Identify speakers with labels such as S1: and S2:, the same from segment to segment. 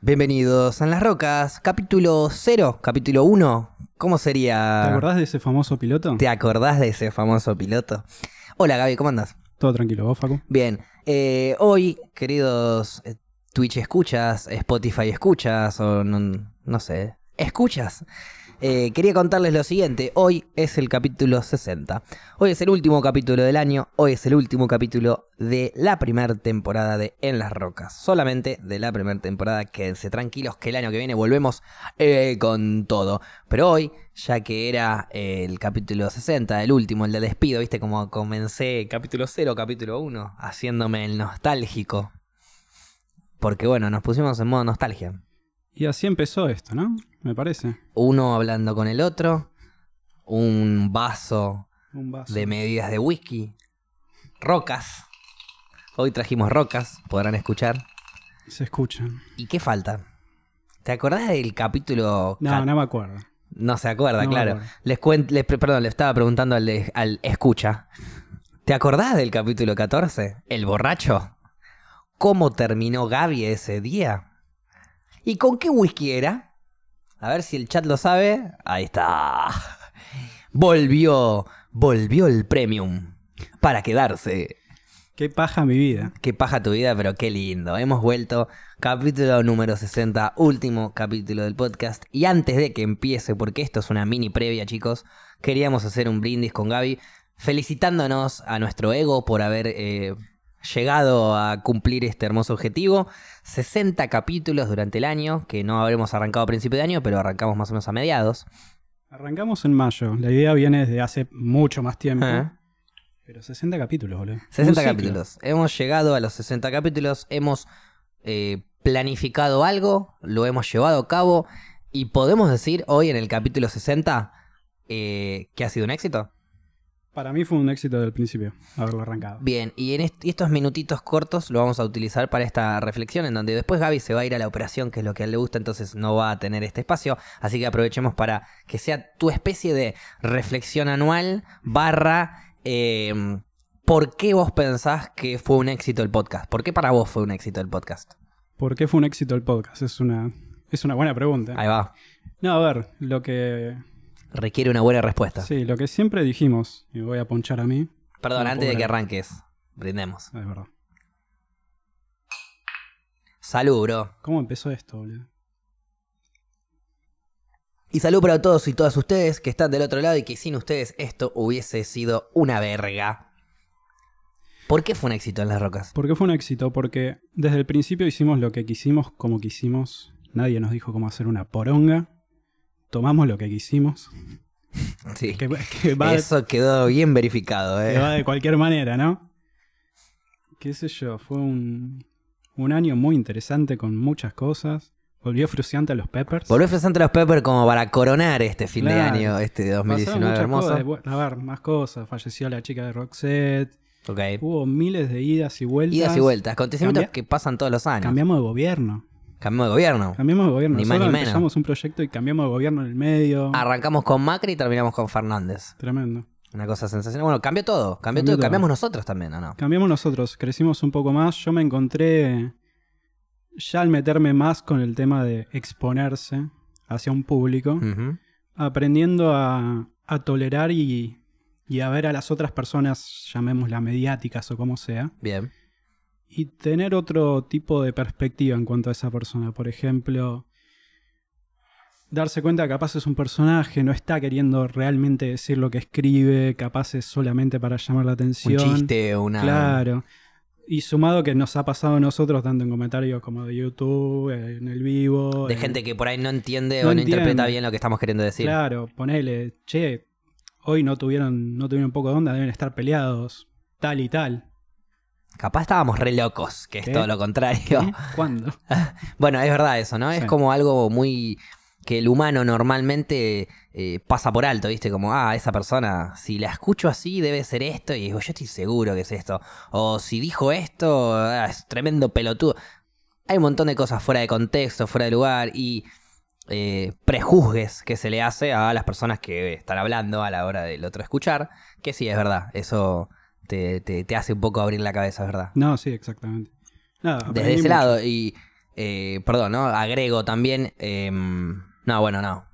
S1: Bienvenidos a Las Rocas, capítulo 0, capítulo 1. ¿Cómo sería?
S2: ¿Te acordás de ese famoso piloto?
S1: Ah. ¿Te acordás de ese famoso piloto? Hola Gaby, ¿cómo andas?
S2: Todo tranquilo, vos, Facu.
S1: Bien, eh, hoy, queridos eh, Twitch escuchas, Spotify escuchas, o no, no sé, escuchas. Eh, quería contarles lo siguiente, hoy es el capítulo 60. Hoy es el último capítulo del año, hoy es el último capítulo de la primera temporada de En las Rocas. Solamente de la primera temporada, quédense tranquilos que el año que viene volvemos eh, con todo. Pero hoy, ya que era eh, el capítulo 60, el último, el de despido, viste como comencé capítulo 0, capítulo 1, haciéndome el nostálgico. Porque bueno, nos pusimos en modo nostalgia.
S2: Y así empezó esto, ¿no? Me parece.
S1: Uno hablando con el otro, un vaso
S2: Un vaso.
S1: de medidas de whisky, rocas. Hoy trajimos rocas, podrán escuchar.
S2: Se escuchan.
S1: ¿Y qué falta? ¿Te acordás del capítulo?
S2: No,
S1: ca-
S2: no me acuerdo.
S1: No se acuerda,
S2: no me
S1: claro.
S2: acuerdo.
S1: Les cuen- les pre- perdón, le estaba preguntando al, al escucha. ¿Te acordás del capítulo 14? El borracho. ¿Cómo terminó Gaby ese día? ¿Y con qué whisky era? A ver si el chat lo sabe. Ahí está. Volvió, volvió el premium para quedarse.
S2: Qué paja mi vida.
S1: Qué paja tu vida, pero qué lindo. Hemos vuelto, capítulo número 60, último capítulo del podcast. Y antes de que empiece, porque esto es una mini previa, chicos, queríamos hacer un brindis con Gaby, felicitándonos a nuestro ego por haber eh, llegado a cumplir este hermoso objetivo. 60 capítulos durante el año, que no habremos arrancado a principio de año, pero arrancamos más o menos a mediados.
S2: Arrancamos en mayo. La idea viene desde hace mucho más tiempo.
S1: ¿Eh?
S2: Pero 60 capítulos, boludo. Un
S1: 60
S2: ciclo.
S1: capítulos. Hemos llegado a los 60 capítulos, hemos eh, planificado algo, lo hemos llevado a cabo y podemos decir hoy en el capítulo 60 eh, que ha sido un éxito.
S2: Para mí fue un éxito del principio haberlo arrancado.
S1: Bien, y en est- y estos minutitos cortos lo vamos a utilizar para esta reflexión en donde después Gaby se va a ir a la operación, que es lo que a él le gusta, entonces no va a tener este espacio, así que aprovechemos para que sea tu especie de reflexión anual barra... eh, ¿Por qué vos pensás que fue un éxito el podcast? ¿Por qué para vos fue un éxito el podcast?
S2: ¿Por qué fue un éxito el podcast? Es una, es una buena pregunta.
S1: Ahí va.
S2: No, a ver, lo que.
S1: Requiere una buena respuesta.
S2: Sí, lo que siempre dijimos, y voy a ponchar a mí,
S1: Perdón,
S2: No,
S1: antes de
S2: pobre.
S1: que arranques, brindemos.
S2: Ah, es verdad.
S1: Salud, bro.
S2: ¿Cómo empezó esto, boludo?
S1: Y salud para todos y todas ustedes que están del otro lado y que sin ustedes esto hubiese sido una verga. ¿Por qué fue un éxito en las rocas?
S2: ¿Por qué fue un éxito? Porque desde el principio hicimos lo que quisimos, como quisimos. Nadie nos dijo cómo hacer una poronga. Tomamos lo que quisimos.
S1: Sí.
S2: Que, que va, de,
S1: Eso quedó bien verificado,
S2: que
S1: eh.
S2: va de cualquier manera, ¿no? Qué sé yo, fue un, un año muy interesante con muchas cosas. Volvió frustrante a los Peppers.
S1: Volvió Fresante los Peppers como para coronar este fin de
S2: Claro.
S1: año, este de
S2: Pasaron
S1: 2019
S2: muchas
S1: hermoso.
S2: cosas. Bueno, A ver, más cosas. Falleció la chica de Roxette.
S1: Ok.
S2: Hubo miles de idas y vueltas.
S1: Idas y vueltas, acontecimientos
S2: Cambia-
S1: que pasan todos los años.
S2: Cambiamos de gobierno.
S1: Cambiamos de gobierno.
S2: Cambiamos de gobierno.
S1: Ni más ni
S2: Nosotros
S1: menos. Ah,
S2: empezamos un proyecto y cambiamos de gobierno en el medio.
S1: Arrancamos con Macri y terminamos con Fernández.
S2: Tremendo.
S1: Una cosa sensacional. Bueno, cambió todo. Cambió,
S2: Cambió
S1: todo.
S2: todo.
S1: Cambiamos nosotros también, ¿o no?
S2: Cambiamos nosotros, crecimos un poco más. Yo me encontré ya al meterme más con el tema de exponerse hacia un público,
S1: Ujú.
S2: aprendiendo a, a tolerar y, y a ver a las otras personas, llamémoslas mediáticas o como sea,
S1: Bien.
S2: y tener otro tipo de perspectiva en cuanto a esa persona. Por ejemplo, darse cuenta que capaz es un personaje, no está queriendo realmente decir lo que escribe, capaz es solamente para llamar la
S1: Un
S2: atención.
S1: chiste, una.
S2: Claro. Y sumado que nos ha pasado a nosotros, tanto en comentarios como de YouTube, en el vivo.
S1: De
S2: en-
S1: gente que por ahí no entiende
S2: No
S1: o no
S2: entiende.
S1: interpreta bien lo que estamos queriendo decir.
S2: Claro, ponele, che, hoy no tuvieron, no tuvieron poco de onda, deben estar peleados, tal y tal.
S1: Capaz estábamos re locos, que es
S2: ¿Qué?
S1: todo lo contrario.
S2: ¿Eh? ¿Cuándo?
S1: Bueno, es verdad eso, ¿no? Es
S2: Sí.
S1: como algo muy que el humano normalmente eh, pasa por alto, ¿viste? Como, ah, esa persona, si la escucho así, debe ser esto, y digo, yo estoy seguro que es esto. O si dijo esto, ah, es tremendo pelotudo. Hay un montón de cosas fuera de contexto, fuera de lugar, y eh, prejuzgues que se le hace a las personas que están hablando a la hora del otro escuchar, que sí, es verdad, eso te, te- te hace un poco abrir la cabeza, es verdad
S2: No, sí, exactamente. Nada,
S1: desde ese
S2: aprendimos.
S1: lado. Y Eh, perdón, ¿no? Agrego también. em, no, bueno, no.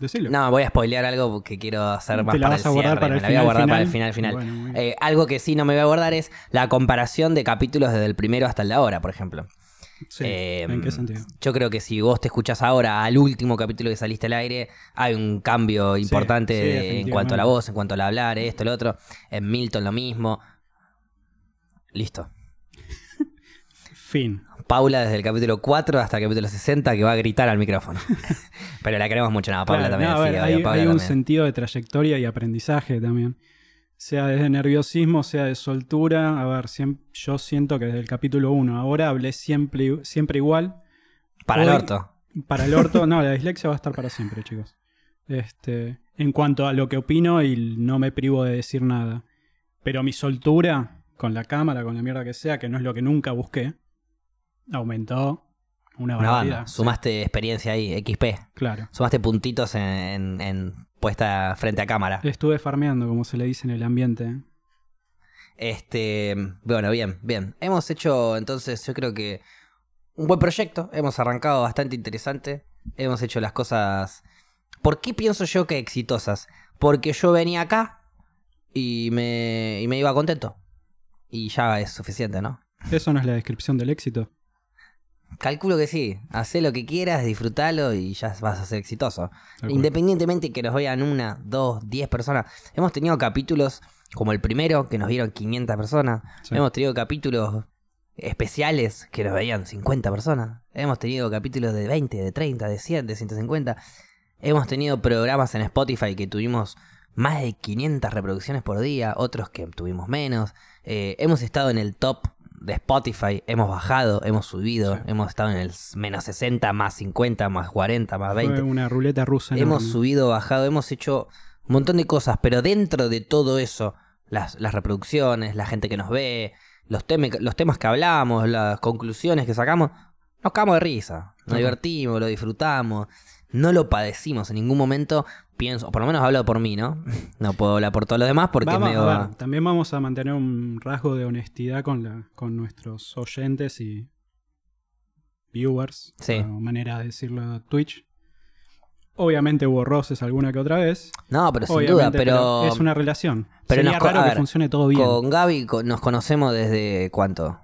S2: Decilo.
S1: No, voy a spoilear algo que quiero hacer más
S2: Te la
S1: para
S2: vas
S1: el
S2: a guardar
S1: cierre,
S2: para
S1: me
S2: el
S1: la voy
S2: final.
S1: a guardar para el final final.
S2: Bueno, muy bien.
S1: Eh, algo que sí no me voy a guardar es la comparación de capítulos desde el primero hasta el de ahora, por ejemplo.
S2: Sí,
S1: eh,
S2: ¿En qué sentido?
S1: Yo creo que si vos te escuchás ahora al último capítulo que saliste al aire, hay un cambio importante
S2: sí,
S1: de- en
S2: definitivamente.
S1: cuanto a la voz, en cuanto al hablar, esto, lo otro. En Milton lo mismo. Listo.
S2: Fin.
S1: Paula desde el capítulo 4 hasta el capítulo 60 que va a gritar al micrófono. Pero la queremos mucho. No, Paula
S2: Claro,
S1: también.
S2: no, a ver,
S1: sí, obvio,
S2: hay,
S1: Paula
S2: hay un
S1: también.
S2: sentido de trayectoria y aprendizaje también. Sea desde nerviosismo, sea de soltura. A ver, siem- yo siento que desde el capítulo 1 ahora hablé siempre, siempre igual.
S1: Para el
S2: hoy-
S1: orto.
S2: Para el orto, no, la dislexia va a estar para siempre, chicos. Este, en cuanto a lo que opino, y no me privo de decir nada. Pero mi soltura, con la cámara, con la mierda que sea, que no es lo que nunca busqué, aumentó
S1: Una
S2: una barbaridad.
S1: banda. Sumaste experiencia ahí, XP.
S2: Claro.
S1: Sumaste puntitos en, en- en puesta frente a cámara.
S2: Estuve farmeando, como se le dice en el ambiente.
S1: Este, bueno, bien, bien. Hemos hecho entonces, yo creo que un buen proyecto. Hemos arrancado bastante interesante. Hemos hecho las cosas. ¿Por qué pienso yo que exitosas? Porque yo venía acá y me, y me iba contento. Y ya es suficiente, ¿no?
S2: Eso no es la descripción del éxito.
S1: Calculo que sí. Hacé lo que quieras, disfrutalo y ya vas a ser exitoso.
S2: Tal cual.
S1: Independientemente que nos vean una, dos, diez personas. Hemos tenido capítulos como el primero, que nos vieron 500 personas.
S2: Sí.
S1: Hemos tenido capítulos especiales que nos veían 50 personas. Hemos tenido capítulos de 20, de 30, de 100, de 150. Hemos tenido programas en Spotify que tuvimos más de 500 reproducciones por día, otros que tuvimos menos. Eh, hemos estado en el top de Spotify, hemos bajado, hemos subido,
S2: Sí.
S1: hemos estado en el menos 60, más 50, más 40, más 20.
S2: Fue una ruleta rusa.
S1: Hemos
S2: enorme.
S1: subido, bajado, hemos hecho un montón de cosas, pero dentro de todo eso, las, las reproducciones, la gente que nos ve, los, teme- los temas que hablamos, las conclusiones que sacamos, nos cagamos de risa, nos
S2: Ajá.
S1: divertimos, lo disfrutamos, no lo padecimos en ningún momento, pienso, o por lo menos hablo por mí, ¿no? No puedo hablar por todos los demás porque
S2: Vamos-
S1: me
S2: a ver, también vamos a mantener un rasgo de honestidad con, la, con nuestros oyentes y viewers,
S1: Sí.
S2: o manera de decirlo a Twitch. Obviamente hubo roces alguna que otra vez.
S1: No, pero sin
S2: Obviamente,
S1: duda, pero,
S2: es una relación.
S1: pero nos
S2: Sería
S1: co-
S2: raro
S1: a
S2: que
S1: ver,
S2: funcione todo bien.
S1: con Gaby co- nos conocemos desde ¿cuánto?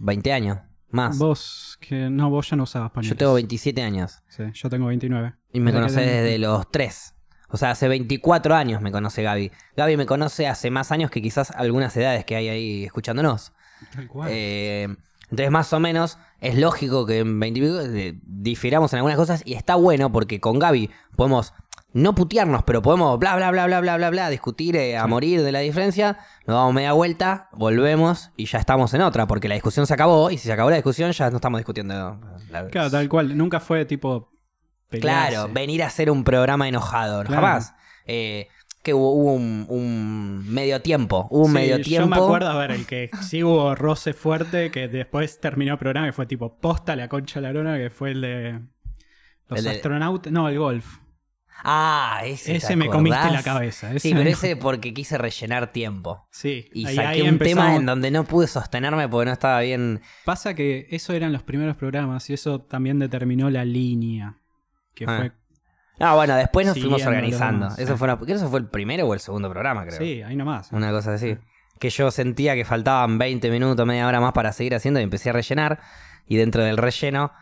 S1: ¿20 años? Más.
S2: Vos que no vos ya no usabas pañales.
S1: Yo tengo 27 años.
S2: Sí, yo tengo 29.
S1: Y me
S2: Mira que
S1: conoce
S2: tenés-
S1: desde los 3. O sea, hace 24 años me conoce Gaby. Gaby me conoce hace más años que quizás algunas edades que hay ahí escuchándonos.
S2: Tal cual.
S1: Eh, entonces, más o menos, es lógico que en 20 y pico, eh, difiramos en algunas cosas y está bueno porque con Gaby podemos no putearnos, pero podemos bla, bla, bla, bla, bla, bla, bla, discutir eh, a
S2: Sí.
S1: morir de la diferencia. Nos damos media vuelta, volvemos y ya estamos en otra porque la discusión se acabó y si se acabó la discusión ya no estamos discutiendo. la-
S2: claro, tal cual. Nunca fue tipo. pelearse.
S1: Claro, venir a hacer un programa enojado, no,
S2: Claro.
S1: jamás. Eh, que hubo, hubo un, un medio tiempo, hubo un
S2: Sí,
S1: medio tiempo.
S2: Yo me acuerdo, a ver, el que sí hubo roce fuerte, que después terminó el programa, que fue tipo posta la concha de la lona, que fue el de los
S1: El de-
S2: astronautas. No, el golf.
S1: Ah, ese. ¿te
S2: Ese me
S1: acordás?
S2: comiste la cabeza. ese
S1: Sí, pero
S2: no-
S1: ese porque quise rellenar tiempo.
S2: Sí,
S1: Y
S2: ahí-
S1: saqué
S2: ahí
S1: un
S2: empezamos.
S1: tema en donde no pude sostenerme porque no estaba bien.
S2: Pasa que eso eran los primeros programas y eso también determinó la línea. Que
S1: Ah,
S2: fue.
S1: No, bueno, después nos
S2: Sí,
S1: fuimos
S2: ándalo,
S1: organizando.
S2: sí.
S1: Eso, fue una- creo que eso fue el primero o el segundo programa, creo.
S2: Sí, ahí nomás.
S1: Una cosa así. Que yo sentía que faltaban 20 minutos, media hora más para seguir haciendo y empecé a rellenar. Y dentro del relleno,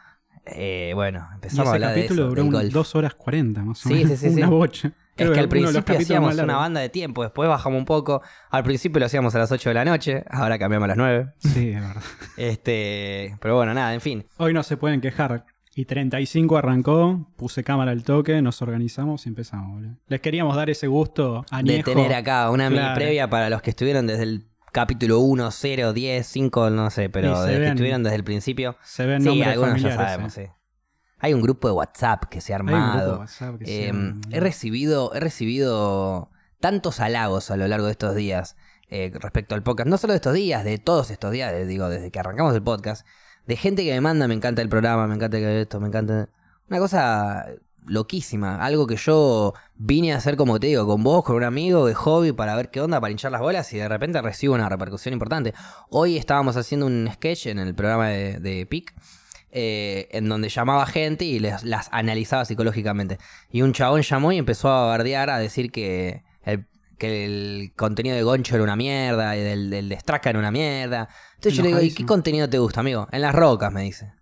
S1: eh, bueno,
S2: Y
S1: empezamos a
S2: ese
S1: hablar de
S2: capítulo
S1: eso,
S2: duró
S1: del
S2: un-
S1: golf.
S2: dos horas 40 más o
S1: Sí,
S2: menos.
S1: sí, sí, sí.
S2: Una bocha.
S1: Es
S2: Creo
S1: que al
S2: uno de los
S1: principio
S2: capítulos más
S1: hacíamos una
S2: largos.
S1: banda de tiempo, después bajamos un poco. Al principio lo hacíamos a las 8 de la noche, ahora cambiamos a las 9.
S2: Sí, es verdad.
S1: Este, pero bueno, nada, en fin.
S2: Hoy no se pueden quejar. Y 35 arrancó, puse cámara al toque, nos organizamos y empezamos. boludo. Les queríamos dar ese gusto
S1: De
S2: añejo.
S1: tener acá una mini
S2: Claro.
S1: previa para los que estuvieron desde el capítulo 1, 0, 10, 5, no sé,
S2: Y
S1: pero
S2: se
S1: de los que
S2: ven-
S1: estuvieron desde el principio.
S2: Se ven
S1: Sí,
S2: nombres
S1: algunos ya
S2: familiares.
S1: sabemos,
S2: eh.
S1: sí. Hay un grupo de WhatsApp que se ha
S2: Hay un grupo de
S1: armado.
S2: WhatsApp que se
S1: Eh,
S2: llama-
S1: he recibido, he recibido tantos halagos a lo largo de estos días eh, respecto al podcast. No solo de estos días, de todos estos días, eh, digo, desde que arrancamos el podcast, de gente que me manda, me encanta el programa, me encanta que esto, me encanta. Una cosa loquísima, algo que yo vine a hacer como te digo, con vos, con un amigo de hobby para ver qué onda, para hinchar las bolas y de repente recibo una repercusión importante. Hoy estábamos haciendo un sketch en el programa de, de PIC eh, en donde llamaba gente y les, las analizaba psicológicamente. Y un chabón llamó y empezó a bardear, a decir que el, que el contenido de Goncho era una mierda, y del, del de Straka era una mierda. Entonces yo le digo, ¿y qué
S2: Enojadísimo.
S1: contenido te gusta, amigo? En las rocas, me dice.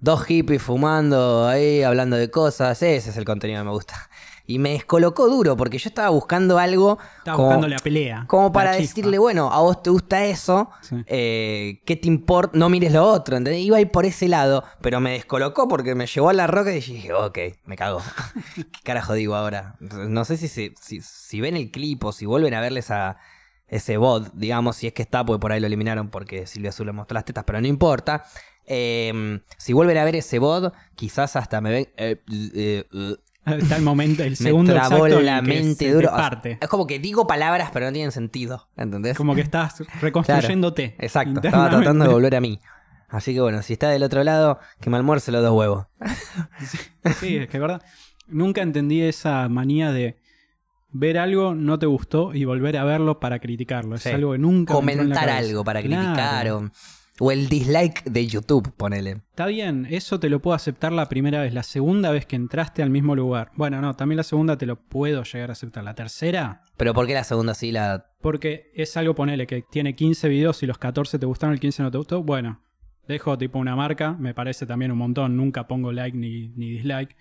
S1: Dos hippies fumando ahí, hablando de cosas. Ese es el contenido que me gusta. Y me descolocó duro porque yo estaba buscando algo
S2: Estaba
S1: como-
S2: buscando la pelea.
S1: como
S2: la
S1: para
S2: chispa.
S1: decirle, bueno, a vos te gusta eso,
S2: Sí.
S1: eh, ¿qué te importa? No mires lo otro, ¿entendés? Iba a ir por ese lado, pero me descolocó porque me llevó a la roca y dije, ok, me cago. ¿Qué carajo digo ahora? No sé si, se- si, si ven el clip o si vuelven a verles a ese bot, digamos, si es que está, porque por ahí lo eliminaron porque Silvia Azul le mostró las tetas, pero no importa. Eh, si vuelven a ver ese bot, quizás hasta me ven... eh, eh, eh,
S2: Está el momento, el segundo
S1: me trabó
S2: exacto en
S1: la
S2: el que se
S1: mente
S2: te
S1: duro. O sea,
S2: parte.
S1: Es como que digo palabras, pero no tienen sentido. ¿Entendés?
S2: Como que estás reconstruyéndote.
S1: Exacto. Estaba tratando de volver a mí. Así que bueno, si está del otro lado, que me almuerce los dos huevos.
S2: internamente. Sí, es que es verdad. Nunca entendí esa manía de ver algo, no te gustó y volver a verlo para criticarlo. Es
S1: Sí.
S2: algo que nunca. me entró en la
S1: Comentar
S2: cabeza.
S1: algo para
S2: Claro.
S1: criticar o, o el dislike de YouTube, ponele.
S2: Está bien, eso te lo puedo aceptar la primera vez, la segunda vez que entraste al mismo lugar. Bueno, no, también la segunda te lo puedo llegar a aceptar. La tercera,
S1: Pero ¿por qué la segunda sí la...
S2: porque es algo, ponele, que tiene 15 videos y los 14 te gustaron, el 15 no te gustó. Bueno, dejo tipo una marca, me parece también un montón, nunca pongo like ni, ni dislike.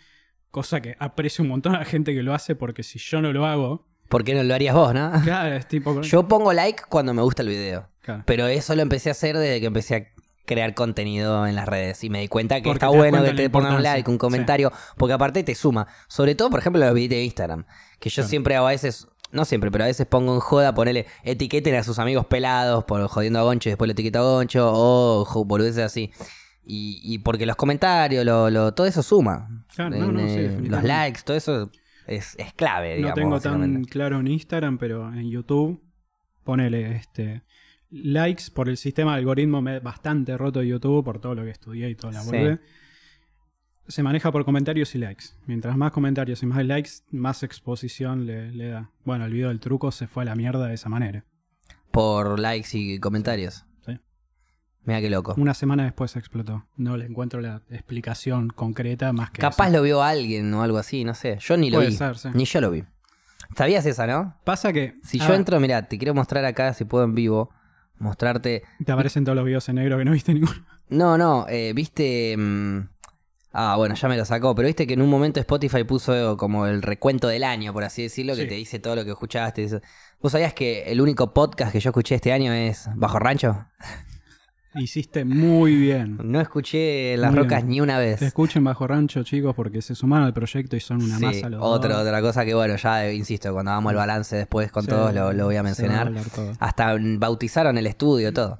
S2: Cosa que aprecio un montón a la gente que lo hace porque si yo no lo hago,
S1: ¿Por qué no lo harías vos, no?
S2: claro, es tipo...
S1: Yo pongo like cuando me gusta el video.
S2: claro.
S1: Pero eso lo empecé a hacer desde que empecé a crear contenido en las redes y me di cuenta que
S2: Porque
S1: está
S2: te das
S1: bueno
S2: cuenta
S1: que
S2: de la
S1: te pongan un
S2: importancia.
S1: like, un comentario, porque aparte te suma. Sobre todo, por ejemplo, los videitos de Instagram, que yo
S2: Claro.
S1: siempre hago a veces, no siempre, pero a veces pongo en joda, ponerle etiqueten a sus amigos pelados por jodiendo a Goncho y después lo etiqueta a Goncho o jo- boludeces así. Y, y porque los comentarios, lo, lo- todo eso suma.
S2: Claro, Ah, no,
S1: En,
S2: no, sí,
S1: eh, los
S2: definitivamente.
S1: likes, todo eso es, es clave, eh, digamos.
S2: no tengo tan
S1: básicamente.
S2: claro en Instagram, pero en YouTube, ponele este likes por el sistema de algoritmo me- bastante roto de YouTube, por todo lo que estudié y toda la
S1: Sí.
S2: volvé. Se maneja por comentarios y likes. Mientras más comentarios y más likes, más exposición le, le da. Bueno, el video del truco se fue a la mierda de esa manera.
S1: Por likes y comentarios.
S2: Sí.
S1: Mira qué loco.
S2: Una semana después explotó. No le encuentro la explicación concreta más que.
S1: Capaz
S2: eso.
S1: lo vio alguien o algo así, no sé. Yo ni lo
S2: Puede
S1: vi.
S2: ser, sí.
S1: Ni yo lo vi. ¿Sabías esa, no?
S2: Pasa que.
S1: Si
S2: ah,
S1: yo entro, mirá, te quiero mostrar acá, si puedo en vivo, mostrarte.
S2: Te aparecen todos los videos en negro que no viste ninguno.
S1: No, no, eh, viste. mm, Ah, bueno, ya me lo sacó, pero viste que en un momento Spotify puso como el recuento del año, por así decirlo, que
S2: Sí.
S1: te dice todo lo que escuchaste. eso. ¿Vos sabías que el único podcast que yo escuché este año es Bajo Rancho?
S2: Hiciste muy bien.
S1: No escuché Las
S2: Muy bien.
S1: Rocas ni una
S2: Te
S1: vez.
S2: escuchen bajo rancho, chicos, porque se sumaron al proyecto y son una
S1: Sí,
S2: masa los
S1: otra,
S2: dos.
S1: otra cosa que, bueno, ya eh, insisto, cuando hagamos el balance después con
S2: Se-
S1: todos lo, lo voy a
S2: se va
S1: mencionar.
S2: hablar todo.
S1: Hasta mm, bautizaron el estudio, todo.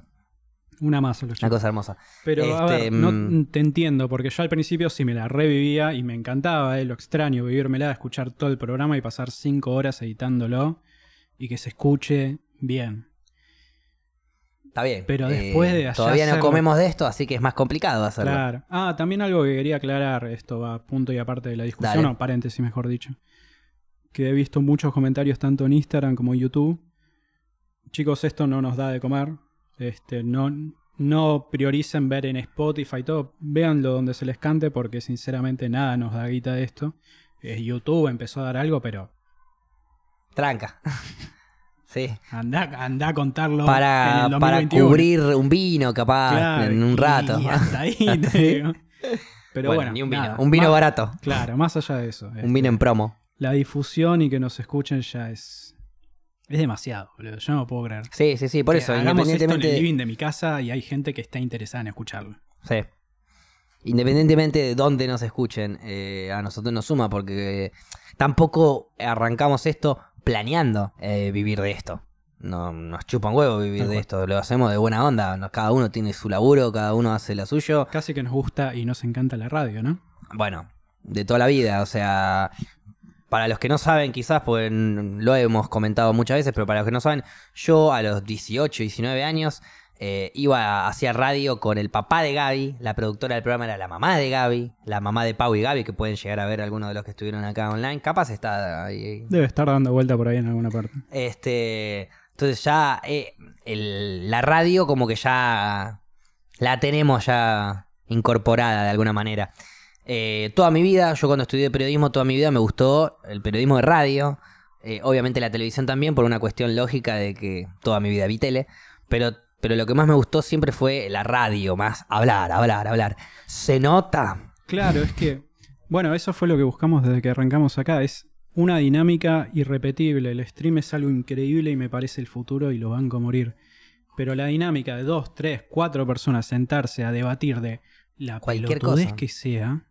S2: Una masa los
S1: Una
S2: chicos.
S1: cosa hermosa.
S2: Pero a
S1: este,
S2: ver, no
S1: mm.
S2: te entiendo, porque yo al principio sí me la revivía y me encantaba, eh, lo extraño, vivírmela, escuchar todo el programa y pasar cinco horas editándolo y que se escuche bien.
S1: Está bien. Eh,
S2: Pero después de allá
S1: Todavía no
S2: hacerlo-
S1: comemos de esto, así que es más complicado hacerlo.
S2: Claro. Ah, también algo que quería aclarar, esto va a punto y aparte de la discusión,
S1: Dale.
S2: o paréntesis mejor dicho. Que he visto muchos comentarios tanto en Instagram como en YouTube. Chicos, esto no nos da de comer. Este, no, no prioricen ver en Spotify y todo. Véanlo donde se les cante, porque sinceramente nada nos da guita de esto. Eh, YouTube empezó a dar algo, pero
S1: Tranca. sí.
S2: anda, anda a contarlo en
S1: Para,
S2: el 2021.
S1: para cubrir un vino, capaz,
S2: Claro,
S1: en un
S2: y
S1: rato.
S2: hasta ahí, te digo. Pero bueno,
S1: ni un vino.
S2: nada.
S1: un vino
S2: Más- este.
S1: barato.
S2: Claro, más allá de eso.
S1: Un vino en promo.
S2: La difusión y que nos escuchen ya es. Es demasiado, boludo. Yo no lo puedo creer.
S1: Sí, sí, sí. Por
S2: Que
S1: eso,
S2: hagamos
S1: independientemente.
S2: Esto en el living de mi casa y hay gente que está interesada en escucharlo.
S1: Sí. Independientemente de dónde nos escuchen, eh, a nosotros nos suma porque eh, tampoco arrancamos esto planeando eh, vivir de esto. No, nos chupa un huevo vivir
S2: Tal
S1: de
S2: cual.
S1: esto, lo hacemos de buena onda. no- Cada uno tiene su laburo, cada uno hace la suyo.
S2: Casi que nos gusta y nos encanta la radio, ¿no?
S1: Bueno, de toda la vida, o sea, para los que no saben, quizás, pues lo hemos comentado muchas veces, pero para los que no saben, yo a los 18, 19 años eh, iba hacia radio con el papá de Gaby, la productora del programa era la mamá de Gaby, la mamá de Pau y Gaby, que pueden llegar a ver algunos de los que estuvieron acá online, capaz está ahí.
S2: Debe estar dando vuelta por ahí en alguna parte.
S1: Este, entonces ya eh, el- la radio como que ya la tenemos ya incorporada de alguna manera. Eh, toda mi vida, yo cuando estudié periodismo, toda mi vida me gustó el periodismo de radio. Eh, obviamente la televisión también, por una cuestión lógica de que toda mi vida vi tele. Pero, pero lo que más me gustó siempre fue la radio, más hablar, hablar, hablar. ¿Se nota?
S2: Claro, es que, bueno, eso fue lo que buscamos desde que arrancamos acá, es una dinámica irrepetible. El stream es algo increíble y me parece el futuro y lo van a morir. Pero la dinámica de dos, tres, cuatro personas sentarse a debatir de la
S1: Cualquier
S2: pelotudez
S1: cosa.
S2: que sea,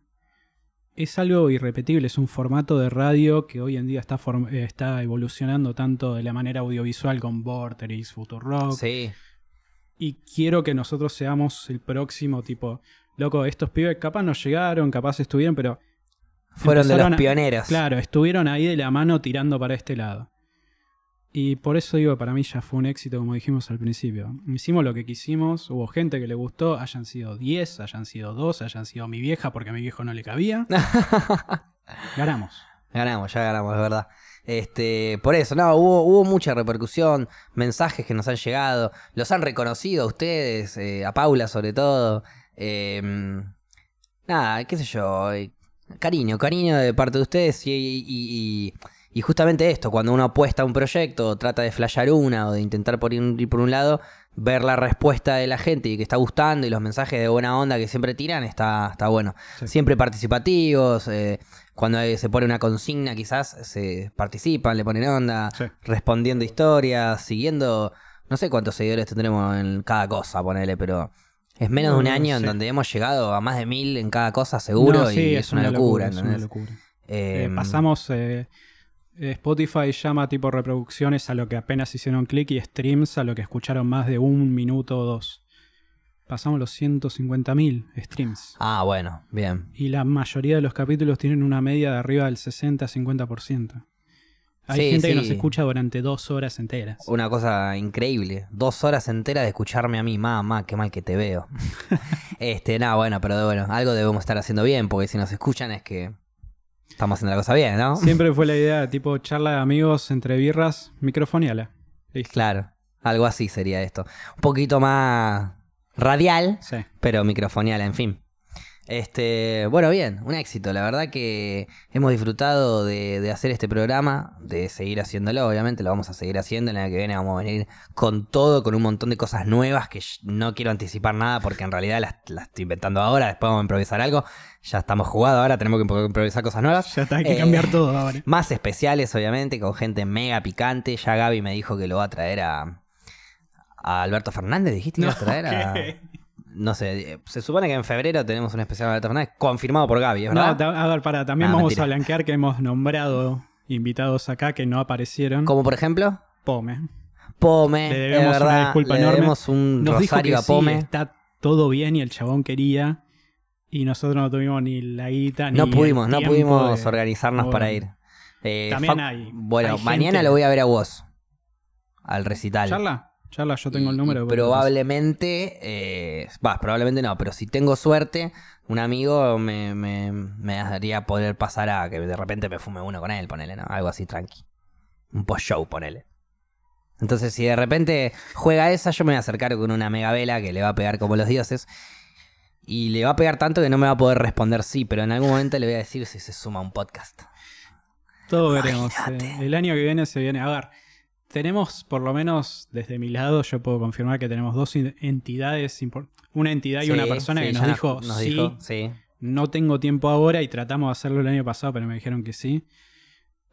S2: es algo irrepetible. Es un formato de radio que hoy en día está, form- eh, está evolucionando tanto de la manera audiovisual con Vorterix, Futurock,
S1: Sí.
S2: y quiero que nosotros seamos el próximo tipo. Loco, estos pibes capaz no llegaron, capaz estuvieron, pero
S1: Fueron de
S2: Empezaron
S1: los
S2: a-
S1: pioneros.
S2: claro, estuvieron ahí de la mano tirando para este lado. Y por eso digo, para mí ya fue un éxito, como dijimos al principio. Hicimos lo que quisimos, hubo gente que le gustó, hayan sido 10, hayan sido 2, hayan sido mi vieja porque a mi viejo no le cabía. Ganamos.
S1: Ganamos, ya ganamos, es verdad. Este, por eso, no, hubo, hubo mucha repercusión, mensajes que nos han llegado, los han reconocido a ustedes, eh, a Paula sobre todo. eh, nada, qué sé yo, eh, cariño, cariño de parte de ustedes y, y- y- y justamente esto, cuando uno apuesta a un proyecto, o trata de flashear una o de intentar por un- ir por un lado, ver la respuesta de la gente y que está gustando y los mensajes de buena onda que siempre tiran, está, está bueno.
S2: Sí.
S1: Siempre participativos, eh, cuando eh, se pone una consigna quizás se participan, le ponen onda,
S2: Sí.
S1: respondiendo historias, siguiendo, no sé cuántos seguidores tendremos en cada cosa, ponele, pero es menos de un
S2: No, no
S1: año en
S2: sé.
S1: donde hemos llegado a más de mil en cada cosa seguro
S2: No, sí,
S1: y es, una, locura.
S2: es una
S1: ¿entendés?
S2: locura.
S1: Eh,
S2: Eh, pasamos. eh, Spotify llama tipo reproducciones a lo que apenas hicieron clic y streams a lo que escucharon más de un minuto o dos. Pasamos los 150.000 streams.
S1: Ah, bueno, bien.
S2: Y la mayoría de los capítulos tienen una media de arriba del 60-50%. Hay
S1: Sí,
S2: gente que
S1: sí.
S2: nos escucha durante dos horas enteras.
S1: Una cosa increíble. Dos horas enteras de escucharme a mí, mamá, qué mal que te veo. este, nada, bueno, pero bueno, algo debemos estar haciendo bien, porque si nos escuchan es que estamos haciendo la cosa bien, ¿no?
S2: Siempre fue la idea, tipo charla de amigos entre birras, microfoneala. Listo.
S1: Claro, algo así sería esto. Un poquito más radial,
S2: Sí.
S1: pero microfonial, en fin. Este, bueno, bien, un éxito. La verdad que hemos disfrutado de, de hacer este programa, de seguir haciéndolo, obviamente lo vamos a seguir haciendo. En la que viene vamos a venir con todo, con un montón de cosas nuevas que sh- no quiero anticipar nada porque en realidad las, las estoy inventando ahora, después vamos a improvisar algo. Ya estamos jugados ahora, tenemos que impo- improvisar cosas nuevas.
S2: Ya está, hay que
S1: Eh,
S2: cambiar todo ahora.
S1: Más especiales, obviamente, con gente mega picante. Ya Gaby me dijo que lo va a traer a, a Alberto Fernández, dijiste que iba a traer a. No sé, eh, se supone que en febrero tenemos un especial de Alberto Fernández, confirmado por Gaby, ¿es
S2: No,
S1: verdad?
S2: ta- a ver, para, también
S1: Ah,
S2: vamos
S1: mentira.
S2: a blanquear que hemos nombrado invitados acá que no aparecieron.
S1: Como por ejemplo,
S2: Pome.
S1: Pome,
S2: Le debemos
S1: es
S2: una
S1: verdad,
S2: disculpa
S1: le
S2: enorme.
S1: debemos un
S2: Nos dijo
S1: rosario
S2: que
S1: a
S2: sí,
S1: Pome.
S2: está todo bien y el chabón quería. Y nosotros no tuvimos ni la guita eh, ni.
S1: no
S2: el
S1: pudimos, no
S2: tiempo
S1: pudimos
S2: de-
S1: organizarnos
S2: bueno.
S1: para ir. Eh,
S2: También
S1: Facu-
S2: hay-
S1: Bueno,
S2: hay
S1: mañana
S2: gente-
S1: lo voy a ver a vos, al recital.
S2: ¿Charla? Charla, yo tengo el
S1: Y-
S2: número.
S1: y
S2: pero-
S1: probablemente, eh, bah, probablemente no, pero si tengo suerte, un amigo me, me, me haría poder pasar a que de repente me fume uno con él, ponele, ¿no? Algo así tranqui. Un post-show, ponele. Entonces, si de repente juega esa, yo me voy a acercar con una mega vela que le va a pegar como los dioses. Y le va a pegar tanto que no me va a poder responder sí, pero en algún momento le voy a decir si se suma a un podcast.
S2: pues, Todo veremos.
S1: Imagínate.
S2: eh, el año que viene se viene. A ver, tenemos, por lo menos desde mi lado, yo puedo confirmar que tenemos dos in- entidades. impor- Una entidad y
S1: Sí,
S2: una persona
S1: sí,
S2: que
S1: ya
S2: nos dijo,
S1: nos
S2: sí,
S1: dijo, sí.
S2: no tengo tiempo ahora y tratamos de hacerlo el año pasado, pero me dijeron que sí.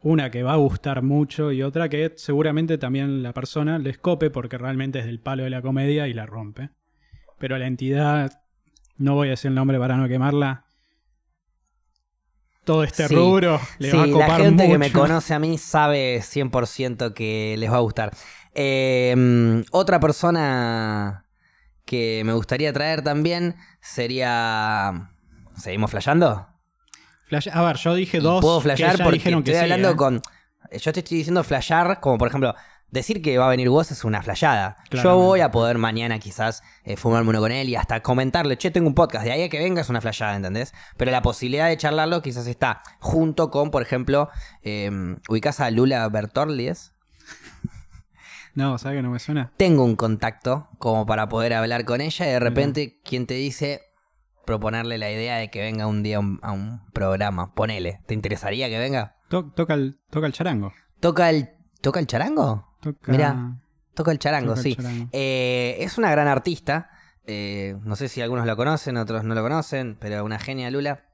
S2: Una que va a gustar mucho y otra que seguramente también la persona les cope porque realmente es del palo de la comedia y la rompe. Pero la entidad, no voy a decir el nombre para no quemarla. Todo este
S1: Sí.
S2: rubro le
S1: sí,
S2: va a copar
S1: la gente que me
S2: mucho.
S1: conoce a mí sabe 100% que les va a gustar. Eh, mm, otra persona que me gustaría traer también sería... ¿Seguimos flasheando?
S2: Flash- a ver, yo dije dos.
S1: Puedo
S2: que
S1: flashear
S2: ya
S1: porque
S2: dijeron que
S1: estoy
S2: sí,
S1: hablando
S2: ¿eh?
S1: con... Yo te estoy diciendo flashear como por ejemplo... Decir que va a venir vos es una flayada. Yo
S2: Claramente.
S1: voy a poder mañana quizás eh, fumarme uno con él y hasta comentarle, che, tengo un podcast, de ahí a que venga es una flayada, ¿entendés? Pero la posibilidad de charlarlo quizás está junto con, por ejemplo, eh, ubicás a Lula Bertorlies.
S2: No, ¿sabes que no me suena?
S1: Tengo un contacto como para poder hablar con ella y de repente quien te dice, proponerle la idea de que venga un día a un, a un programa. Ponele, ¿te interesaría que venga?
S2: To- toca, el, toca el charango.
S1: ¿Toca el, ¿toca el charango?
S2: Toca,
S1: Mirá, Toca el charango,
S2: toca
S1: sí.
S2: el charango.
S1: Eh, es una gran artista. eh, no sé si algunos la conocen, otros no lo conocen, pero una genia Lula.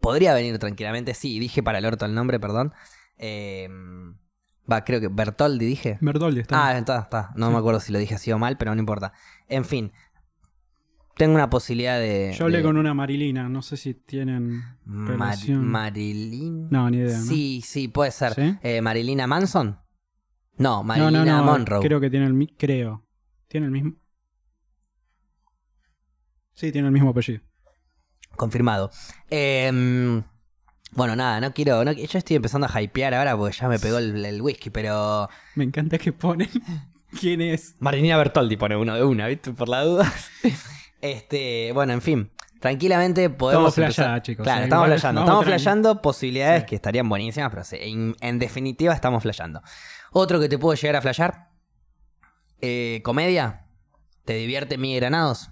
S1: Podría venir tranquilamente, sí, dije para el orto el nombre, perdón. Eh, va, creo que Bertoldi dije.
S2: Bertoldi está.
S1: Ah, está, está. No me acuerdo si lo dije así o mal, pero no importa. En fin, tengo una posibilidad de.
S2: Yo hablé
S1: Eh, de-
S2: con una Marilina, no sé si tienen.
S1: Mar-
S2: relación.
S1: Marilyn.
S2: No, ni idea. ¿no?
S1: Sí, sí, puede ser.
S2: ¿Sí?
S1: Eh, ¿Marilina Manson? No,
S2: no,
S1: Marilina
S2: no, no,
S1: Monroe.
S2: Creo que tiene el mi- creo. Tiene el mismo. Sí, tiene el mismo apellido.
S1: Confirmado. Em, bueno, nada, no quiero. no- yo estoy empezando a hypear ahora porque ya me pegó el, el whisky, pero.
S2: Me encanta que ponen quién es.
S1: Marinina Bertoldi pone uno de una, ¿viste? Por la duda. este, bueno, en fin. Tranquilamente podemos.
S2: Estamos flasheada,
S1: empezar-
S2: chicos,
S1: Claro,
S2: eh,
S1: estamos
S2: igual
S1: flasheando.
S2: vamos
S1: Estamos
S2: tranqui.
S1: flasheando posibilidades
S2: Sí.
S1: que estarían buenísimas, pero sí, en, en definitiva estamos flasheando. Otro que te puedo llegar a flashear. eh, comedia. ¿Te divierte mi granados?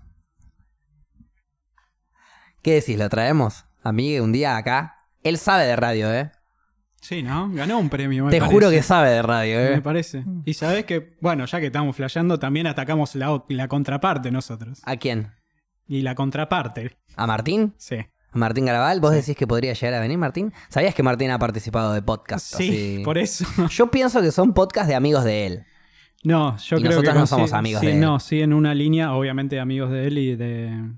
S1: ¿Qué decís? ¿Lo traemos? Amigue, un día acá. Él sabe de radio, ¿eh?
S2: Sí, ¿no? Ganó un premio. me
S1: Te juro que
S2: parece.
S1: sabe de radio,
S2: Me
S1: ¿eh?
S2: parece. Y sabes que, bueno, ya que estamos flasheando, también atacamos la, o- la contraparte nosotros.
S1: ¿A quién?
S2: Y la contraparte,
S1: ¿A Martín?
S2: sí.
S1: Martín Garabal, vos decís que podría llegar a venir, Martín. ¿Sabías que Martín ha participado de podcast?
S2: Sí, por eso.
S1: Yo pienso que son podcasts de amigos de él.
S2: No, yo
S1: Y
S2: creo
S1: nosotros
S2: que
S1: no
S2: consi-
S1: somos amigos
S2: sí,
S1: de él.
S2: No, sí, en una línea, obviamente, amigos de él y de,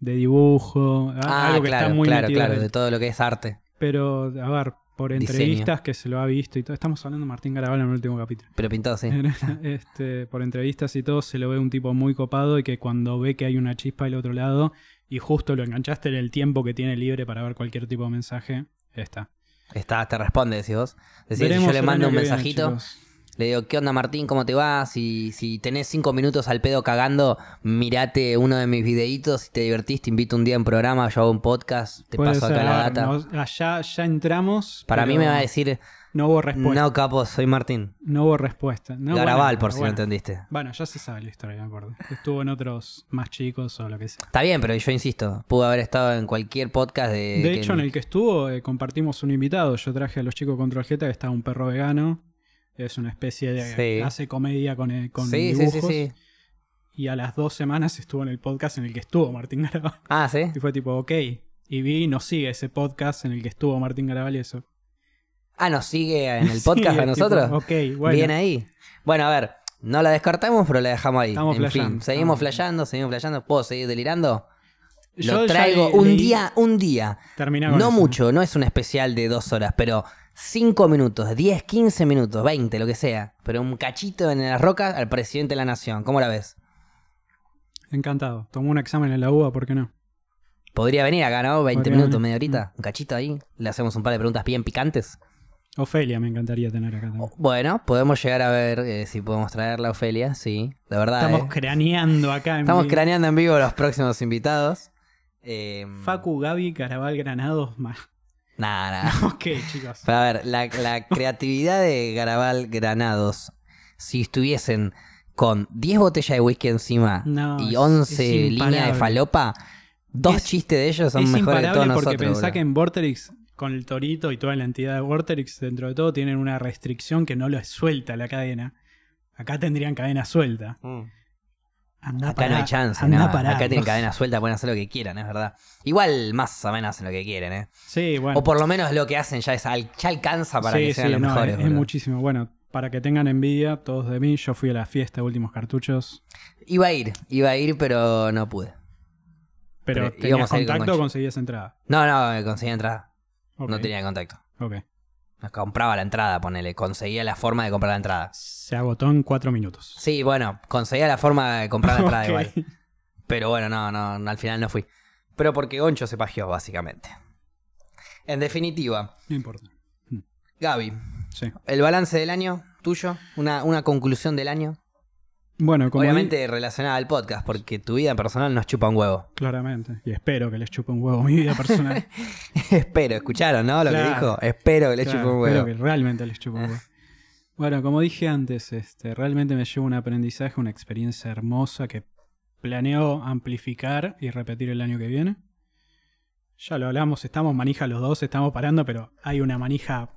S2: de dibujo. a-
S1: Ah,
S2: algo que
S1: claro,
S2: está muy
S1: claro,
S2: metido
S1: claro,
S2: en
S1: de
S2: él.
S1: todo lo que es arte.
S2: Pero, a ver, por
S1: Diseño.
S2: entrevistas que se lo ha visto y todo. Estamos hablando de Martín Garabal en el último capítulo.
S1: Pero pintado así.
S2: Eh. este, por entrevistas y todo, se lo ve un tipo muy copado y que cuando ve que hay una chispa del otro lado y justo lo enganchaste en el tiempo que tiene libre para ver cualquier tipo de mensaje, está.
S1: Está, te responde, decís vos. Decís,
S2: Veremos
S1: yo le
S2: el
S1: mando
S2: año
S1: un
S2: que viene,
S1: mensajito,
S2: chicos.
S1: le digo, ¿qué onda Martín? ¿Cómo te va? Si, si tenés cinco minutos al pedo cagando, mirate uno de mis videitos. Si te divertís, te invito un día en programa, yo hago un podcast, te
S2: Puede
S1: paso
S2: ser,
S1: acá la
S2: a ver,
S1: data.
S2: no- allá ya entramos.
S1: Para mí
S2: pero
S1: me va a decir,
S2: No hubo respuesta.
S1: no capo, soy Martín.
S2: No, hubo respuesta. No,
S1: Garabal,
S2: bueno,
S1: por si
S2: bueno.
S1: no entendiste.
S2: Bueno, ya se sabe la historia, me acuerdo. Estuvo en otros más chicos o lo que sea.
S1: Está bien, pero yo insisto, pudo haber estado en cualquier podcast de...
S2: De
S1: Eh, que-
S2: hecho, en el que estuvo eh, compartimos un invitado. Yo traje a los chicos contra Jeta, que estaba un perro vegano. Es una especie de...
S1: Sí.
S2: Hace comedia con, eh, con
S1: sí, sí,
S2: dibujos.
S1: sí, sí.
S2: Y a las dos semanas estuvo en el podcast en el que estuvo Martín Garabal.
S1: Ah, ¿sí?
S2: Y fue tipo, ok. Y vi, nos sigue ese podcast en el que estuvo Martín Garabal y eso.
S1: Ah, ¿nos sigue en el
S2: Sí,
S1: podcast a
S2: es tipo,
S1: nosotros?
S2: ok, bueno.
S1: Bien ahí. Bueno, a ver, no la descartamos, pero la dejamos ahí.
S2: Estamos
S1: en fin,
S2: flasheando,
S1: seguimos
S2: estamos-
S1: flasheando, seguimos flasheando. ¿Puedo seguir delirando?
S2: Yo
S1: Lo
S2: ya
S1: traigo
S2: le-
S1: un
S2: leí-
S1: día, un día.
S2: terminá con
S1: No
S2: eso. ¿eh?
S1: mucho, no es un especial de dos horas, pero cinco minutos, 10, 15 minutos, 20, lo que sea. Pero un cachito en las rocas al presidente de la nación. ¿Cómo la ves?
S2: Encantado. Tomó un examen en la UBA, ¿por qué no?
S1: Podría venir acá, ¿no? 20
S2: Podría
S1: minutos,
S2: venir. Mm.
S1: media horita. Un cachito ahí. Le hacemos un par de preguntas bien picantes.
S2: Ofelia me encantaría tener acá
S1: Oh,
S2: también.
S1: Bueno, podemos llegar a ver eh, si podemos traerla, Ofelia. Sí, la verdad. eh.
S2: Estamos craneando acá en
S1: Estamos
S2: vivo.
S1: craneando en vivo los próximos invitados. Eh,
S2: Facu, Gaby, Carabal, Granados, más.
S1: Nada, nada.
S2: Ok, chicos.
S1: Pero a ver, la, la creatividad de Garabal Granados, si estuviesen con 10 botellas de whisky encima
S2: No,
S1: y
S2: es-
S1: 11
S2: es
S1: líneas de
S2: imparable.
S1: falopa, dos
S2: Es-
S1: chistes de ellos son
S2: es
S1: mejores que
S2: imparable
S1: todos
S2: porque
S1: nosotros.
S2: pensá
S1: boludo.
S2: que en Vorterix, con el torito y toda la entidad de Vorterix, dentro de todo, tienen una restricción que no lo suelta la cadena. Acá tendrían cadena suelta.
S1: Mm.
S2: Anda
S1: Acá no hay chance,
S2: anda
S1: nada.
S2: Ah, pará,
S1: Acá tienen
S2: no.
S1: cadena suelta, pueden hacer lo que quieran, es verdad. Igual más o menos hacen lo que quieren, ¿eh?
S2: Sí, bueno.
S1: O por lo menos lo que hacen ya, es al- ya alcanza para
S2: Sí,
S1: que sean
S2: sí,
S1: los
S2: no,
S1: mejores.
S2: es- es
S1: boludo.
S2: muchísimo. Bueno, para que tengan envidia todos de mí, yo fui a la fiesta de últimos cartuchos.
S1: Iba a ir, iba a ir, pero no pude.
S2: Pero,
S1: Pero
S2: tenías
S1: íbamos a ir con
S2: contacto
S1: Concha.
S2: conseguías entrada.
S1: No, no, me conseguí entrar.
S2: Ok,
S1: No tenía contacto.
S2: ok.
S1: Nos compraba la entrada, ponele. Conseguía la forma de comprar la entrada.
S2: Se agotó en cuatro minutos.
S1: Sí, bueno, conseguía la forma de comprar la entrada
S2: Ok.
S1: igual. Pero bueno, no, no, no, al final no fui. Pero porque Goncho se pajeó, básicamente. En definitiva,
S2: No importa.
S1: Gaby,
S2: Sí.
S1: el balance del año tuyo, una, una conclusión del año.
S2: Bueno, como
S1: Obviamente relacionada al podcast, porque tu vida personal nos chupa un huevo.
S2: di- claramente. Y espero que les chupe un huevo mi vida personal.
S1: Espero, escucharon, ¿no? Lo que
S2: Claro.
S1: dijo. Espero que le
S2: Claro,
S1: chupa un
S2: espero
S1: huevo.
S2: que realmente les chupe un huevo. Bueno, como dije antes, este, realmente me llevo un aprendizaje, una experiencia hermosa que planeo amplificar y repetir el año que viene. Ya lo hablamos, estamos manija los dos, estamos parando, pero hay una manija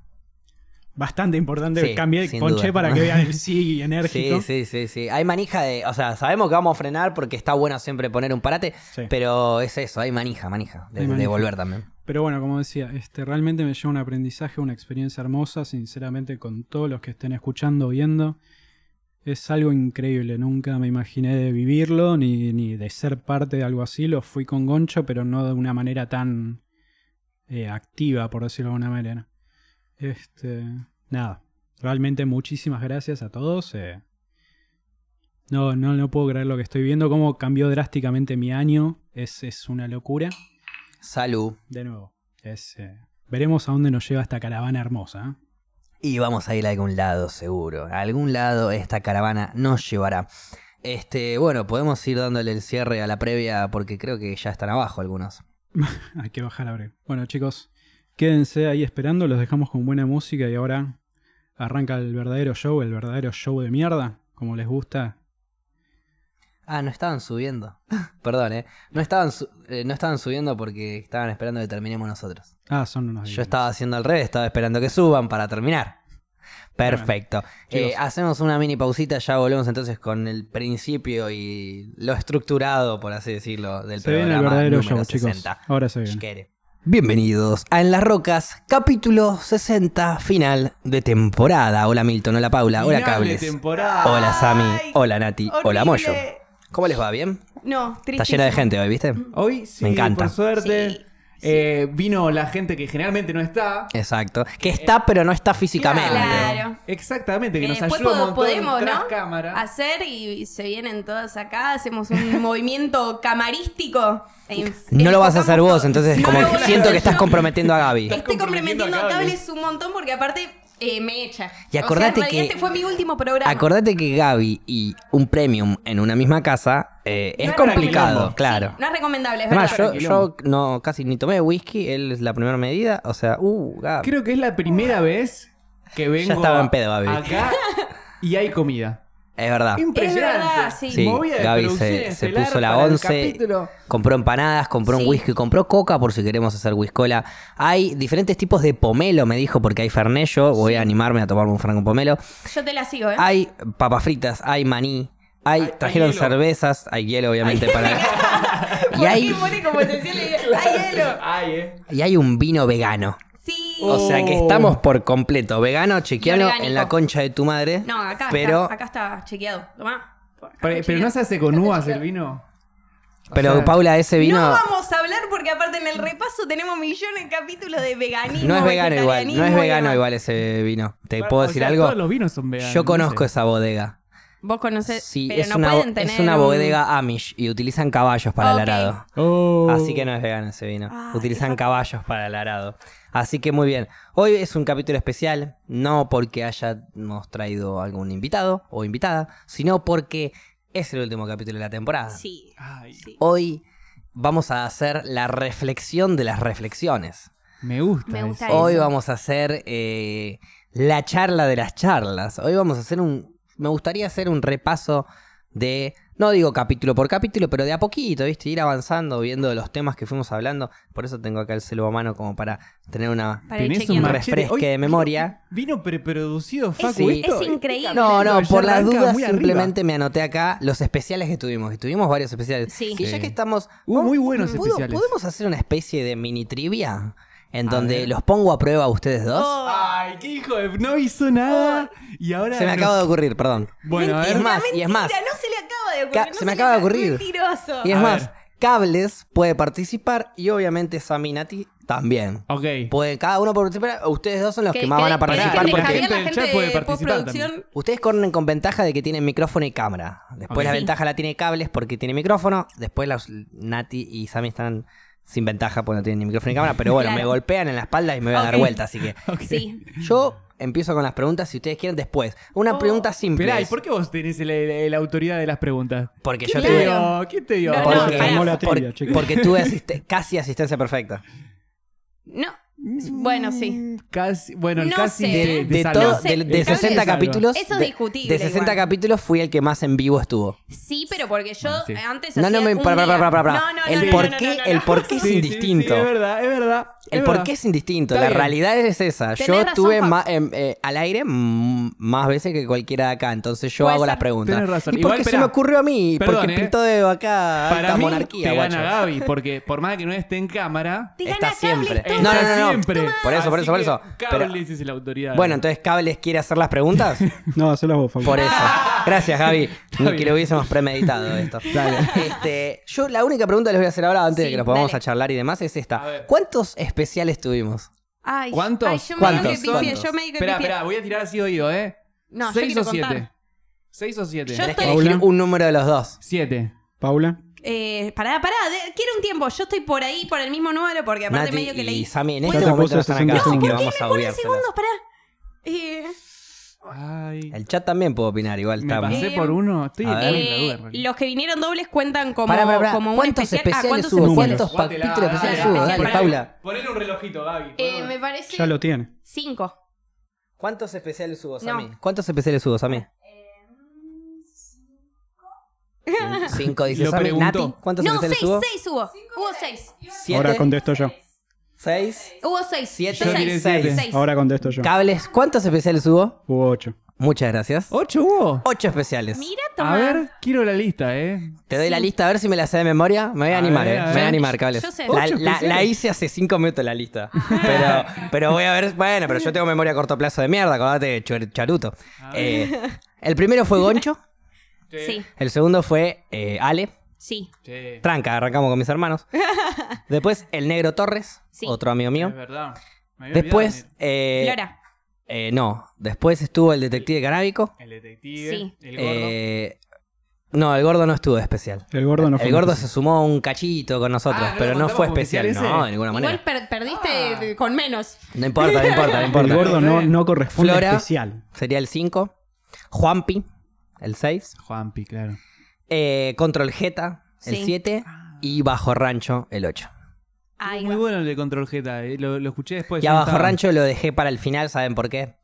S2: bastante importante.
S1: Sí,
S2: Cambié,
S1: sin
S2: ponché
S1: duda.
S2: para que vean el sí
S1: Sí,
S2: enérgico.
S1: sí, sí, sí. Hay manija de. O sea, sabemos que vamos a frenar porque está bueno siempre poner un parate,
S2: Sí.
S1: pero es eso, hay manija, manija. De,
S2: Hay manija.
S1: de volver también.
S2: Pero bueno, como decía, este, realmente me lleva un aprendizaje, una experiencia hermosa, sinceramente, con todos los que estén escuchando, viendo. Es algo increíble, nunca me imaginé de vivirlo, ni, ni de ser parte de algo así. Lo fui con Goncho, pero no de una manera tan eh, activa, por decirlo de alguna manera. Este, nada, realmente muchísimas gracias a todos. eh. No, no, no puedo creer lo que estoy viendo, cómo cambió drásticamente mi año. Es, es una locura
S1: Salud.
S2: de nuevo. Es, eh, veremos a dónde nos lleva esta caravana hermosa. ¿eh?
S1: Y vamos a ir a algún lado, seguro. A algún lado esta caravana nos llevará. Este, bueno, podemos ir dándole el cierre a la previa porque creo que ya están abajo algunos.
S2: Hay que bajar a abrir. Bueno, chicos, quédense ahí esperando. Los dejamos con buena música y ahora arranca el verdadero show, el verdadero show de mierda, como les gusta.
S1: Ah, no estaban subiendo. Perdón, eh. No estaban, su- eh, no estaban subiendo porque estaban esperando que terminemos nosotros.
S2: Ah, son unos.
S1: Yo
S2: divinos.
S1: estaba haciendo al revés, estaba esperando que suban para terminar. Perfecto.
S2: chicos.
S1: Eh, hacemos una mini pausita, ya volvemos entonces con el principio y lo estructurado, por así decirlo, del
S2: Se viene el
S1: programa
S2: verdadero
S1: número
S2: show,
S1: 60.
S2: chicos. Ahora se viene.
S1: Quiere. Bienvenidos a En las Rocas, capítulo 60, final de temporada. Hola Milton, hola Paula, hola Cables. Hola Sami, hola Nati, hola Moyo.
S3: horrible.
S1: ¿Cómo les va? ¿Bien?
S3: No, triste.
S1: Está llena de gente hoy, ¿viste?
S3: Mm.
S4: Hoy sí,
S1: Me encanta.
S4: por suerte.
S3: Sí,
S4: eh, Vino la gente que generalmente no está.
S1: Exacto. Que está, pero no está físicamente.
S3: Claro.
S4: Exactamente, que
S3: Eh,
S4: nos
S3: después
S4: ayuda un
S3: pod-
S4: montón
S3: podemos,
S4: tras
S3: ¿no?
S4: cámara.
S3: Hacer y se vienen todas acá, hacemos un movimiento camarístico. En-
S1: No lo vas a
S3: enfocamos
S1: hacer vos,
S3: todo.
S1: entonces
S3: No
S1: como
S3: lo
S1: que
S3: voy a
S1: siento
S3: hacer
S1: que estás
S3: yo.
S1: comprometiendo a Gaby.
S3: Estoy
S4: comprometiendo
S3: comprometiendo
S4: a
S3: a
S4: cables.
S3: cables un montón porque aparte eh, me echa.
S1: Y acordate
S3: o sea, en realidad
S1: que-
S3: este fue mi último programa.
S1: Acordate que Gaby y un premium en una misma casa eh,
S3: No
S1: es
S3: era
S1: complicado,
S4: quilombo.
S1: claro.
S3: No es recomendable, es
S1: Además,
S3: verdad.
S1: yo, yo no, casi ni tomé whisky, él es la primera medida, o sea, uh, Gaby.
S4: Creo que es la primera vez que vengo
S1: estaba en pedo, Gaby.
S4: acá y hay comida.
S1: Es verdad.
S4: Impresionante.
S3: Es verdad, sí.
S1: Sí,
S4: Movida de
S1: Gaby se,
S4: producciones
S1: se
S4: estelar
S1: puso la
S4: para el
S1: 11,
S4: capítulo.
S1: compró empanadas, compró
S3: Sí.
S1: un whisky, compró coca por si queremos hacer whiscola. Hay diferentes tipos de pomelo, me dijo, porque hay fernello, voy a animarme a tomarme un franco pomelo.
S3: Yo te la sigo, ¿eh?
S1: Hay papas fritas, hay maní, hay,
S4: Hay- hay
S1: trajeron
S4: hielo.
S1: cervezas, hay hielo obviamente para... y,
S3: ¿Por
S1: hay,
S3: qué pone como esencial la idea? ¡Ay, hielo!
S4: Ay, eh.
S1: y hay un vino vegano.
S3: Sí.
S1: O sea que
S4: Oh.
S1: estamos por completo, vegano, chequiano,
S3: orgánico.
S1: en la concha de tu madre.
S3: No, acá,
S1: pero,
S3: está, acá está chequeado. Tomá. Acá
S4: Pero,
S3: está
S4: pero no
S3: chequeado.
S4: se hace con
S3: Acá está
S4: uvas el
S3: chequeado.
S4: vino. O
S1: Pero
S4: sea,
S1: Paula, ese vino...
S3: No vamos a hablar porque aparte en el repaso tenemos millones de capítulos de veganismo.
S1: No es vegano igual, no es
S3: vegetarianismo y
S1: vegano
S3: demás.
S1: igual ese vino. ¿Te
S4: o
S1: puedo
S4: sea,
S1: decir algo?
S4: Todos los vinos son veganos.
S1: Yo conozco
S4: no sé.
S1: esa bodega.
S3: Vos conocés,
S1: Sí,
S3: pero
S1: es,
S3: no
S1: una, bo-
S3: pueden
S1: es
S3: tener
S1: una
S3: un-
S1: bodega Amish y utilizan caballos para
S3: Ok.
S1: el arado.
S4: Oh.
S1: Así que no es vegano ese vino.
S3: Ah,
S1: utilizan caballos para el arado. Así que muy bien. Hoy es un capítulo especial, no porque hayamos traído algún invitado o invitada, sino porque es el último capítulo de la temporada.
S3: Sí.
S4: Ay,
S3: sí.
S1: Hoy vamos a hacer la reflexión de las reflexiones.
S4: me gusta.
S3: Me gusta
S4: eso.
S3: eso.
S1: Hoy vamos a hacer eh, la charla de las charlas. Hoy vamos a hacer un. Me gustaría hacer un repaso de. No digo capítulo por capítulo, pero de a poquito, ¿viste? Ir avanzando, viendo los temas que fuimos hablando. Por eso tengo acá el celu a mano como para tener una.
S3: Para ir
S4: Tenés
S1: Un
S4: un
S3: chequeando.
S4: machete.
S1: refresque
S4: Hoy-
S1: de memoria.
S4: Vino preproducido, Facu.
S1: Sí.
S3: Es
S4: esto-
S3: increíble.
S1: No, no,
S4: ya
S1: por las
S4: arranca
S1: dudas
S4: muy arriba.
S1: simplemente me anoté acá los especiales que tuvimos. Y tuvimos varios especiales.
S3: Sí.
S1: Y ya
S4: Sí.
S1: que estamos.
S4: Hubo muy buenos
S1: ¿puedo-
S4: especiales.
S1: ¿Podemos hacer una especie de mini trivia? En
S4: A
S1: donde
S4: ver.
S1: los pongo a prueba a ustedes dos.
S3: Oh,
S4: Ay, qué hijo de... No hizo nada y ahora...
S1: Se me
S4: nos-
S1: acaba de ocurrir, perdón.
S4: Bueno, a
S1: Es
S4: ver.
S1: más, y
S3: mentira,
S1: es más.
S3: No se le acaba de
S1: Ca-
S3: ocurrir. no
S1: se me
S3: le
S1: acaba de
S3: acaba-
S1: ocurrir.
S3: Mentiroso.
S1: Y es
S4: A
S1: más,
S4: ver.
S1: Cables puede participar y obviamente Saminati también.
S4: Ok.
S1: Puede, cada uno puede participar. Ustedes dos son los que, más van a participar
S3: porque...
S4: que
S1: porque
S4: Javier-
S3: la gente
S4: El chat puede
S3: de
S4: participar
S3: postproducción...
S1: ustedes corren con ventaja de que tienen micrófono y cámara. Después
S4: Ok.
S1: la
S4: Sí.
S1: ventaja la tiene Cables porque tiene micrófono. Después las- Nati y Sami están sin ventaja porque no tienen ni micrófono ni cámara. Pero bueno,
S3: Claro.
S1: me golpean en la espalda y me voy a dar
S3: Ok.
S1: vuelta. Así que
S4: ok.
S3: Sí.
S1: yo empiezo con las preguntas si ustedes quieren después. Una
S3: Oh.
S1: pregunta simple.
S4: Esperá, ¿y por qué vos tenés el- el- la autoridad de las preguntas?
S1: Porque yo
S3: Claro.
S4: ¿Quién
S1: tuve-
S4: te dio? ¿Quién te dio?
S3: No,
S1: Porque,
S3: no, pará.
S2: Armó la
S1: por-
S2: trivia, chicos.
S1: porque tuve asiste- casi asistencia perfecta.
S3: No. Bueno, sí.
S4: Casi, bueno, el
S3: No
S4: casi
S3: sé.
S4: te-
S1: De,
S4: te
S1: de
S4: salva.
S1: todo-
S3: sé,
S1: de- de
S3: tal vez.
S1: 60 capítulos.
S3: Eso es
S1: de-
S3: discutible
S1: De 60
S3: igual.
S1: capítulos fui el que más en vivo estuvo.
S3: Sí, pero porque yo
S4: Bueno, sí.
S3: eh, antes
S1: No, no,
S3: hacía
S1: me.
S3: un
S1: Para, para,
S3: día.
S1: para, para, para.
S3: No, no, no,
S1: El
S3: no,
S1: por
S3: no,
S1: qué-
S3: no, no,
S1: el
S3: no.
S1: por qué es
S4: Sí, sí,
S1: indistinto.
S4: sí, es verdad, es verdad. es
S1: El
S4: verdad.
S1: por qué es indistinto.
S4: Está
S1: La
S4: bien.
S1: realidad es esa.
S3: Tenés
S1: Yo
S3: razón,
S1: estuve
S3: Fox.
S1: ma- em, eh, al aire mm, más veces que cualquiera de acá. Entonces yo
S3: Puede
S1: hago las
S3: ser.
S1: preguntas.
S4: Tenés razón.
S1: ¿Y
S4: Igual,
S1: por qué se
S4: esperá.
S1: me ocurrió a mí?
S4: Perdón,
S1: porque
S4: eh.
S1: pintó de acá
S4: Para
S1: alta
S4: mí
S1: monarquía,
S4: te gana
S1: guacho.
S4: Gaby, porque por más que no esté en cámara,
S3: Te
S1: Está
S3: gana cable
S1: siempre.
S3: todo.
S1: No, no,
S4: está
S1: no, no.
S4: siempre.
S1: Por eso, por eso, por
S4: Así
S1: eso.
S4: que
S1: Pero-
S4: Cables es la autoridad.
S1: Bueno, entonces Cables quiere hacer las preguntas.
S2: No, hacelas vos, Facu.
S1: Por eso. Gracias, Gaby. Ni que
S4: bien.
S1: lo hubiésemos premeditado esto. Este, yo la única pregunta que les voy a hacer ahora, antes de
S3: Sí,
S1: que nos pongamos
S3: dale.
S1: a charlar y demás, es
S4: A
S1: esta.
S4: ver.
S1: ¿Cuántos especiales tuvimos?
S3: Ay,
S4: ¿Cuántos?
S3: ay, yo me
S1: ¿Cuántos?
S3: digo que pifié,
S1: ¿Cuántos?
S3: yo me digo que
S4: Espera,
S3: pifié.
S4: espera, voy a tirar así oído, ¿eh?
S3: No, yo
S4: ¿Seis
S3: quiero
S4: o siete?
S3: contar.
S4: ¿Seis o siete?
S3: Yo
S1: Tenés que
S3: estoy-
S1: elegir un número de los dos.
S4: Siete.
S2: Paula.
S3: Eh, pará, pará, de- quiero un tiempo. Yo estoy por ahí, por el mismo número, porque aparte
S1: Nati
S3: medio que leí.
S1: y Sami en
S2: Ya
S1: este
S2: te
S1: momento
S2: puse
S1: no están acá,
S2: 60
S1: así que
S2: segundos.
S1: vamos a
S3: Ponen
S1: obviárselos.
S3: segundos, pará. Eh,
S4: Ay.
S1: El chat también puede opinar, igual
S4: Me
S1: está.
S4: pasé
S3: Eh,
S4: por uno. Estoy
S1: a
S4: en la
S1: ver.
S4: duda,
S3: eh,
S4: en realidad.
S3: los que vinieron dobles cuentan como,
S1: Pará, pará, pará.
S3: como un
S1: ¿Cuántos
S3: especial. Ah,
S1: especiales
S3: ¿cuántos
S1: hubo?
S2: especiales?
S1: ¿Cuántos
S4: Guátela,
S1: capítulos
S4: dale,
S1: especiales
S3: dale,
S1: hubo?
S3: dale,
S1: Dale,
S3: dale.
S1: Paula.
S4: Ponele un relojito, Gaby.
S3: Eh, me parece
S2: Ya lo tiene.
S3: cinco.
S1: ¿Cuántos especiales hubo,
S3: Sami?
S1: Sami?
S3: No.
S1: ¿Cuántos especiales hubo, Sami? Cinco, dice
S4: Lo
S1: Sami.
S4: preguntó.
S1: Nati, ¿cuántos
S3: No,
S1: especiales
S3: seis,
S1: hubo?
S3: seis hubo. Hubo seis.
S2: Ahora
S1: ¿Siete?
S2: contesto yo.
S1: ¿Seis?
S3: Hubo seis.
S1: Siete.
S3: Yo
S4: Yo
S3: seis.
S4: diré
S1: seis.
S4: siete.
S3: Seis.
S2: Ahora contesto yo.
S1: Cables, ¿cuántos especiales hubo?
S2: Hubo ocho.
S1: Muchas gracias.
S4: ¿Ocho hubo?
S1: Ocho especiales.
S3: Mira, toma.
S4: A ver, quiero la lista, ¿eh?
S1: Te doy la lista a ver si me la sé de memoria. Me voy a,
S4: A
S1: animar,
S4: ver,
S1: eh.
S4: a
S1: Me voy
S4: ver.
S1: a animar, cables.
S3: Yo sé.
S1: La,
S4: Ocho
S1: la- la
S4: especiales.
S1: hice hace cinco minutos la lista. Pero, pero voy a ver. Bueno, pero yo tengo memoria a corto plazo de mierda, acordate de chuer- charuto.
S4: Ah.
S1: Eh, el primero fue Goncho.
S3: Sí,
S1: El segundo fue eh, Ale.
S3: sí.
S4: Sí.
S1: Tranca, arrancamos con mis hermanos. Después el Negro Torres,
S3: Sí.
S1: otro amigo mío.
S4: Es verdad. Me había
S1: Después.
S4: olvidado
S1: eh,
S3: Flora.
S1: eh, no, después estuvo el Detective Canábico.
S4: El el detective,
S3: Sí.
S4: el gordo.
S1: Eh, no, el gordo no estuvo de especial.
S2: El gordo no fue.
S1: el gordo
S2: noticia.
S1: se sumó un cachito con nosotros,
S4: Ah, ¿no lo
S1: pero no
S4: contamos
S1: fue
S4: como
S1: especial,
S4: especial ese?
S1: no, de ninguna manera.
S3: Igual per- perdiste
S4: Ah.
S3: de- con menos.
S1: No importa, no importa, no importa.
S2: El gordo no, no corresponde
S1: Flora.
S2: especial.
S1: Sería el 5. Juanpi, el 6.
S4: Juanpi, claro.
S1: Eh, Control Jeta, el
S3: Sí.
S1: 7. Y Bajo Rancho, el 8.
S3: Ay,
S4: Muy bueno el de Control Jeta, eh, lo, lo escuché después.
S1: Y
S4: yo
S1: a
S4: no
S1: Bajo
S4: estaba.
S1: Rancho lo dejé para el final, ¿saben por qué?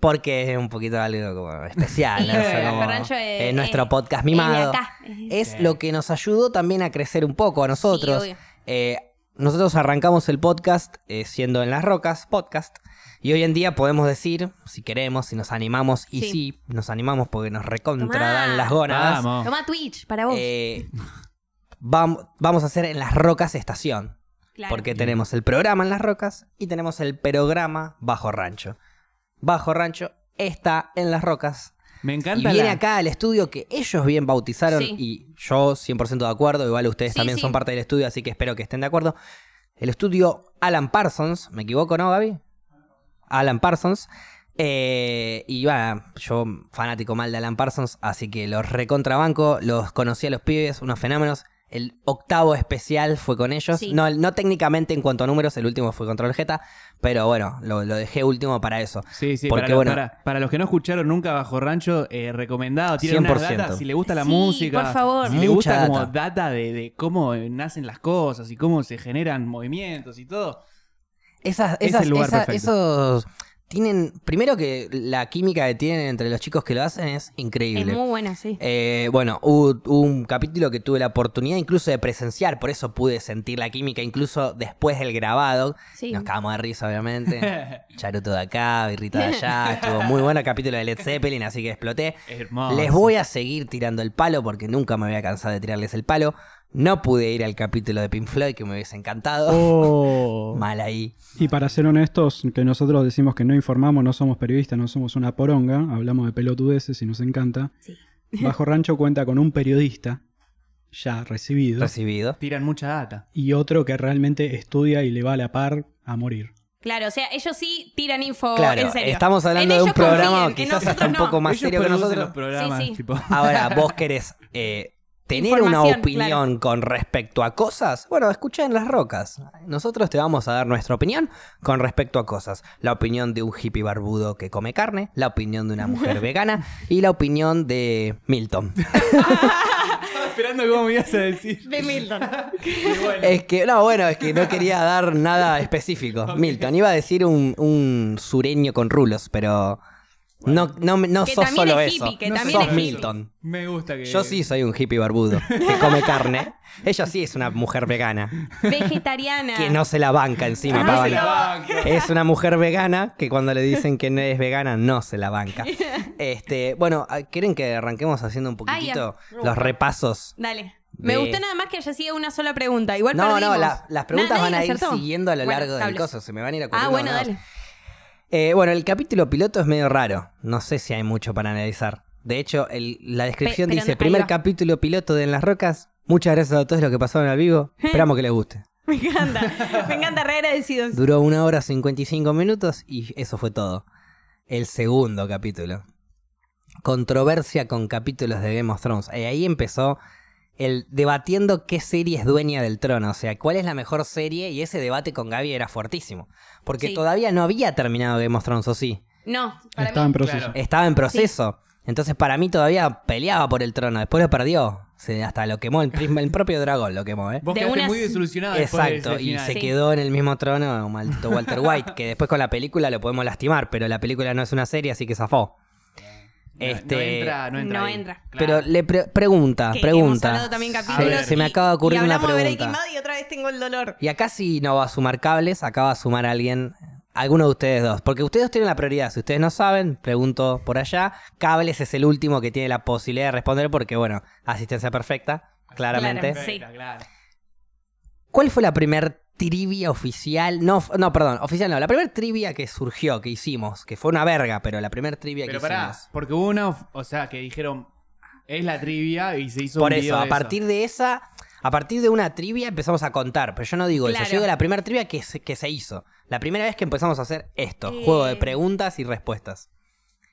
S1: Porque es un poquito algo como especial. ¿no?
S3: Y
S1: O sea,
S3: Bajo
S1: como,
S3: Rancho es-
S1: eh, nuestro
S3: es-
S1: podcast
S3: es de
S1: mimado.
S3: acá.
S1: Es lo que nos ayudó también a crecer un poco a nosotros.
S3: obvio.
S1: Eh, nosotros arrancamos el podcast eh, siendo en las rocas, podcast. Y hoy en día podemos decir, si queremos, si nos animamos, y
S3: Sí.
S1: sí, nos animamos porque nos recontra
S3: Tomá. Oh.
S1: dan las gónadas.
S5: Ah.
S4: Vamos.
S3: Toma Twitch para vos.
S1: eh, vam- vamos a hacer en las rocas estación.
S3: Claro.
S1: Porque tenemos el programa en las rocas y tenemos el programa Bajo Rancho. Bajo Rancho está en las rocas.
S4: Me
S1: Y
S4: encanta
S1: viene
S4: la-
S1: acá al estudio que ellos bien bautizaron
S3: Sí.
S1: y yo 100% de acuerdo, igual ustedes
S3: Sí,
S1: también
S3: sí.
S1: son parte del estudio, así que espero que estén de acuerdo. El estudio Alan Parsons, ¿me equivoco, no, Gaby? Alan Parsons. Eh, y bueno, yo fanático mal de Alan Parsons, así que los recontrabanco, los conocí a los pibes, unos fenómenos. El octavo especial fue con ellos.
S3: Sí.
S1: No, no técnicamente en cuanto a números, el último fue contra Jeta, pero bueno, lo, lo dejé último para eso.
S4: Sí, sí,
S1: Porque,
S4: para, lo-
S1: bueno-
S4: para, para los que no escucharon nunca Bajo Rancho, eh, recomendado. Tiene unas
S1: 100%.
S4: datas, si le gusta la
S3: Sí,
S4: música.
S3: por favor.
S4: Si le gusta
S1: Mucha
S4: como
S1: data.
S4: data de, de cómo eh, nacen las cosas y cómo se generan movimientos y todo.
S1: Esas,
S4: Es
S1: esas,
S4: el lugar
S1: esa-
S4: perfecto.
S1: esos tienen. Primero que la química que tienen entre los chicos que lo hacen es
S3: Es
S1: increíble.
S3: muy buena, sí.
S1: Eh, bueno, hubo hubo un capítulo que tuve la oportunidad incluso de presenciar, por eso pude sentir la química incluso después del grabado.
S3: Sí.
S1: Nos cagamos de risa, obviamente. Charuto de acá, birrita de allá. Estuvo muy bueno el capítulo de Led Zeppelin, así que exploté.
S4: Hermoso.
S1: Les voy a seguir tirando el palo porque nunca me voy a cansar de tirarles el palo. No pude ir al capítulo de Pink Floyd que me hubiese encantado.
S4: Oh.
S1: Mal ahí.
S2: Y para ser honestos, que nosotros decimos que no informamos, no somos periodistas, no somos una poronga, hablamos de pelotudeces y nos encanta.
S3: Sí.
S2: Bajo Rancho cuenta con un periodista ya recibido
S1: Recibido.
S4: Tiran mucha data.
S2: y otro que realmente estudia y le va a la par a morir.
S3: Claro, o sea, ellos sí tiran info
S1: Claro,
S3: en serio.
S1: estamos hablando
S3: En
S1: de un
S3: ellos
S1: programa
S3: confíen, en
S1: quizás hasta
S3: nosotros
S1: un
S3: no.
S1: poco más
S4: Ellos
S1: serio que
S4: producen
S1: nosotros.
S4: los programas,
S3: Sí, sí.
S4: tipo.
S1: Ahora, vos querés eh, tener una
S3: Información,
S1: opinión con respecto a cosas. Bueno, escucha en las rocas. Nosotros te vamos a dar nuestra opinión con respecto a cosas. La opinión de un hippie barbudo que come carne, la opinión de una mujer vegana y la opinión de Milton.
S4: esperando cómo me ibas a decir.
S5: De Milton.
S1: Eh,
S4: Y bueno,
S1: Es que, no, bueno, es que no quería dar nada específico. Milton, iba a decir un, un sureño con rulos, pero no, no, no
S3: Que
S1: sos
S3: también
S1: solo
S3: es
S1: eso.
S3: hippie, que
S1: no
S3: también
S1: sos
S3: es hippie.
S1: Milton.
S4: me gusta que.
S1: eh, Yo sí soy un hippie barbudo que come carne. Ella sí es una mujer vegana
S3: Vegetariana.
S1: que no se la banca encima,
S4: No
S1: pavana.
S4: se la banca.
S1: Es una mujer vegana que cuando le dicen que no es vegana no se la banca. Este, bueno, ¿quieren que arranquemos
S3: Ah,
S1: haciendo un poquitito los repasos?
S3: Dale. Me
S1: De-
S3: gustó nada más que haya sido una sola pregunta. Igual
S1: No,
S3: perdimos.
S1: no, la- las preguntas
S3: Na-
S1: van a
S3: nadie
S1: ir
S3: acertó.
S1: siguiendo a lo
S3: Bueno,
S1: largo del
S3: cables.
S1: coso, se me van a ir ocurriendo.
S3: Ah, bueno,
S1: nuevas.
S3: dale.
S1: Eh, bueno, el capítulo piloto es medio raro. No sé si hay mucho para analizar. De hecho, el- la descripción
S3: Pe- pero
S1: dice:
S3: no- ahí
S1: primer
S3: va.
S1: capítulo piloto de En las Rocas. Muchas gracias a todos los que pasaron al vivo. Esperamos que les guste.
S3: Me encanta. Me encanta, re agradecidos.
S1: Duró una hora 55 minutos y eso fue todo. El segundo capítulo. Controversia con capítulos de Game of Thrones. Eh, ahí empezó el debatiendo qué serie es dueña del trono. O sea, cuál es la mejor serie. Y ese debate con Gaby era fuertísimo. Porque
S3: Sí.
S1: todavía no había terminado Game of Thrones, ¿o sí?
S3: No, para
S1: Ah,
S2: Estaba en
S3: mí.
S2: proceso.
S4: claro.
S1: Estaba en proceso. Entonces, para mí todavía peleaba por el trono. Después lo perdió. Se- hasta lo quemó. El, prisma- el propio dragón lo quemó, ¿eh?
S4: Vos
S3: De
S4: quedaste
S3: unas-
S4: muy desilusionado
S1: Exacto, y se
S3: Sí.
S1: quedó en el mismo trono un maldito Walter White, que después con la película lo podemos lastimar, pero la película no es una serie, así que zafó.
S4: Este... No entra, no entra.
S3: No
S4: ahí.
S3: entra.
S1: Pero le pre- pregunta,
S3: que hemos
S1: pregunta.
S3: hablado también
S1: Se,
S3: capítulos
S4: A ver.
S1: se me
S3: y-
S1: acaba de ocurrir
S3: y
S1: una
S3: hablamos de Breaking
S1: pregunta.
S3: Bad y otra vez tengo el dolor.
S1: Y acá sí no va a sumar cables, acá va a sumar alguien, alguno de ustedes dos, porque ustedes dos tienen la prioridad. Si ustedes no saben, pregunto por allá. Cables es el último que tiene la posibilidad de responder, porque bueno, asistencia perfecta, claramente.
S3: Claramente.
S4: Perfecto,
S3: Sí.
S4: claro.
S1: ¿Cuál fue la primer trivia oficial? No, f- no, perdón, oficial no. La primer trivia que surgió, que hicimos, que fue una verga, pero la primer trivia
S4: Pero
S1: que
S4: pará,
S1: hicimos.
S4: porque hubo una, of- o sea, que dijeron, es la trivia y se hizo
S1: Por
S4: un video
S1: eso, a
S4: de
S1: partir de esa, a partir de una trivia empezamos a contar. Pero yo no digo eso,
S3: Claro.
S1: yo digo la primera trivia que se, que se hizo. La primera vez que empezamos a hacer esto,
S3: Eh.
S1: juego de preguntas y respuestas.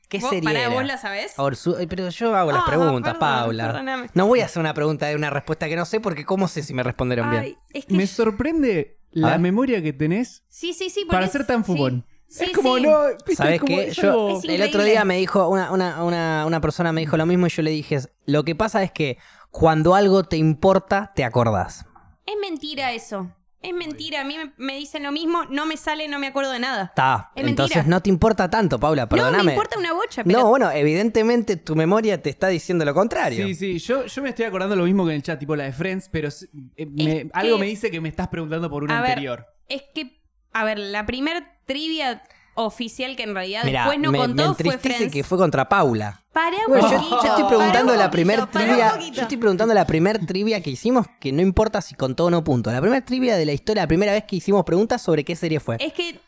S1: ¿Qué
S3: ¿Vos,
S1: sería?
S3: pará, ¿Vos la sabés?
S1: eh, pero yo hago las
S3: Ah,
S1: preguntas,
S3: perdón,
S1: Paula.
S3: perdóname.
S1: No voy a hacer una pregunta de una respuesta que no sé, porque ¿cómo sé si me respondieron bien?
S3: Ay, es que
S4: Me sorprende la
S1: ver.
S4: memoria que tenés
S3: Sí, sí, sí.
S4: para
S3: porque-
S4: ser tan
S3: sí.
S4: fugón.
S3: Sí,
S4: es como
S3: sí.
S4: no, viste,
S1: ¿Sabes
S4: como
S1: qué?
S4: es
S1: Yo,
S4: algo-
S3: Es
S1: el otro
S3: increíble.
S1: día me dijo, una, una, una, una persona me dijo lo mismo y yo le dije, lo que pasa es que cuando algo te importa, te acordás.
S3: Es mentira eso. Es mentira. A mí me, me dicen lo mismo, no me sale, no me acuerdo de nada.
S1: Está.
S3: Es mentira.
S1: Entonces no te importa tanto, Paula, perdóname.
S3: No, me importa una bocha, pero...
S1: No, bueno, evidentemente tu memoria te está diciendo lo contrario.
S4: Sí, sí, yo, yo me estoy acordando lo mismo que en el chat, tipo la de Friends, pero s- eh, me-
S3: Es
S4: algo
S3: que-
S4: me dice que me estás preguntando por una
S3: A ver,
S4: anterior.
S3: Es que, a ver, la primer trivia oficial que en realidad
S1: Mirá,
S3: después no
S1: me, me
S3: contó fue
S1: entristece
S3: Friends.
S1: que fue contra Paula.
S3: Pará un
S1: Bueno, yo,
S3: poquito,
S1: yo estoy
S3: pará
S1: preguntando
S3: un
S1: la
S3: poquito,
S1: primer
S3: pará un
S1: trivia.
S3: poquito.
S1: Yo estoy preguntando la primer trivia que hicimos, que no importa si contó o no punto. La primera trivia de la historia, la primera vez que hicimos preguntas sobre qué serie fue.
S3: Es que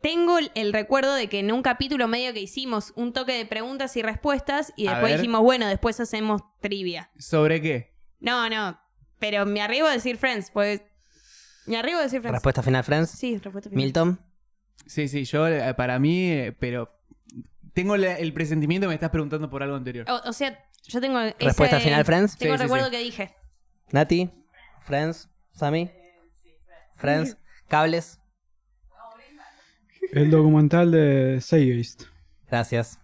S3: tengo el, el recuerdo de que en un capítulo medio que hicimos un toque de preguntas y respuestas y
S4: A
S3: después
S4: ver.
S3: dijimos, bueno, después hacemos trivia.
S4: ¿Sobre qué?
S3: No, no, pero me arriesgo a decir Friends, pues... Me arriesgo a decir Friends.
S1: Respuesta final, Friends.
S3: Sí, respuesta final.
S1: Milton.
S4: Sí, sí, yo eh, para mí, eh, pero tengo la- el presentimiento que me estás preguntando por algo anterior.
S3: O, o sea, yo tengo... ese-
S1: Respuesta final, Friends.
S3: Tengo
S4: Sí,
S3: el
S4: sí,
S3: recuerdo
S4: sí.
S3: que dije.
S1: Nati, Friends, Sammy, Friends, Cables,
S2: El documental de Seigeist.
S1: gracias.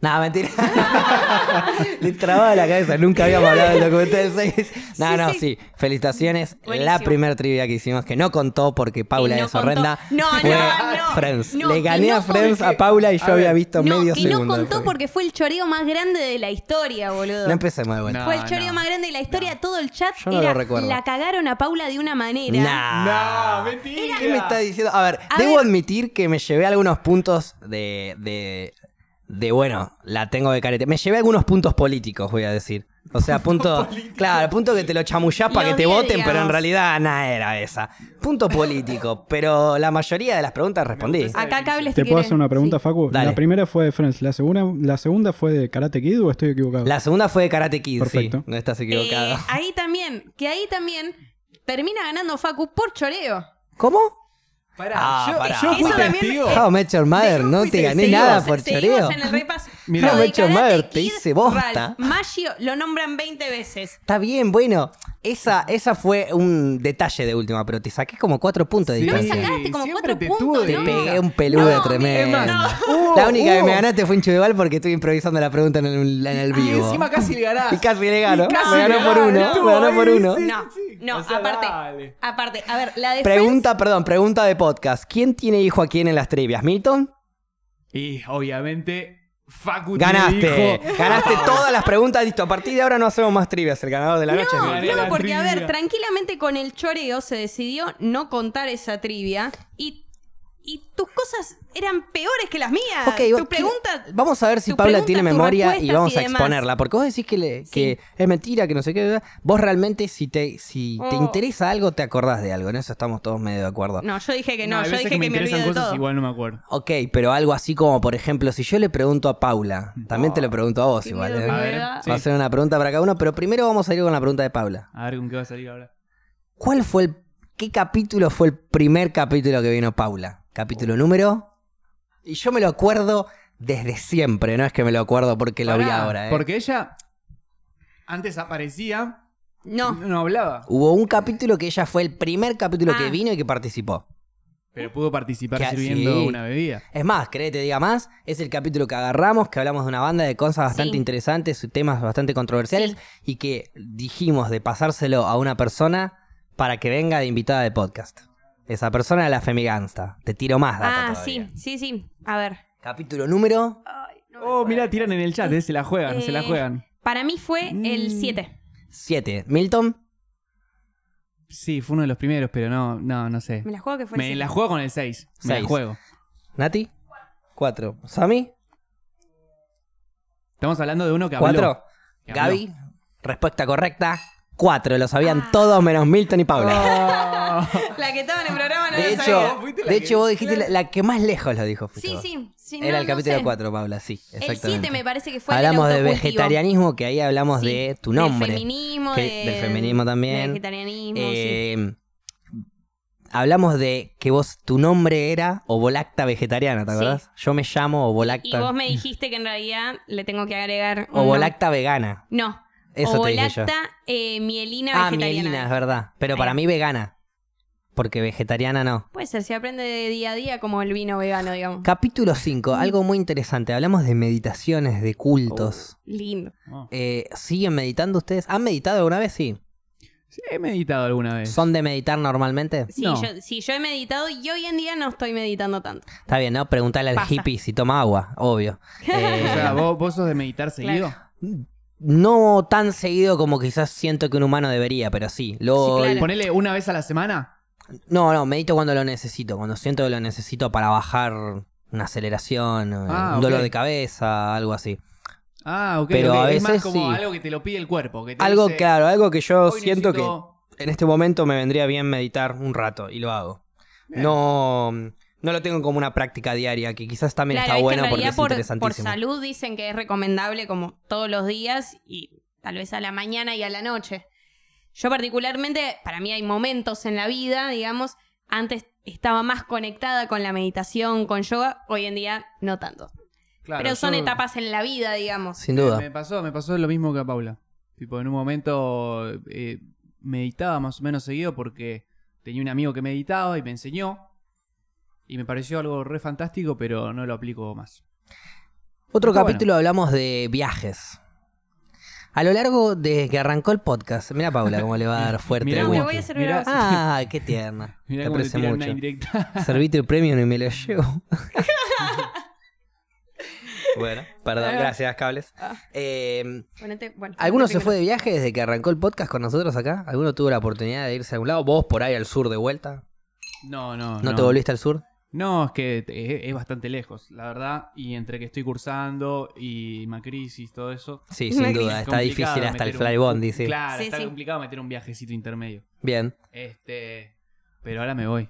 S1: Nada, mentira. Le trababa la cabeza, nunca habíamos hablado del documental 6. No,
S3: Sí,
S1: no, sí.
S3: sí.
S1: Felicitaciones. La
S3: Buenísimo.
S1: primera trivia que hicimos, que no contó porque Paula
S3: Que no
S1: es horrenda.
S3: contó. No,
S1: fue
S3: no, no.
S1: Friends.
S3: No,
S1: Le
S3: que
S1: gané
S3: no
S1: a Friends
S3: contó.
S1: a Paula y yo
S4: A ver,
S1: había visto
S3: no,
S1: medio
S3: que
S1: segundo.
S3: no
S1: de
S3: contó
S1: Friends.
S3: porque fue el choreo más grande de la historia, boludo.
S1: No empecemos de vuelta.
S4: No,
S3: fue el choreo
S4: no.
S3: más grande de la historia, todo el chat
S1: Yo no
S3: era,
S1: lo recuerdo.
S3: la cagaron a Paula de una manera.
S1: Nah.
S4: No, mentira.
S1: ¿Qué me está diciendo? A ver,
S3: A
S1: debo
S3: ver.
S1: admitir que me llevé algunos puntos de, de. de, bueno, la tengo de carete. Me llevé algunos puntos políticos, voy a decir. O sea, punto. claro, punto que te lo chamullás para que
S3: Los
S1: te
S3: diez,
S1: voten, pero en
S3: digamos.
S1: realidad nada era esa. Punto político. pero la mayoría de las preguntas respondí.
S4: gusta
S3: Acá cables
S2: ¿Te puedo hacer una pregunta, Facu?
S1: Dale.
S2: La primera fue de Friends. La segunda, la segunda fue de Karate Kid o estoy equivocado?
S1: La segunda fue de Karate Kid,
S2: Perfecto.
S1: sí. No estás equivocado.
S3: Eh, ahí también, que ahí también termina ganando Facu por choreo.
S1: ¿Cómo?
S4: Pará,
S1: Ah,
S4: yo,
S1: pará.
S4: yo fui
S3: Eso también
S4: testigo.
S3: Eh,
S1: How I Met Your Mother, no te gané
S3: Seguimos-
S1: nada por
S3: seguimos
S1: choreo.
S3: en el repaso.
S4: Mira,
S1: No,
S3: Lo
S1: me
S3: de
S1: he hecho
S3: Karate
S1: mal, te
S3: Kid,
S1: hice bosta.
S3: Ralph Macchio lo nombran 20 veces.
S1: Está bien, bueno. Esa, esa fue un detalle de última, pero te saqué como cuatro puntos de
S4: Sí.
S3: No me
S1: distancia.
S3: sacaste como
S4: Siempre
S3: cuatro
S4: te
S3: puntos,
S4: tuve de
S1: Te
S3: ¿no?
S1: pegué un peludo
S3: No,
S1: tremendo.
S3: es más,
S1: la única que
S4: hubo-
S1: me ganaste fue en Chudeval porque estoy improvisando la pregunta en el, en el
S4: Y
S1: vivo.
S4: encima casi le ganás.
S1: Y casi le gano.
S4: casi
S1: me ganó
S4: le
S1: por
S4: ganó,
S1: uno.
S4: estuvo
S1: Me ganó
S4: ahí,
S1: por uno.
S4: sí.
S3: No, no,
S2: O sea,
S3: aparte.
S2: dale.
S3: Aparte, a ver, la defensa.
S1: Pregunta, perdón, pregunta de podcast. ¿Quién tiene hijo a quién en las trivias? ¿Milton?
S4: Y obviamente, Facu tiene
S1: Ganaste.
S3: Eh,
S4: hijo.
S1: Ganaste todas las preguntas. Listo, a partir de ahora no hacemos más trivias. El ganador de la noche es
S3: No,
S1: Milton.
S4: Gané la
S3: no, porque a ver,
S4: trivia.
S3: tranquilamente con el choreo se decidió no contar esa trivia y, y tus cosas eran peores que las mías.
S1: Ok,
S3: tu
S1: vos-
S3: pregunta.
S1: Vamos a ver si
S3: tu
S1: Paula
S3: pregunta,
S1: tiene
S3: tus
S1: memoria y
S3: respuestas
S1: vamos a
S3: demás.
S1: exponerla. Porque vos decís que, le- que es mentira, que no sé qué. ¿verdad? Vos realmente, si te, si te
S3: Oh.
S1: interesa algo, te acordás de algo. En eso estamos todos medio de acuerdo.
S3: No, yo dije que
S4: hay
S3: no, yo
S4: veces
S3: dije que me,
S4: interesan
S3: olvido de
S4: cosas
S3: todo.
S4: igual no me acuerdo.
S1: Ok, pero algo así como, por ejemplo, si yo le pregunto a Paula, también te lo pregunto a vos
S3: Qué
S1: igual.
S3: miedo
S1: ¿eh?
S3: que
S4: A
S3: me
S4: ver,
S3: da.
S4: sí.
S1: Va a ser una pregunta para cada uno, pero primero vamos a ir con la pregunta de Paula.
S4: A ver con qué va a salir ahora.
S1: ¿Cuál fue el. ¿Qué capítulo fue el primer capítulo que vino Paula? Capítulo número. Y yo me lo acuerdo desde siempre, no es que me lo acuerdo porque lo vi
S4: Pará,
S1: ahora, ¿eh?
S4: Porque ella antes aparecía,
S3: No,
S4: no hablaba,
S1: Hubo un capítulo que ella fue el primer capítulo que
S3: Ah.
S1: vino y que participó.
S4: pero pudo participar
S1: Que-
S4: sirviendo
S1: sí.
S4: una bebida.
S1: Es más, creé, te diga más, es el capítulo que agarramos, que hablamos de una banda de cosas bastante
S3: Sí.
S1: interesantes, temas bastante controversiales
S3: Sí.
S1: y que dijimos de pasárselo a una persona para que venga de invitada de podcast. Esa persona era la Femigansta. Te tiro más data
S3: ah,
S1: todavía.
S3: sí, sí, sí. A ver.
S1: Capítulo número
S3: Ay, no me
S4: Oh,
S3: puedo.
S4: mira, tiran en el chat, eh, se la juegan, se la
S3: Eh,
S4: juegan.
S3: Para mí fue el
S4: Mm.
S3: 7.
S1: 7. Milton,
S4: Sí, fue uno de los primeros, pero no, no, no sé.
S3: Me la juego que fue el
S4: Me
S3: siete.
S4: la juego con el 6. Me la
S1: Seis.
S4: juego.
S1: Nati. 4. Sami.
S4: Estamos hablando de uno que habló.
S1: 4.
S4: Que habló.
S1: Gaby. Respuesta correcta. 4. Lo sabían
S3: Ah. Oh.
S1: todos menos Milton y Paula.
S4: Ah.
S3: La que estaba en el programa no
S1: De
S3: la
S1: hecho,
S3: sabía.
S4: Fuiste la
S1: de
S4: que-
S1: hecho vos dijiste la, la que más lejos lo dijo. fuiste
S3: Sí,
S1: vos.
S3: sí, sí.
S1: Era
S3: no,
S1: el
S3: no
S1: capítulo
S3: sé.
S1: 4, Paula, sí.
S3: El 7 me parece que fue el del
S1: Hablamos de
S3: autocultivo.
S1: vegetarianismo, que ahí hablamos
S3: Sí,
S1: de tu nombre.
S3: Del feminismo.
S1: que-
S3: de-
S1: del feminismo también.
S3: del vegetarianismo, sí.
S1: Eh, Hablamos de que vos, tu nombre era Ovolacta Vegetariana, ¿te
S3: Sí.
S1: acordás? Yo me llamo
S3: Y
S1: Ovolacta.
S3: vos me dijiste que en realidad le tengo que agregar. un
S1: Ovolacta Vegana.
S3: nom- No.
S1: Eso te dije yo.
S3: Ovolacta, eh, mielina
S1: Ah,
S3: vegetariana.
S1: mielina, es verdad. Pero
S3: Ahí
S1: para
S3: va.
S1: mí vegana. Porque vegetariana no.
S3: Puede ser, se aprende de día a día como el vino vegano, digamos.
S1: Capítulo 5, algo muy interesante. Hablamos de meditaciones, de cultos.
S3: Lindo.
S4: Oh.
S1: Eh, ¿Siguen meditando ustedes? ¿Han meditado alguna vez? Sí.
S4: Sí, he meditado alguna vez.
S1: ¿Son de meditar normalmente?
S3: Sí,
S4: No.
S3: yo, sí, yo he meditado y hoy en día no estoy meditando tanto.
S1: Está bien, ¿no? Preguntarle al
S3: Pasa.
S1: hippie si toma agua, obvio.
S4: O sea,
S1: Eh,
S4: ¿vos, vos sos de meditar seguido.
S1: no tan seguido como quizás siento que un humano debería, pero sí. Lo,
S3: Sí, claro.
S4: Ponele una vez a la semana.
S1: No, no, medito cuando lo necesito, cuando siento que lo necesito para bajar una aceleración, eh,
S4: Ah,
S1: un dolor
S4: ok.
S1: de cabeza, algo así.
S4: Ah, ok.
S1: Pero
S4: ok.
S1: a
S4: es más
S1: veces
S4: como
S1: sí.
S4: algo que te lo pide el cuerpo. que te
S1: Algo,
S4: dice,
S1: claro, algo que yo
S4: "Hoy
S1: siento que...
S4: necesito-".
S1: en este momento me vendría bien meditar un rato y lo hago. No, no lo tengo como una práctica diaria, que quizás también
S3: claro,
S1: está
S3: es
S1: bueno
S3: que en
S1: porque es
S3: realidad por, por
S1: interesantísimo.
S3: salud dicen que es recomendable como todos los días y tal vez a la mañana y a la noche. Yo particularmente, para mí hay momentos en la vida, digamos, antes estaba más conectada con la meditación, con yoga, hoy en día no tanto.
S4: Claro,
S3: Pero son
S4: yo-
S3: etapas en la vida, digamos.
S1: Sin duda.
S4: Me pasó, me pasó lo mismo que a Paula. Tipo, en un momento eh, meditaba más o menos seguido porque tenía un amigo que meditaba y me enseñó. Y me pareció algo re fantástico, pero no lo aplico más.
S1: Otro
S4: Está
S1: capítulo hablamos de viajes. A lo largo de que arrancó el podcast, mira Paula cómo le va a dar fuerte.
S4: Mirá
S1: el
S3: No,
S4: cómo-
S1: whisky.
S3: me voy a servir
S4: mirá-
S3: ahora.
S1: Ah, qué tierna.
S4: Mirá
S1: Te
S4: cómo te
S1: aprecio
S4: tiran una
S1: mucho.
S4: indirecta.
S1: Servite el premio y me lo llevo. bueno, perdón,
S3: Ah.
S1: gracias, cables. Eh,
S3: Ponete- bueno,
S1: ¿Alguno se
S3: primero.
S1: fue de viaje desde que arrancó el podcast con nosotros acá? ¿Alguno tuvo la oportunidad de irse a algún lado? ¿Vos por ahí al sur de vuelta?
S4: No, no, no.
S1: ¿No, te volviste al sur?
S4: No, es que eh, es bastante lejos, la verdad. Y entre que estoy cursando y macrisis, todo eso.
S1: Sí,
S3: Me
S1: sin
S3: quedé
S1: duda. Está
S4: complicado
S1: difícil hasta el
S4: meter un-
S1: fly bondi, sí.
S4: Claro,
S3: Sí,
S4: está
S3: sí.
S4: complicado meter un viajecito intermedio.
S1: Bien.
S4: Este, pero ahora me voy.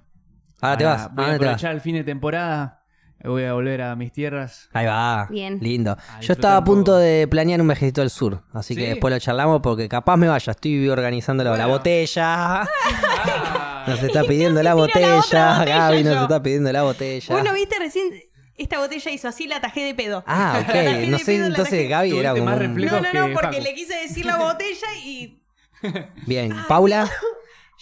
S1: Ahora Ah, te vas. ¿A
S4: Voy a
S1: dónde te vas?
S4: aprovechar el fin de temporada. Voy a volver a mis tierras.
S1: Ahí va.
S3: Bien.
S1: Lindo.
S4: A
S1: Yo estaba
S4: disfrutar
S1: a
S4: Ah, un
S1: punto
S4: poco.
S1: de planear un viajecito al sur. Así que
S4: ¿Sí?
S1: después lo charlamos porque capaz me vaya. Estoy organizando la- la
S4: Bueno.
S1: botella.
S4: Ah,
S1: Nos está pidiendo la
S3: tiró la otra
S1: botella.
S3: botella
S1: Gaby nos
S3: yo.
S1: está pidiendo la botella.
S3: Bueno, viste, recién esta botella hizo así, la tajé de pedo.
S1: Ah,
S3: La tajé
S1: ok.
S3: de
S1: No
S3: pedo,
S1: sé,
S3: la
S1: entonces
S3: tajé-
S1: Gaby era
S4: Tuviste
S1: como.
S4: más
S1: un-
S4: reflejo.
S3: No,
S4: Creo
S3: no,
S4: que
S3: no, porque
S4: Facu.
S3: le quise decir la botella y
S1: Bien,
S4: Ah,
S1: Paula,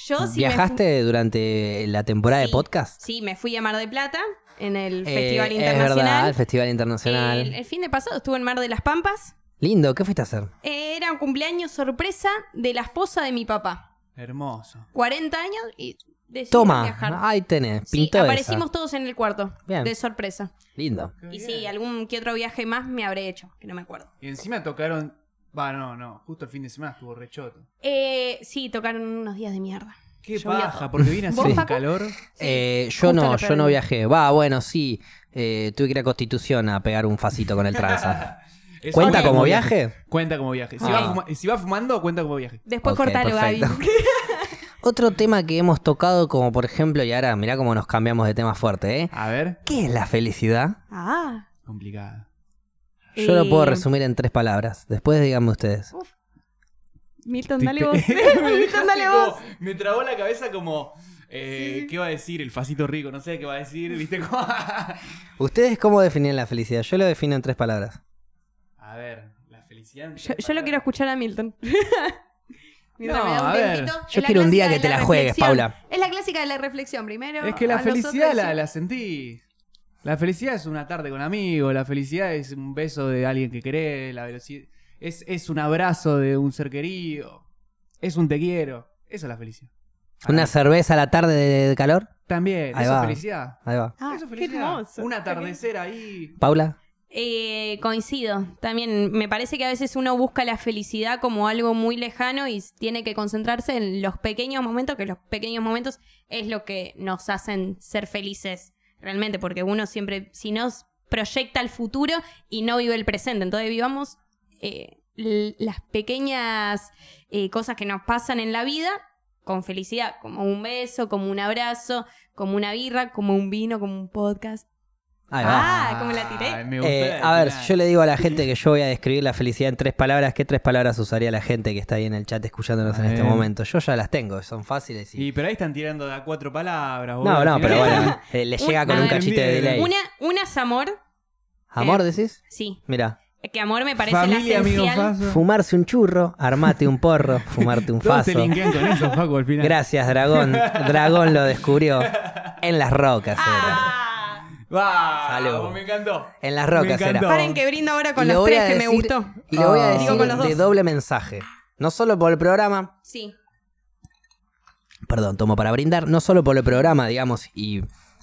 S3: yo sí
S1: ¿viajaste durante la temporada de
S3: Sí. Me
S1: podcast?
S3: fui, sí, me fui a Mar del Plata en el
S1: Eh,
S3: Festival
S1: Es verdad,
S3: Internacional.
S1: el Festival Internacional.
S3: El, el fin de pasado estuve en Mar de las Pampas.
S1: Lindo, ¿qué fuiste a hacer?
S3: Eh, Era un cumpleaños sorpresa de la esposa de mi papá.
S4: Hermoso.
S3: 40 años y decidimos
S1: Toma,
S3: viajar.
S1: ahí tenés,
S3: Sí,
S1: pintó esa.
S3: aparecimos todos en el cuarto
S1: Bien.
S3: de sorpresa.
S1: Lindo.
S3: Y sí, algún que otro viaje más me habré hecho, que no me acuerdo.
S4: Y encima tocaron. Va, no, no. Justo el fin de semana estuvo rechoto.
S3: Eh, sí, tocaron unos días de mierda.
S4: Qué
S3: Llovió.
S4: paja, porque viene así
S3: ¿Vos,
S4: un
S3: Facu?
S4: calor.
S1: Eh, yo
S3: justo
S1: no,
S3: lo
S1: yo
S3: perdí.
S1: no viajé. Va, bueno, sí. eh, tuve que ir a Constitución a pegar un facito con el tranza.
S4: Es
S1: ¿Cuenta
S4: obvio
S1: como viaje?
S4: Cuenta como viaje. Si,
S1: Ah.
S4: va fuma- si va fumando, cuenta como viaje.
S3: Después
S1: Ok,
S3: cortalo,
S1: perfecto.
S3: Gaby.
S1: Otro tema que hemos tocado, como por ejemplo, y ahora mirá cómo nos cambiamos de tema fuerte, ¿eh?
S4: A ver.
S1: ¿Qué es la felicidad?
S3: Ah.
S4: Complicada.
S1: Yo lo puedo
S3: Eh,
S1: resumir en tres palabras. Después díganme ustedes.
S3: Milton, dale vos.
S4: Me
S3: Milton,
S4: dejaste
S3: dale vos.
S4: como- Me trabó la cabeza como. eh, ¿Qué va a decir el facito rico? No sé qué va a decir, ¿viste? Como- a
S1: ¿Ustedes cómo definen la felicidad? Yo lo defino en tres palabras.
S4: ver, la felicidad. en
S3: Yo,
S4: tres
S3: yo lo quiero
S4: palabras.
S3: escuchar a Milton. Mientras
S4: No,
S3: me da un
S4: a ver.
S3: tiempito.
S1: Yo
S3: Es la
S1: quiero un día
S3: clásica
S1: que
S3: de
S1: te la juegues,
S3: reflexión.
S1: Paula.
S3: Es la clásica de la reflexión primero.
S4: Es que la
S3: a los otros
S4: felicidad la,
S3: decir-
S4: la sentí. La felicidad es una tarde con amigos, la felicidad es un beso de alguien que querés, la velocidad. Es, es un abrazo de un ser querido, es un te quiero. Eso es la felicidad.
S1: ¿Una cerveza a la tarde de calor?
S4: También,
S1: Ahí
S4: eso
S1: va.
S4: es felicidad.
S1: Ahí va.
S3: Ah,
S4: eso es
S3: qué
S4: felicidad.
S3: hermoso.
S4: Un atardecer ahí.
S1: ¿Paula?
S3: Eh, coincido. También me parece que a veces uno busca la felicidad como algo muy lejano y tiene que concentrarse en los pequeños momentos, que los pequeños momentos es lo que nos hacen ser felices realmente, porque uno siempre, si no, proyecta el futuro y no vive el presente. Entonces vivamos eh, l- las pequeñas eh, cosas que nos pasan en la vida con felicidad, como un beso, como un abrazo, como una birra, como un vino, como un podcast.
S1: Ahí va.
S3: Ah, ¿cómo la tiré?
S4: Ay, me gustó
S1: Eh,
S4: la
S1: a ver,
S4: final.
S1: yo le digo a la gente que yo voy a describir la felicidad en tres palabras. ¿Qué tres palabras usaría la gente que está ahí en el chat escuchándonos en
S4: A
S1: este
S4: ver.
S1: momento? Yo ya las tengo, son fáciles. Y...
S4: Y pero ahí están tirando de a cuatro palabras.
S1: No,
S4: boludo.
S1: no, pero
S4: Mirá.
S1: bueno, eh, le llega con
S3: Una-
S1: un cachito de delay.
S3: Una, una es amor,
S1: ¿Amor
S3: eh,
S1: decís?
S3: sí.
S1: Mira,
S3: Es que amor me parece
S4: Familia,
S3: la
S4: amigo
S3: esencial.
S4: Faso.
S1: fumarse un churro, armate un porro, fumarte un
S4: Todos te
S1: faso.
S4: linkean con eso, Facu, al final.
S1: Gracias, Dragón. Dragón lo descubrió en las rocas. era.
S3: Ah,
S4: Va,
S1: Salud.
S4: me encantó.
S1: En las
S4: Me
S1: rocas era.
S4: encantó.
S3: paren que brindo ahora con
S1: Y lo
S3: los
S1: voy
S3: tres
S1: a
S3: que me
S1: decir-
S3: gustó.
S1: Y lo voy a
S4: Ah.
S1: decir
S3: Digo, con los dos.
S1: de doble mensaje. No solo por el programa,
S3: Sí.
S1: perdón, tomo para brindar, no solo por el programa, digamos, y,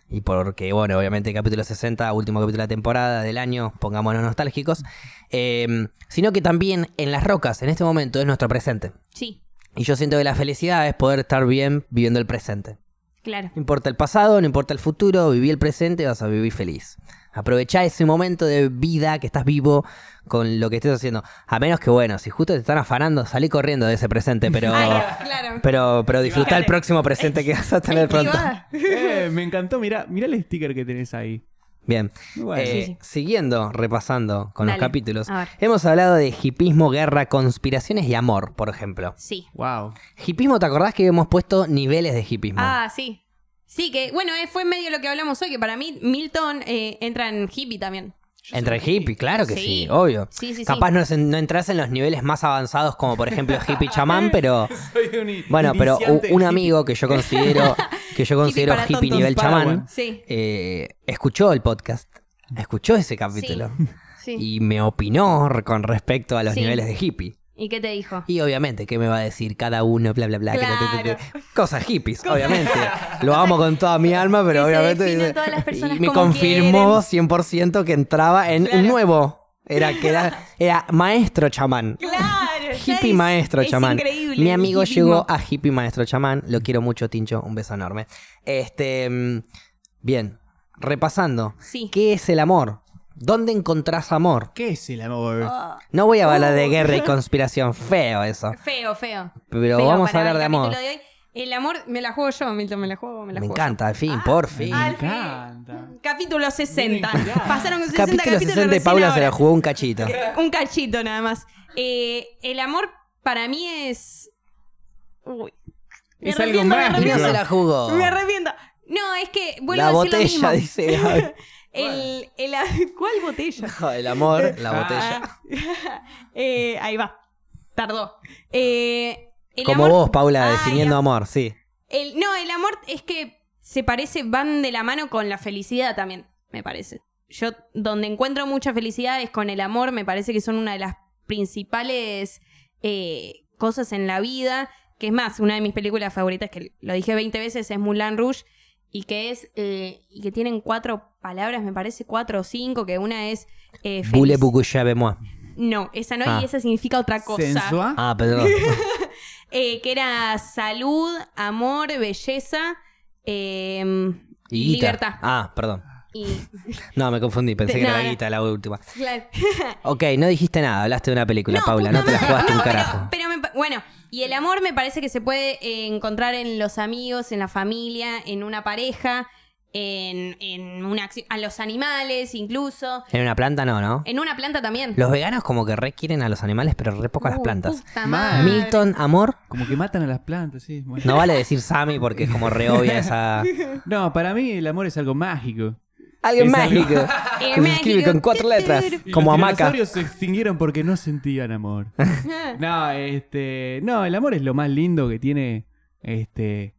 S1: y porque, bueno, obviamente capítulo 60, último capítulo de la temporada del año, pongámonos nostálgicos, eh, sino que también en las rocas, en este momento, es nuestro presente.
S3: Sí,
S1: Y yo siento que la felicidad es poder estar bien viviendo el presente.
S3: claro.
S1: No importa el pasado, no importa el futuro, viví el presente, vas a vivir feliz. Aprovechá ese momento de vida que estás vivo con lo que estés haciendo. A menos que, bueno, si justo te están afanando, salí corriendo de ese presente, pero...
S3: Ay, claro.
S1: Pero, pero disfruta el próximo presente que vas a tener pronto.
S3: Privada.
S4: Eh, me encantó, mirá, mirá el sticker que tenés ahí.
S1: Bien.
S4: Muy bueno.
S1: Eh,
S3: Sí, sí.
S1: Siguiendo, repasando con
S3: Dale,
S1: los capítulos.
S3: a ver.
S1: Hemos hablado de hipismo, guerra, conspiraciones y amor, por ejemplo.
S3: Sí.
S4: Wow.
S1: Hipismo, ¿te acordás que hemos puesto niveles de hipismo?
S3: Ah, sí. Sí, que bueno, eh, fue medio lo que hablamos hoy, que para mí Milton eh, entra en hippie también.
S1: Entre hippie, claro que sí,
S3: Sí.
S1: obvio.
S3: Sí, sí,
S1: Capaz
S3: sí.
S1: no, es en- no entras en los niveles más avanzados como por ejemplo hippie chamán, pero
S4: Soy un i-
S1: bueno, pero u- un
S4: iniciante hippie.
S1: amigo que yo considero que yo considero
S3: para
S1: hippie,
S3: tontos,
S1: nivel
S4: Paraguay.
S1: chamán
S3: Sí,
S1: eh, escuchó el podcast, escuchó ese capítulo.
S3: sí.
S1: y me opinó re- con respecto a los
S3: Sí.
S1: niveles de hippie.
S3: ¿Y qué te dijo?
S1: Y obviamente, ¿qué me va a decir cada uno? Bla, bla, bla. que te- te- te- Cosas hippies, obviamente. Lo amo con toda mi alma, pero
S3: que se
S1: obviamente.
S3: definen todas las personas
S1: y me
S3: como
S1: confirmó 100% que entraba en un
S3: Claro.
S1: nuevo. Era que era, era maestro chamán.
S3: Claro.
S1: Hippie maestro chamán.
S3: increíble.
S1: Mi amigo llegó a hippie maestro chamán. Lo quiero mucho, Tincho. Un beso enorme. Este. mm, Bien. Repasando.
S3: Sí.
S1: ¿Qué es el amor? ¿Dónde encontrás amor?
S4: ¿Qué es el amor?
S3: Ah.
S1: No voy a hablar de guerra y conspiración, feo eso.
S3: Feo, feo.
S1: Pero
S3: Feo
S1: vamos a
S3: para
S1: hablar de
S3: el
S1: amor.
S3: capítulo de hoy. El amor me la juego yo, Milton, me la juego, me la
S1: Me
S3: juego. Ah,
S1: encanta, al fin, por fin.
S3: al
S4: Me encanta.
S3: yo. Capítulo 60.
S4: Bien, mirá.
S3: Pasaron
S1: Capítulo
S3: 60
S1: 60
S3: capítulos
S1: y
S3: recién
S1: Paula se
S3: ahora.
S1: la jugó un cachito.
S3: Un cachito nada más. Eh, el amor para mí es. Uy. Me
S4: Es algo
S3: arrepiento, me
S4: mágico.
S1: Y no
S3: arrepiento.
S1: se la jugó.
S3: Me arrepiento. No, es que vuelvo
S1: La
S3: a decir lo
S1: botella,
S3: mismo.
S1: dice. Gaby.
S3: El, el, ¿Cuál botella?
S1: El amor, la botella.
S3: Ah, eh, ahí va. Tardó. Eh, el
S1: Como
S3: amor-
S1: vos, Paula,
S3: Ay,
S1: definiendo amor, sí.
S3: El, no, el amor es que se parece, van de la mano con la felicidad también, me parece. Yo donde encuentro mucha felicidad es con el amor, me parece que son una de las principales eh, cosas en la vida, que es más, una de mis películas favoritas, que lo dije 20 veces, es Moulin Rouge, y que es, eh, y que tienen cuatro palabras, me parece, cuatro o cinco, que una es... eh, feliz-
S1: Boule Bucuya moi.
S3: no, esa no,
S1: Ah.
S3: y esa significa otra cosa.
S4: Sensua.
S1: Ah, perdón.
S3: Eh, que era salud, amor, belleza eh,
S1: Y guita.
S3: libertad.
S1: Ah, perdón.
S3: Y,
S1: No, me confundí, pensé
S3: Te-
S1: que
S3: no,
S1: era
S3: no.
S1: guita la última.
S3: claro.
S1: Ok, no dijiste nada, hablaste de una película, Paula, no
S3: puta
S1: te la
S3: madre.
S1: jugaste un
S3: No, pero-
S1: carajo.
S3: Pero, me pa- bueno, y el amor me parece que se puede eh, encontrar en los amigos, en la familia, en una pareja, en, en una acci- a los animales incluso,
S1: En una planta no, ¿no?
S3: en una planta también.
S1: Los veganos como que requieren a los animales, pero re poco a las
S3: Uh,
S1: plantas.
S3: puta
S4: Mal.
S3: madre.
S1: Milton, amor,
S4: Como que matan a las plantas, sí. bueno.
S1: no vale decir Sammy porque es como re obvia esa...
S4: No, para mí el amor es algo mágico.
S1: Alguien
S4: Es
S1: mágico.
S4: algo-
S3: Eh,
S1: Que se escribe con cuatro letras,
S4: Y
S1: como
S4: los
S1: hamaca.
S4: dinosaurios se extinguieron porque no sentían amor.
S3: Ah.
S4: No, este, no, el amor es lo más lindo que tiene este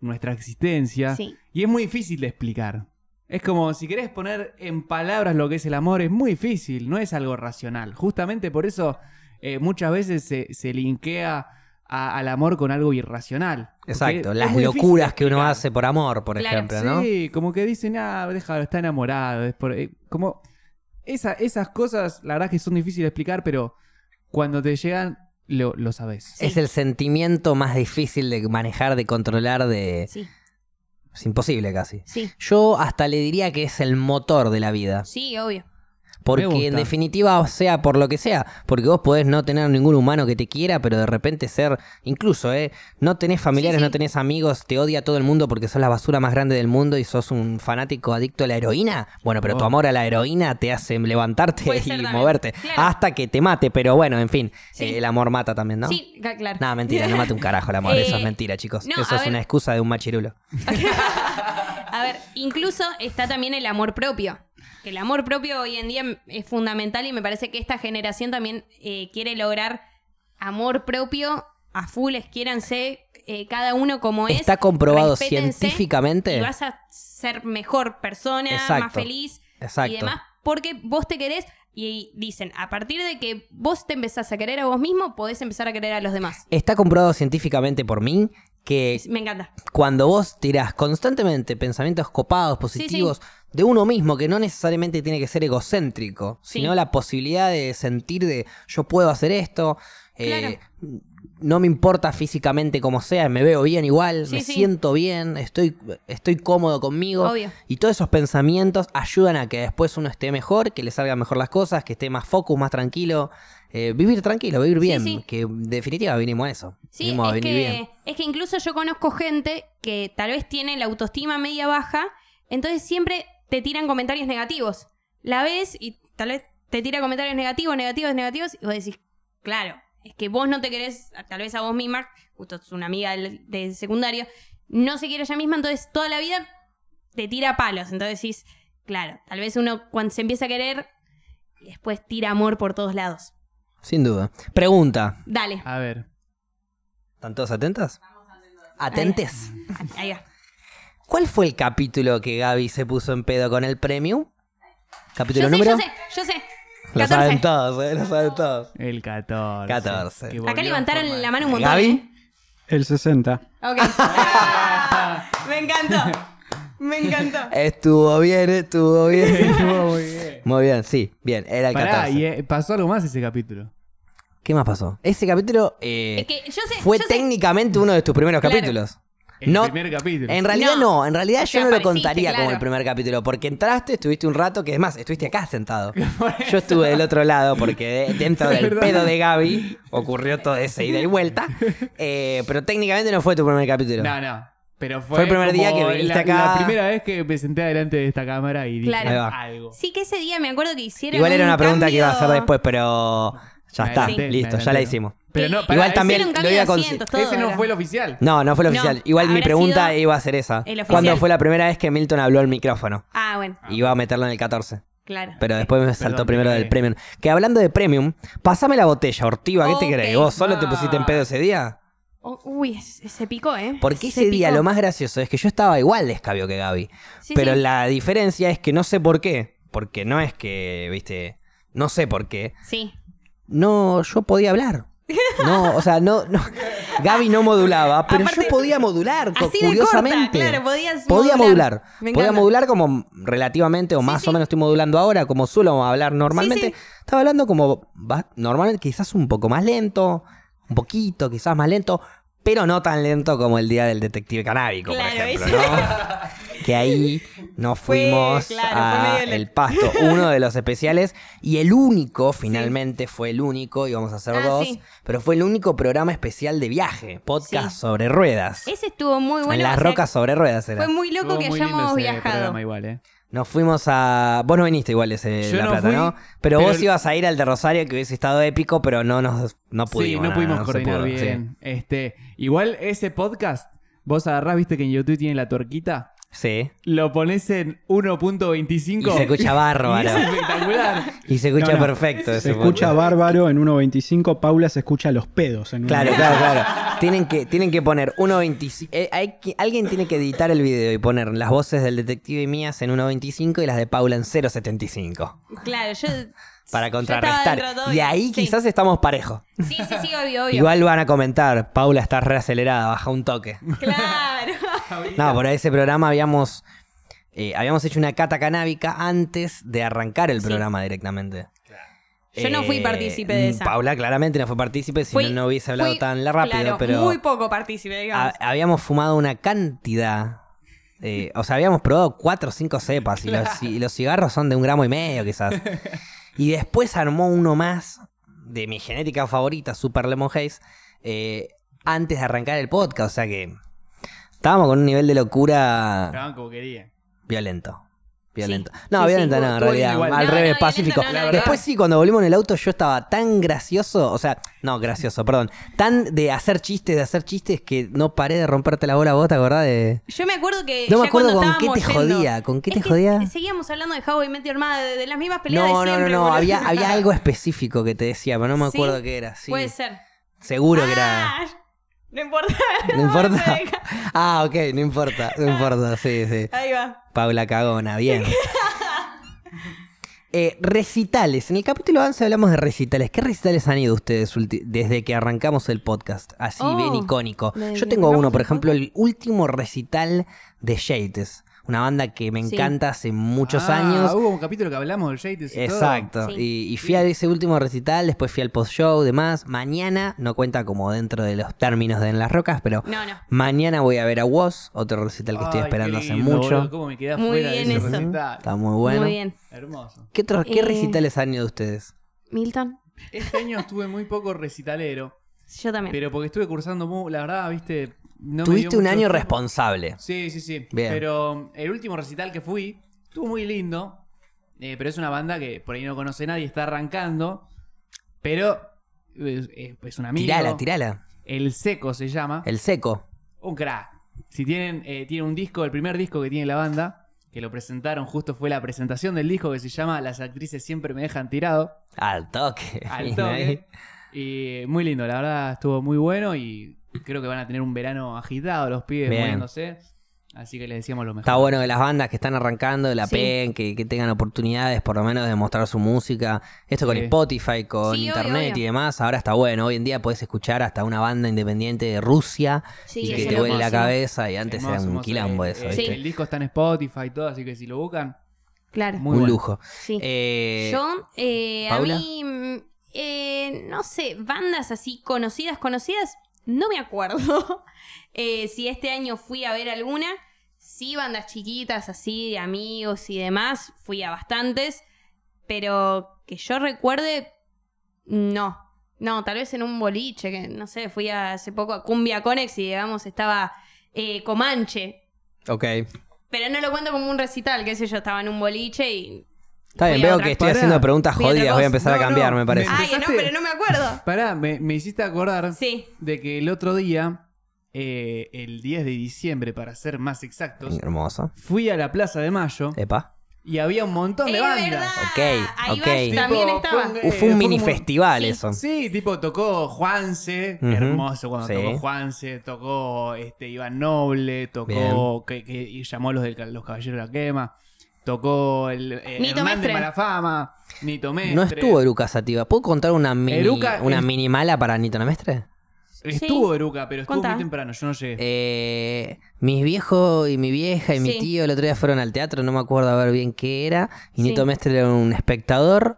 S4: nuestra existencia
S3: Sí.
S4: y es muy difícil de explicar. Es como si querés poner en palabras lo que es el amor, es muy difícil, no es algo racional. Justamente por eso eh, muchas veces se, se linkea a- al amor con algo irracional. Porque
S1: Exacto,
S4: es
S1: las
S4: muy difícil
S1: locuras que uno
S4: explicar.
S1: hace por amor, por
S3: Claro,
S1: ejemplo, ¿no?
S4: Sí, como que dicen, ah, déjalo, está enamorado. Es por, eh, como esa- esas cosas, la verdad que son difíciles de explicar, pero cuando te llegan, lo, lo sabes.
S1: Es el sentimiento más difícil de manejar, de controlar, de...
S3: Sí,
S1: Es imposible casi.
S3: sí,
S1: Yo hasta le diría que es el motor de la vida.
S3: sí, obvio.
S1: Porque
S4: gusta.
S1: en definitiva, o sea, por lo que sea, porque vos podés no tener ningún humano que te quiera, pero de repente ser, incluso, ¿eh? No tenés familiares,
S3: Sí, sí.
S1: no tenés amigos, te odia todo el mundo porque sos la basura más grande del mundo y sos un fanático adicto a la heroína. Bueno, pero tu
S4: Oh.
S1: amor a la heroína te hace levantarte
S3: Puede
S1: y
S3: ser también,
S1: moverte
S3: claro.
S1: hasta que te mate, pero bueno, en fin,
S3: Sí.
S1: eh, el amor mata también, ¿no?
S3: Sí, ca- claro.
S1: No, mentira, no mate un carajo el amor, eso es
S3: Eh,
S1: mentira, chicos.
S3: no,
S1: eso
S3: a
S1: es
S3: ver.
S1: una excusa de un machirulo.
S3: A ver, incluso está también el amor propio. Que el amor propio hoy en día es fundamental y me parece que esta generación también eh, quiere lograr amor propio a full, quiéranse eh, cada uno como es.
S1: Está comprobado
S3: respétense
S1: científicamente.
S3: Y vas a ser mejor persona,
S1: Exacto.
S3: más feliz y
S1: Exacto.
S3: demás, porque vos te querés. Y dicen, a partir de que vos te empezás a querer a vos mismo, podés empezar a querer a los demás.
S1: Está comprobado científicamente por mí que
S3: Es- Me encanta.
S1: cuando vos tirás constantemente pensamientos copados, positivos, de uno mismo, que no necesariamente tiene que ser egocéntrico,
S3: Sí.
S1: sino la posibilidad de sentir de yo puedo hacer esto, eh, no me importa físicamente como sea, me veo bien igual,
S3: Sí,
S1: me
S3: sí.
S1: siento bien, estoy, estoy cómodo conmigo.
S3: Obvio.
S1: Y todos esos pensamientos ayudan a que después uno esté mejor, que le salgan mejor las cosas, que esté más focus, más tranquilo. eh, vivir tranquilo, vivir bien,
S3: sí.
S1: que en definitiva vinimos a eso.
S3: Sí,
S1: vinimos a
S3: es
S1: vivir bien.
S3: que, es que incluso yo conozco gente que tal vez tiene la autoestima media baja, entonces siempre te tiran comentarios negativos. La ves y tal vez te tira comentarios negativos, negativos, negativos, y vos decís, claro, es que vos no te querés, tal vez a vos misma, justo es una amiga del- de, secundario, no se quiere ella misma, entonces toda la vida te tira palos. Entonces decís, claro, tal vez uno cuando se empieza a querer, y después tira amor por todos lados.
S1: Sin duda. Pregunta,
S3: Dale,
S4: A ver,
S1: ¿Están todos atentas? Atentes.
S3: ahí va.
S1: ¿Cuál fue el capítulo que Gaby se puso en pedo con el premium? ¿Capítulo
S3: Yo sé,
S1: número?
S3: yo sé, yo sé.
S1: Lo
S3: 14.
S1: saben todos, eh, lo saben todos.
S4: el 14.
S1: 14.
S4: que volvió
S3: Acá
S4: en forma
S3: levantaron
S4: de-
S3: la mano un montón.
S1: ¿Gaby?
S2: El 60.
S3: ¿eh? Ok. Ah, me encantó. Me encantó.
S1: Estuvo bien, estuvo bien.
S4: Estuvo muy bien.
S1: Muy bien, sí, bien, era el
S4: Pará,
S1: 14.
S4: y eh, pasó algo más ese capítulo.
S1: ¿Qué más pasó? Ese capítulo eh,
S3: Es que yo sé,
S1: fue
S3: yo sé-
S1: técnicamente uno de tus primeros
S3: Claro.
S1: capítulos.
S4: El
S1: No,
S4: primer capítulo.
S1: En realidad no,
S3: No.
S1: en realidad
S3: Te
S1: yo no lo
S3: apareciste,
S1: contaría como
S3: claro.
S1: el primer capítulo, porque entraste, estuviste un rato, que es más, estuviste acá sentado. Yo estuve del otro lado, porque de- dentro
S4: Es
S1: del
S4: verdad.
S1: pedo de Gaby ocurrió toda esa ida y vuelta, Eh, pero técnicamente no fue tu primer capítulo.
S4: No, no. Pero fue,
S1: Fue el primer día
S4: como
S1: que viniste
S4: la,
S1: acá.
S4: La primera vez que me senté delante de esta cámara y dije
S3: Claro. Ahí
S1: va.
S4: algo.
S3: Sí, que ese día me acuerdo que hicieron.
S1: Igual era
S3: un
S1: una pregunta que iba a hacer
S3: cambio-
S1: después, pero Ya
S4: Me
S1: está,
S4: adelanté,
S1: listo,
S4: me
S1: ya la
S4: adelanté.
S1: hicimos.
S4: Pero
S3: Sí.
S4: no, pará,
S1: Igual
S4: ese-
S1: también
S3: Hicieron
S1: lo
S3: cambio de
S1: iba con-
S3: asientos, todo,
S4: Ese, no
S3: era.
S4: fue el oficial.
S1: No, no fue el
S3: No,
S1: oficial. Igual mi
S3: habrá
S1: pregunta
S3: sido
S1: iba a ser esa.
S3: el
S1: ¿Cuándo
S3: oficial.
S1: fue la primera vez que Milton habló al micrófono?
S3: Ah, bueno,
S1: Iba a meterlo en el 14.
S3: claro.
S1: Pero después me saltó
S4: Perdón,
S1: primero
S4: me
S1: del
S4: pegué.
S1: premium. Que hablando de premium, pasame la botella, Ortiva, ¿qué
S3: Ok,
S1: te crees? ¿Vos solo te
S4: va.
S1: pusiste en pedo ese día?
S3: Oh, uy, se, se picó, ¿eh?
S1: Porque
S3: Se
S1: ese día
S3: picó.
S1: lo más gracioso es que yo estaba igual de escabio que Gaby.
S3: Sí,
S1: pero
S3: sí.
S1: la diferencia es que no sé por qué. Porque no es que, viste, no sé por qué.
S3: Sí.
S1: No, yo podía hablar. No, o sea, no, no. Gaby no modulaba, pero
S3: Aparte,
S1: yo podía modular, co-
S3: Así de
S1: curiosamente.
S3: corta, claro, podías
S1: Podía modular.
S3: Me
S1: Podía
S3: encanta.
S1: modular como relativamente, o
S3: Sí,
S1: más
S3: sí.
S1: o menos estoy modulando ahora, como suelo hablar normalmente.
S3: Sí,
S1: Estaba hablando como va- normalmente, quizás un poco más lento, un poquito, quizás más lento, pero no tan lento como el día del detective canábico,
S3: Claro,
S1: por ejemplo, ¿no? que ahí nos fuimos
S3: claro, fue
S1: a
S3: medio le-
S1: el pasto, uno de los especiales y el único, finalmente fue el único, íbamos a hacer
S3: Ah,
S1: dos,
S3: sí.
S1: pero fue el único programa especial de viaje, podcast
S3: Sí.
S1: sobre ruedas.
S3: Ese estuvo muy bueno.
S1: en las
S3: o sea,
S1: rocas sobre ruedas era.
S3: Fue muy loco
S4: Estuvo
S3: que
S4: muy lindo
S3: hayamos
S4: ese
S3: viajado.
S4: programa igual, ¿eh?
S1: Nos fuimos a. Vos no viniste igual ese
S4: Yo
S1: La
S4: no
S1: Plata,
S4: fui,
S1: ¿no? Pero, vos
S4: pero-
S1: ibas a ir al de Rosario que hubiese estado épico, pero no nos no pudimos.
S4: sí, no
S1: nada,
S4: pudimos
S1: se
S4: coordinar
S1: pudo,
S4: bien. Este, igual ese podcast, vos agarrás, viste que en YouTube tiene la tuerquita,
S1: Sí. Sí.
S4: lo pones en 1.25
S1: Y se escucha
S4: y
S1: bárbaro.
S4: es espectacular.
S1: Y se escucha
S2: No, no.
S1: perfecto.
S2: Se
S1: ese
S2: escucha
S1: podcast.
S2: bárbaro en 1.25, Paula se escucha los pedos en
S1: Claro,
S2: 1.25.
S1: claro, claro. Tienen que, tienen que poner 1.25. eh, hay que- alguien tiene que editar el video y poner las voces del detective y mías en 1.25 y las de Paula en 0.75.
S3: Claro, yo.
S1: Para
S3: yo estaba dentro
S1: contrarrestar.
S3: todo
S1: Y ahí
S3: sí.
S1: quizás estamos parejos.
S3: Sí, sí, sí, obvio, obvio.
S1: Igual van a comentar, Paula está reacelerada, baja un toque.
S3: Claro.
S1: No, por ese programa habíamos eh, habíamos hecho una cata canábica antes de arrancar el
S3: Sí.
S1: programa directamente.
S3: Yo no fui partícipe de
S1: mm,
S3: esa.
S1: Paula claramente no fue partícipe, si
S3: Fui-
S1: no, no hubiese hablado
S3: fui-
S1: tan rápido,
S3: claro,
S1: pero Ah,
S3: Muy poco partícipe, digamos.
S1: ha- habíamos fumado una cantidad. eh, o sea, habíamos probado cuatro o cinco cepas y, los, ci- y los cigarros son de un gramo y medio quizás. Y después armó uno más de mi genética favorita, Super Lemon Haze, eh, antes de arrancar el podcast. O sea que estábamos con un nivel de locura...
S4: Estaban como querían.
S1: Violento. Violento.
S3: Sí.
S1: No,
S4: Sí, sí,
S1: violento no,
S4: estuvo-
S1: en
S4: estuvo
S1: realidad.
S4: igual.
S1: Al
S3: No,
S1: revés,
S3: no,
S1: pacífico.
S3: violento no,
S4: no,
S1: Después
S4: no.
S1: sí, cuando volvimos en el auto, yo estaba tan gracioso. O sea, no, gracioso, perdón. Tan de hacer chistes, de hacer chistes que no paré de romperte la bola vos, ¿te acordás? De...
S3: Yo me acuerdo que.
S1: No me
S3: Eh, ya
S1: acuerdo
S3: cuando
S1: con qué te
S3: estábamos yendo-
S1: jodía, con qué
S3: Es
S1: te
S3: que
S1: jodía.
S3: Seguíamos hablando de How I Met Your Mother, de, de las mismas peleas
S1: No,
S3: de
S1: no, no,
S3: siempre.
S1: no.
S3: boludo.
S1: Había, había algo específico que te decía, pero no me
S3: ¿Sí?
S1: acuerdo qué era. Sí.
S3: Puede ser.
S1: Seguro que era.
S3: Ah, no importa.
S1: No importa.
S3: deja.
S1: Ah, ok, no importa, no importa, sí, sí.
S3: Ahí va.
S1: Paula Cagona, bien. Eh, recitales. En el capítulo 11 hablamos de recitales. ¿Qué recitales han ido ustedes ulti- desde que arrancamos el podcast? Así
S3: Oh,
S1: bien icónico.
S3: desde
S1: Yo
S3: que
S1: tengo
S3: arrancamos
S1: uno, por
S3: el
S1: ejemplo, el último recital de Shades. Una banda que me
S3: Sí.
S1: encanta hace muchos
S4: Ah,
S1: años.
S4: Hubo un capítulo que hablamos del Jades y todo.
S1: Exacto.
S3: Sí.
S1: Y, y fui a ese último recital, después fui al post-show, demás. Mañana, no cuenta como dentro de los términos de En las Rocas, pero
S3: No, no.
S1: mañana voy a ver a Woz, otro recital que estoy
S4: Ay,
S1: esperando
S4: qué
S1: hace
S4: lindo,
S1: mucho.
S4: boludo, cómo me quedé
S3: Muy
S4: afuera de
S3: bien
S4: ese
S3: eso.
S4: recital.
S1: Está muy bueno.
S3: Muy bien.
S4: Hermoso.
S1: ¿Qué, otros, qué
S3: Eh.
S1: recitales han ido ustedes?
S3: Milton.
S4: Este año estuve muy poco recitalero,
S3: Yo también.
S4: pero porque estuve cursando, mu- la verdad, viste... no me
S1: Tuviste
S4: dio
S1: un
S4: mucho
S1: año
S4: tiempo.
S1: responsable.
S4: Sí, sí, sí.
S1: Bien.
S4: Pero eh, el último recital que fui estuvo muy lindo. eh, pero es una banda que por ahí no conoce nadie, está arrancando. Pero es, es- es un amigo.
S1: Tirala, tirala.
S4: El Seco se llama.
S1: El seco.
S4: Un crack. Si tienen, eh, tiene un disco, el primer disco que tiene la banda, que lo presentaron, justo fue la presentación del disco que se llama Las actrices siempre me dejan tirado.
S1: Al toque.
S4: Al
S1: Bien
S4: toque.
S1: ahí.
S4: Y eh, muy lindo, la verdad estuvo muy bueno y creo que van a tener un verano agitado los pibes
S1: Bien.
S4: muriéndose. Así que les decíamos lo mejor.
S1: Está bueno que las bandas que están arrancando de la
S3: Sí.
S1: PEN, que, que tengan oportunidades por lo menos de mostrar su música. Esto con
S4: Sí.
S1: Spotify, con
S3: Sí, obvio,
S1: internet y
S3: obvio.
S1: demás, ahora está bueno. Hoy en día podés escuchar hasta una banda independiente de Rusia
S3: Sí,
S1: y
S4: eso
S1: que
S4: es
S1: te
S4: lo
S1: duele la
S4: máximo.
S1: cabeza y antes
S4: Hermoso,
S1: era un
S4: hermoso.
S1: quilombo
S4: Eh,
S1: eso,
S4: eh,
S3: sí.
S1: ¿viste?
S4: El disco está en Spotify y todo, así que si lo buscan,
S3: Claro.
S4: muy
S1: un
S4: bueno.
S1: lujo.
S3: sí.
S1: Eh,
S3: Yo, eh, a
S1: ¿Paula?
S3: mí, mm, eh, no sé, bandas así conocidas, conocidas, no me acuerdo eh, si este año fui a ver alguna. Sí, bandas chiquitas así, de amigos y demás, fui a bastantes, pero que yo recuerde, no. No, tal vez en un boliche, que no sé, fui a- hace poco a Cumbia Conex y digamos estaba eh, Comanche,
S1: ok.
S3: pero no lo cuento como un recital, qué sé yo, estaba en un boliche y
S1: Está bien,
S3: Voy a
S1: veo
S3: otra-
S1: que estoy
S4: Pará.
S1: haciendo preguntas
S3: Voy a otra
S1: jodidas, voy a
S3: cosa.
S1: empezar a
S4: No, no,
S1: cambiar, me
S4: me-
S1: parece.
S3: Ay, no,
S4: empezaste-
S3: pero no me acuerdo.
S4: Pará, me, me hiciste acordar
S3: Sí.
S4: de que el otro día, eh, el 10 de diciembre, para ser más exactos,
S1: Hermoso.
S4: fui a la Plaza de Mayo
S1: Epa.
S4: y había un montón de
S3: Es
S4: bandas.
S3: verdad.
S1: Ok,
S3: Ahí
S1: ok.
S3: Bash
S1: Tipo,
S3: también
S4: fue
S3: estaba.
S4: un-
S1: Uh, fue un
S4: fue
S1: mini
S4: como-
S1: festival
S3: Sí.
S1: eso.
S4: Sí, tipo tocó Juanse,
S1: Ujú.
S4: hermoso cuando
S1: Sí.
S4: tocó Juanse, tocó este, Iván Noble, tocó que, que- y llamó los, del, ca- los Caballeros de la Quema, tocó el eh,
S3: Nito
S4: Hernández
S3: Mestre.
S4: Malafama, Nito Mestre.
S1: No estuvo Eruca Sativa. ¿Puedo contar una mini,
S4: Eruca
S1: una
S4: es-
S1: mini mala para Nitona Mestre?
S4: Estuvo
S3: Sí.
S4: Eruca, pero estuvo
S3: Contá.
S4: muy temprano, yo no llegué.
S1: Eh, mis viejos y mi vieja y mi
S3: Sí.
S1: tío el otro día fueron al teatro, no me acuerdo a ver bien qué era. Y
S3: Sí.
S1: Nito Mestre era un espectador.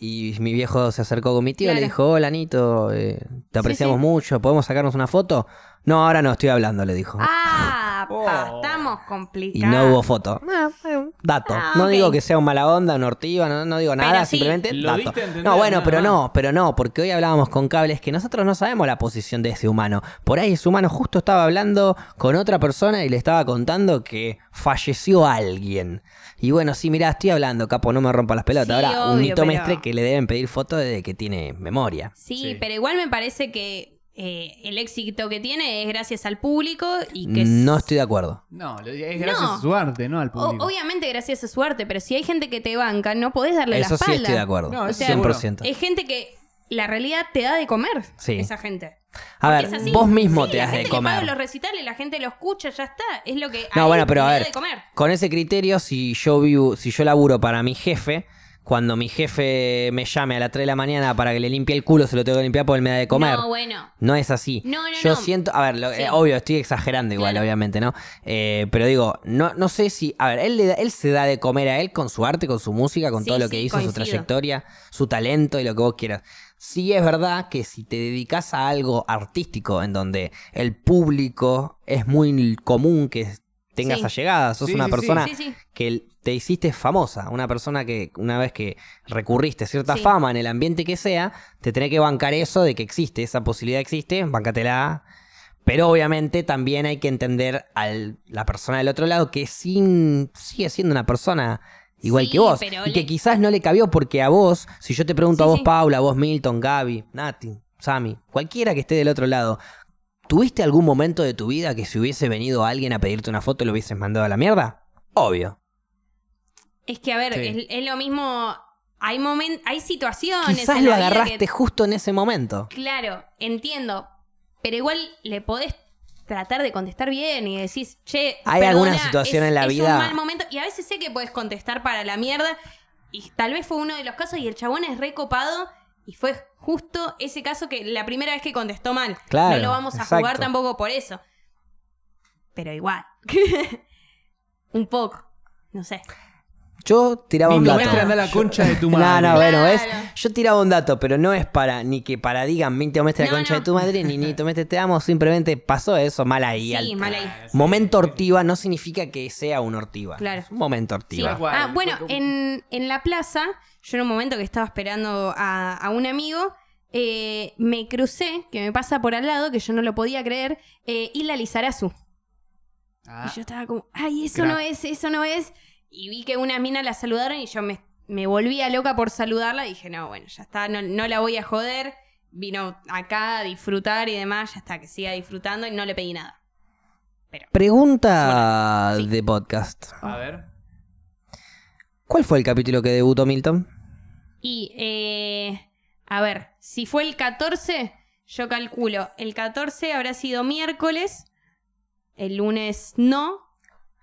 S1: Y mi viejo se acercó con mi tío y le
S3: Claro.
S1: dijo: Hola Nito, eh, te apreciamos
S3: sí.
S1: mucho, ¿podemos sacarnos una foto? No, ahora no, estoy hablando, le dijo.
S3: Ah,
S4: Oh.
S3: pa, estamos
S1: y
S3: complicados.
S1: no hubo foto. Ah, eh, Dato.
S3: Ah,
S1: No
S3: ok.
S1: digo que sea un mala onda, un ortiva, no, no digo
S3: Pero
S1: nada,
S3: sí.
S1: simplemente
S4: Lo
S1: dato.
S4: diste a entender
S1: No, bueno,
S4: nada
S1: pero
S4: más.
S1: no, pero no, porque hoy hablábamos con cables que nosotros no sabemos la posición de ese humano. Por ahí ese humano justo estaba hablando con otra persona y le estaba contando que falleció alguien. Y bueno, sí, mirá, estoy hablando, capo, no me rompa las pelotas.
S3: Sí,
S1: Ahora, un
S3: obvio,
S1: nitomestre
S3: pero-
S1: que le deben pedir foto desde que tiene memoria.
S3: Sí,
S4: Sí.
S3: pero igual me parece que eh, el éxito que tiene es gracias al público y que
S1: Mm, No
S3: s-
S1: estoy de acuerdo.
S4: No, lo- es gracias
S3: No.
S4: a su arte, no al
S3: O-
S4: público.
S3: obviamente gracias a su arte, pero si hay gente que te banca, no podés darle la
S1: Eso sí
S3: espalda.
S1: estoy de acuerdo.
S4: No, eso
S1: 100%.
S3: Es gente que la realidad te da de comer.
S1: Sí.
S3: Esa gente.
S1: A ver,
S3: Es así.
S1: vos mismo
S3: Sí,
S1: te
S3: la
S1: has de
S3: gente
S1: comer.
S3: Que paga los recitales, la gente lo escucha, ya está. Es lo que
S1: No,
S3: ahí
S1: bueno, pero
S3: me
S1: a
S3: da
S1: ver,
S3: de comer.
S1: con ese criterio, si yo vivo, si yo laburo para mi jefe, cuando mi jefe me llame a las 3 de la mañana para que le limpie el culo, se lo tengo que limpiar porque él me da de comer.
S3: No, bueno.
S1: No es así.
S3: No, no,
S1: Yo
S3: no.
S1: siento. A ver, lo- eh,
S3: Sí.
S1: obvio, estoy exagerando igual,
S3: Claro.
S1: obviamente, ¿no? Eh, pero digo, no, no sé si. A ver, él, le da- él se da de comer a él con su arte, con su música, con
S3: Sí,
S1: todo lo
S3: sí,
S1: que hizo, su
S3: coincido.
S1: trayectoria, su talento y lo que vos quieras. Sí es verdad que si te dedicas a algo artístico en donde el público es muy común que tengas
S3: Sí.
S1: allegada, sos
S4: Sí,
S1: una
S4: sí, sí.
S1: persona
S3: Sí, sí.
S1: que te hiciste famosa, una persona que una vez que recurriste a cierta
S3: Sí.
S1: fama en el ambiente que sea, te tenés que bancar eso de que existe, esa posibilidad existe, bancatela. Pero obviamente también hay que entender a la persona del otro lado que sin, sigue siendo una persona igual
S3: Sí,
S1: que vos.
S3: pero
S1: Y que
S3: le-
S1: quizás no le cabió porque a vos, si yo te pregunto a
S3: Sí,
S1: vos,
S3: sí.
S1: Paula, a vos, Milton, Gaby, Nati, Sami, cualquiera que esté del otro lado, ¿tuviste algún momento de tu vida que si hubiese venido alguien a pedirte una foto lo hubieses mandado a la mierda? Obvio.
S3: Es que, a ver,
S4: Sí.
S3: es, es lo mismo. Hay momen- hay situaciones.
S1: Quizás
S3: en
S1: lo
S3: la vida
S1: agarraste
S3: que-
S1: justo en ese momento.
S3: Claro, entiendo. Pero igual le podés tratar de contestar bien y decís, che,
S1: Hay
S3: perdona,
S1: alguna situación
S3: es-
S1: en la
S3: es
S1: vida-
S3: un mal momento. Y a veces sé que podés contestar para la mierda. Y tal vez fue uno de los casos y el chabón es recopado. Y fue justo ese caso que la primera vez que contestó mal.
S1: Claro,
S3: no lo vamos a
S1: exacto.
S3: jugar tampoco por eso. Pero igual. un poco. No sé.
S1: Yo tiraba un
S4: Nito
S1: dato.
S4: Mestre anda a la concha de tu
S1: No,
S4: madre.
S1: no, bueno, ¿ves?
S3: Claro.
S1: Yo tiraba un dato, pero no es para ni que para digan Nito Mestre la
S3: No,
S1: concha
S3: no.
S1: de tu madre, ni Nito Mestre te amo, simplemente pasó eso, mal ahí.
S3: sí,
S1: al-
S3: mal ahí.
S1: Momento ortiva no significa que sea un ortiva.
S3: Claro.
S1: Es un momento
S3: Sí.
S1: ortiva.
S4: Tal cual.
S3: Ah, bueno,
S4: Fue como-
S3: en, en la plaza, yo en un momento que estaba esperando a, a un amigo, eh, me crucé, que me pasa por al lado, que yo no lo podía creer, eh, Hilda Lizarazu.
S4: Ah,
S3: Y yo estaba como, ay, eso
S4: Crack.
S3: no es, eso no es. Y vi que unas minas la saludaron y yo me, me volvía loca por saludarla. Y dije, no, bueno, ya está, no, no la voy a joder. Vino acá a disfrutar y demás, ya está, que siga disfrutando y no le pedí nada.
S1: Pregunta
S3: Bueno, sí.
S1: de podcast.
S4: a ver.
S1: ¿Cuál fue el capítulo que debutó Milton?
S3: Y, eh, a ver, si fue el 14, yo calculo, el 14 habrá sido miércoles, el lunes no.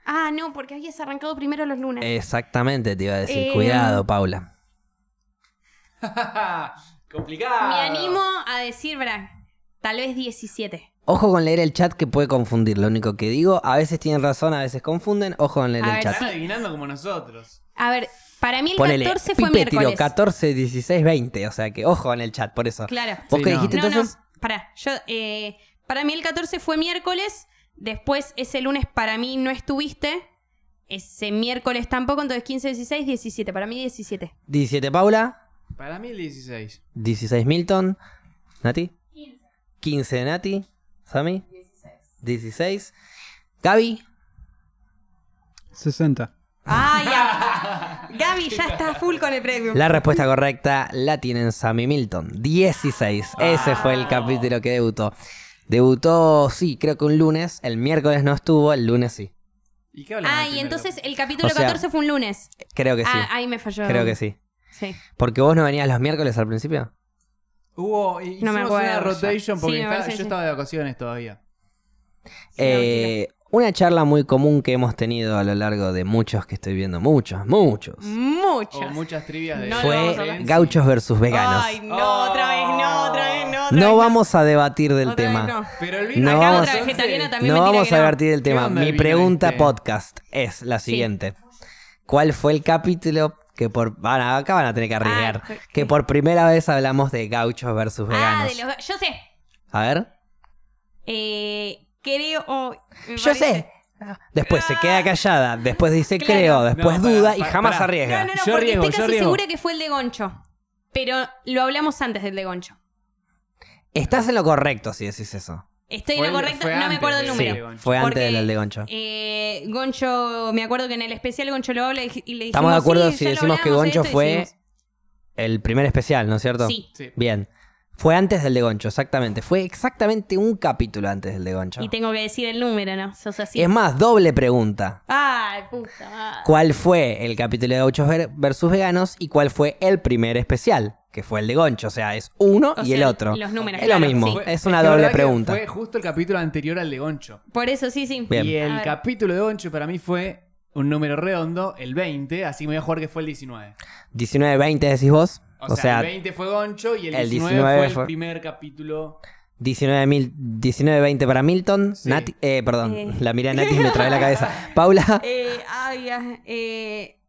S3: Ah, no, porque habías arrancado primero los lunes.
S1: Eh, Exactamente, te iba a decir.
S3: Ah. Eh,
S1: Cuidado, Paula.
S4: Complicado.
S1: ah.
S3: Me animo a decir, verá, tal vez 17.
S1: Ojo con leer el chat que puede confundir. Lo único que digo, a veces tienen razón, a veces confunden. Ojo con leer
S3: A
S1: el
S3: ver,
S1: chat.
S4: Están adivinando como nosotros.
S3: A ver, para mí el
S1: Ponele,
S3: 14 fue
S1: Pipe
S3: miércoles.
S1: tiró 14, 16, 20. O sea que ojo en el chat, por eso.
S3: Claro.
S1: ¿Vos
S4: Sí,
S1: qué
S4: no.
S1: dijiste
S3: No,
S1: entonces?
S3: no, pará, yo, eh, para mí el 14 fue miércoles, después ese lunes para mí no estuviste, ese miércoles tampoco, entonces 15, 16, 17, para mí 17.
S1: 17 Paula,
S4: Para mí el 16.
S1: 16 Milton, Nati. 15 de Nati, Sami. 16. Gaby,
S2: 60.
S3: Ay, a- Gaby ya está full con el premium.
S1: La respuesta correcta la tienen Sammy Milton. 16. Ese fue el capítulo que debutó. Debutó, sí, creo que un lunes. El miércoles no estuvo, el lunes sí.
S4: ¿Y qué hablamos
S3: Ah,
S4: del
S3: y
S4: primer
S3: entonces
S4: loco?
S3: el capítulo
S1: O sea,
S3: 14 fue un lunes.
S1: Creo que sí.
S3: Ah, ahí me falló.
S1: creo que sí.
S3: Sí.
S1: Porque vos no venías los miércoles al principio.
S4: Hubo, hicimos
S3: me acuerdo
S4: una
S3: ya.
S4: rotation
S3: Sí,
S4: porque
S3: me
S4: estaba-
S3: parece,
S4: yo
S3: sí.
S4: estaba de vacaciones todavía.
S1: Eh, una charla muy común que hemos tenido a lo largo de muchos que estoy viendo, muchos, muchos.
S3: Mucho.
S1: Oh,
S4: O muchas trivias de...
S3: No lo vamos a
S1: fue
S3: hablar.
S1: gauchos versus veganos.
S3: Ay, no, otra vez, no, otra vez, no. Otra
S1: no
S3: vez,
S1: vamos a debatir del
S3: Otra
S1: tema.
S3: vez no.
S4: Pero el
S1: No
S4: vino-
S1: vamos-
S3: otra vegetariana
S1: no
S3: también me tira
S1: vamos
S3: que
S1: a
S3: no.
S1: divertir el tema.
S4: onda
S1: Mi
S4: el vino
S1: pregunta
S4: este?
S1: podcast es la
S3: Sí.
S1: siguiente. ¿Cuál fue el capítulo que por... van a- acá van a tener que arriesgar.
S3: Ah, ok.
S1: que por primera vez hablamos de gauchos versus
S3: Ah,
S1: veganos.
S3: de los. ga- Yo sé.
S1: A ver.
S3: Eh, creo. oh, me
S1: Yo
S3: parece-
S1: sé. Después se queda callada, después dice
S3: Claro.
S1: creo, después
S4: No, pará,
S1: duda y
S4: pará,
S1: jamás
S4: pará.
S1: arriesga.
S3: No, no, no,
S4: Yo
S3: porque
S4: riego,
S3: estoy
S4: yo
S3: casi
S4: riego.
S3: segura que fue el de Goncho. Pero lo hablamos antes del de Goncho.
S1: Estás en lo correcto si decís eso.
S3: Estoy en
S4: Fue el-
S3: lo correcto,
S4: fue
S3: no me
S4: antes
S3: acuerdo el
S4: de-
S1: Sí,
S4: de
S3: número.
S4: Goncho.
S1: fue antes
S3: Porque,
S1: del de Goncho.
S3: Eh, Goncho, me acuerdo que en el especial Goncho lo habla y, y le dijimos.
S1: Estamos de acuerdo
S3: "Sí,
S1: si
S3: ya lo
S1: decimos que
S3: hablamos,
S1: Goncho
S3: esto", y
S1: fue
S3: decimos,
S1: el primer especial, ¿no es cierto?
S3: Sí.
S4: Sí.
S1: Bien. Fue antes del de Goncho, exactamente. Fue exactamente un capítulo antes del de Goncho.
S3: Y tengo que decir el número, ¿no? Sos así.
S1: Es más, doble pregunta.
S3: Ay, puta madre.
S1: ¿Cuál fue el capítulo de Gauchos ver- versus Veganos y cuál fue el primer especial? Que fue el de Goncho. O sea, es uno
S3: O
S1: y
S3: sea,
S1: el otro.
S3: los números,
S1: es lo
S3: claro,
S1: mismo.
S3: sí.
S1: Es una
S4: que la
S1: doble
S4: verdad que
S1: pregunta.
S4: Fue justo el capítulo anterior al de Goncho.
S3: Por eso sí, sí.
S1: Bien.
S4: Y
S3: A
S4: el
S3: ver.
S4: capítulo de Goncho para mí fue un número redondo, el 20, así me voy a jugar que fue el 19.
S1: 19-20 decís vos.
S4: O, sea, el 20 fue Goncho y el,
S1: el
S4: 19,
S1: 19
S4: fue el
S1: fue-
S4: primer capítulo.
S1: 19.000 19-20 para Milton.
S4: Sí.
S1: Nati- eh, perdón,
S3: Eh.
S1: la miré a Nati y me trae la cabeza. Paula,
S3: Eh, ay, ah, eh.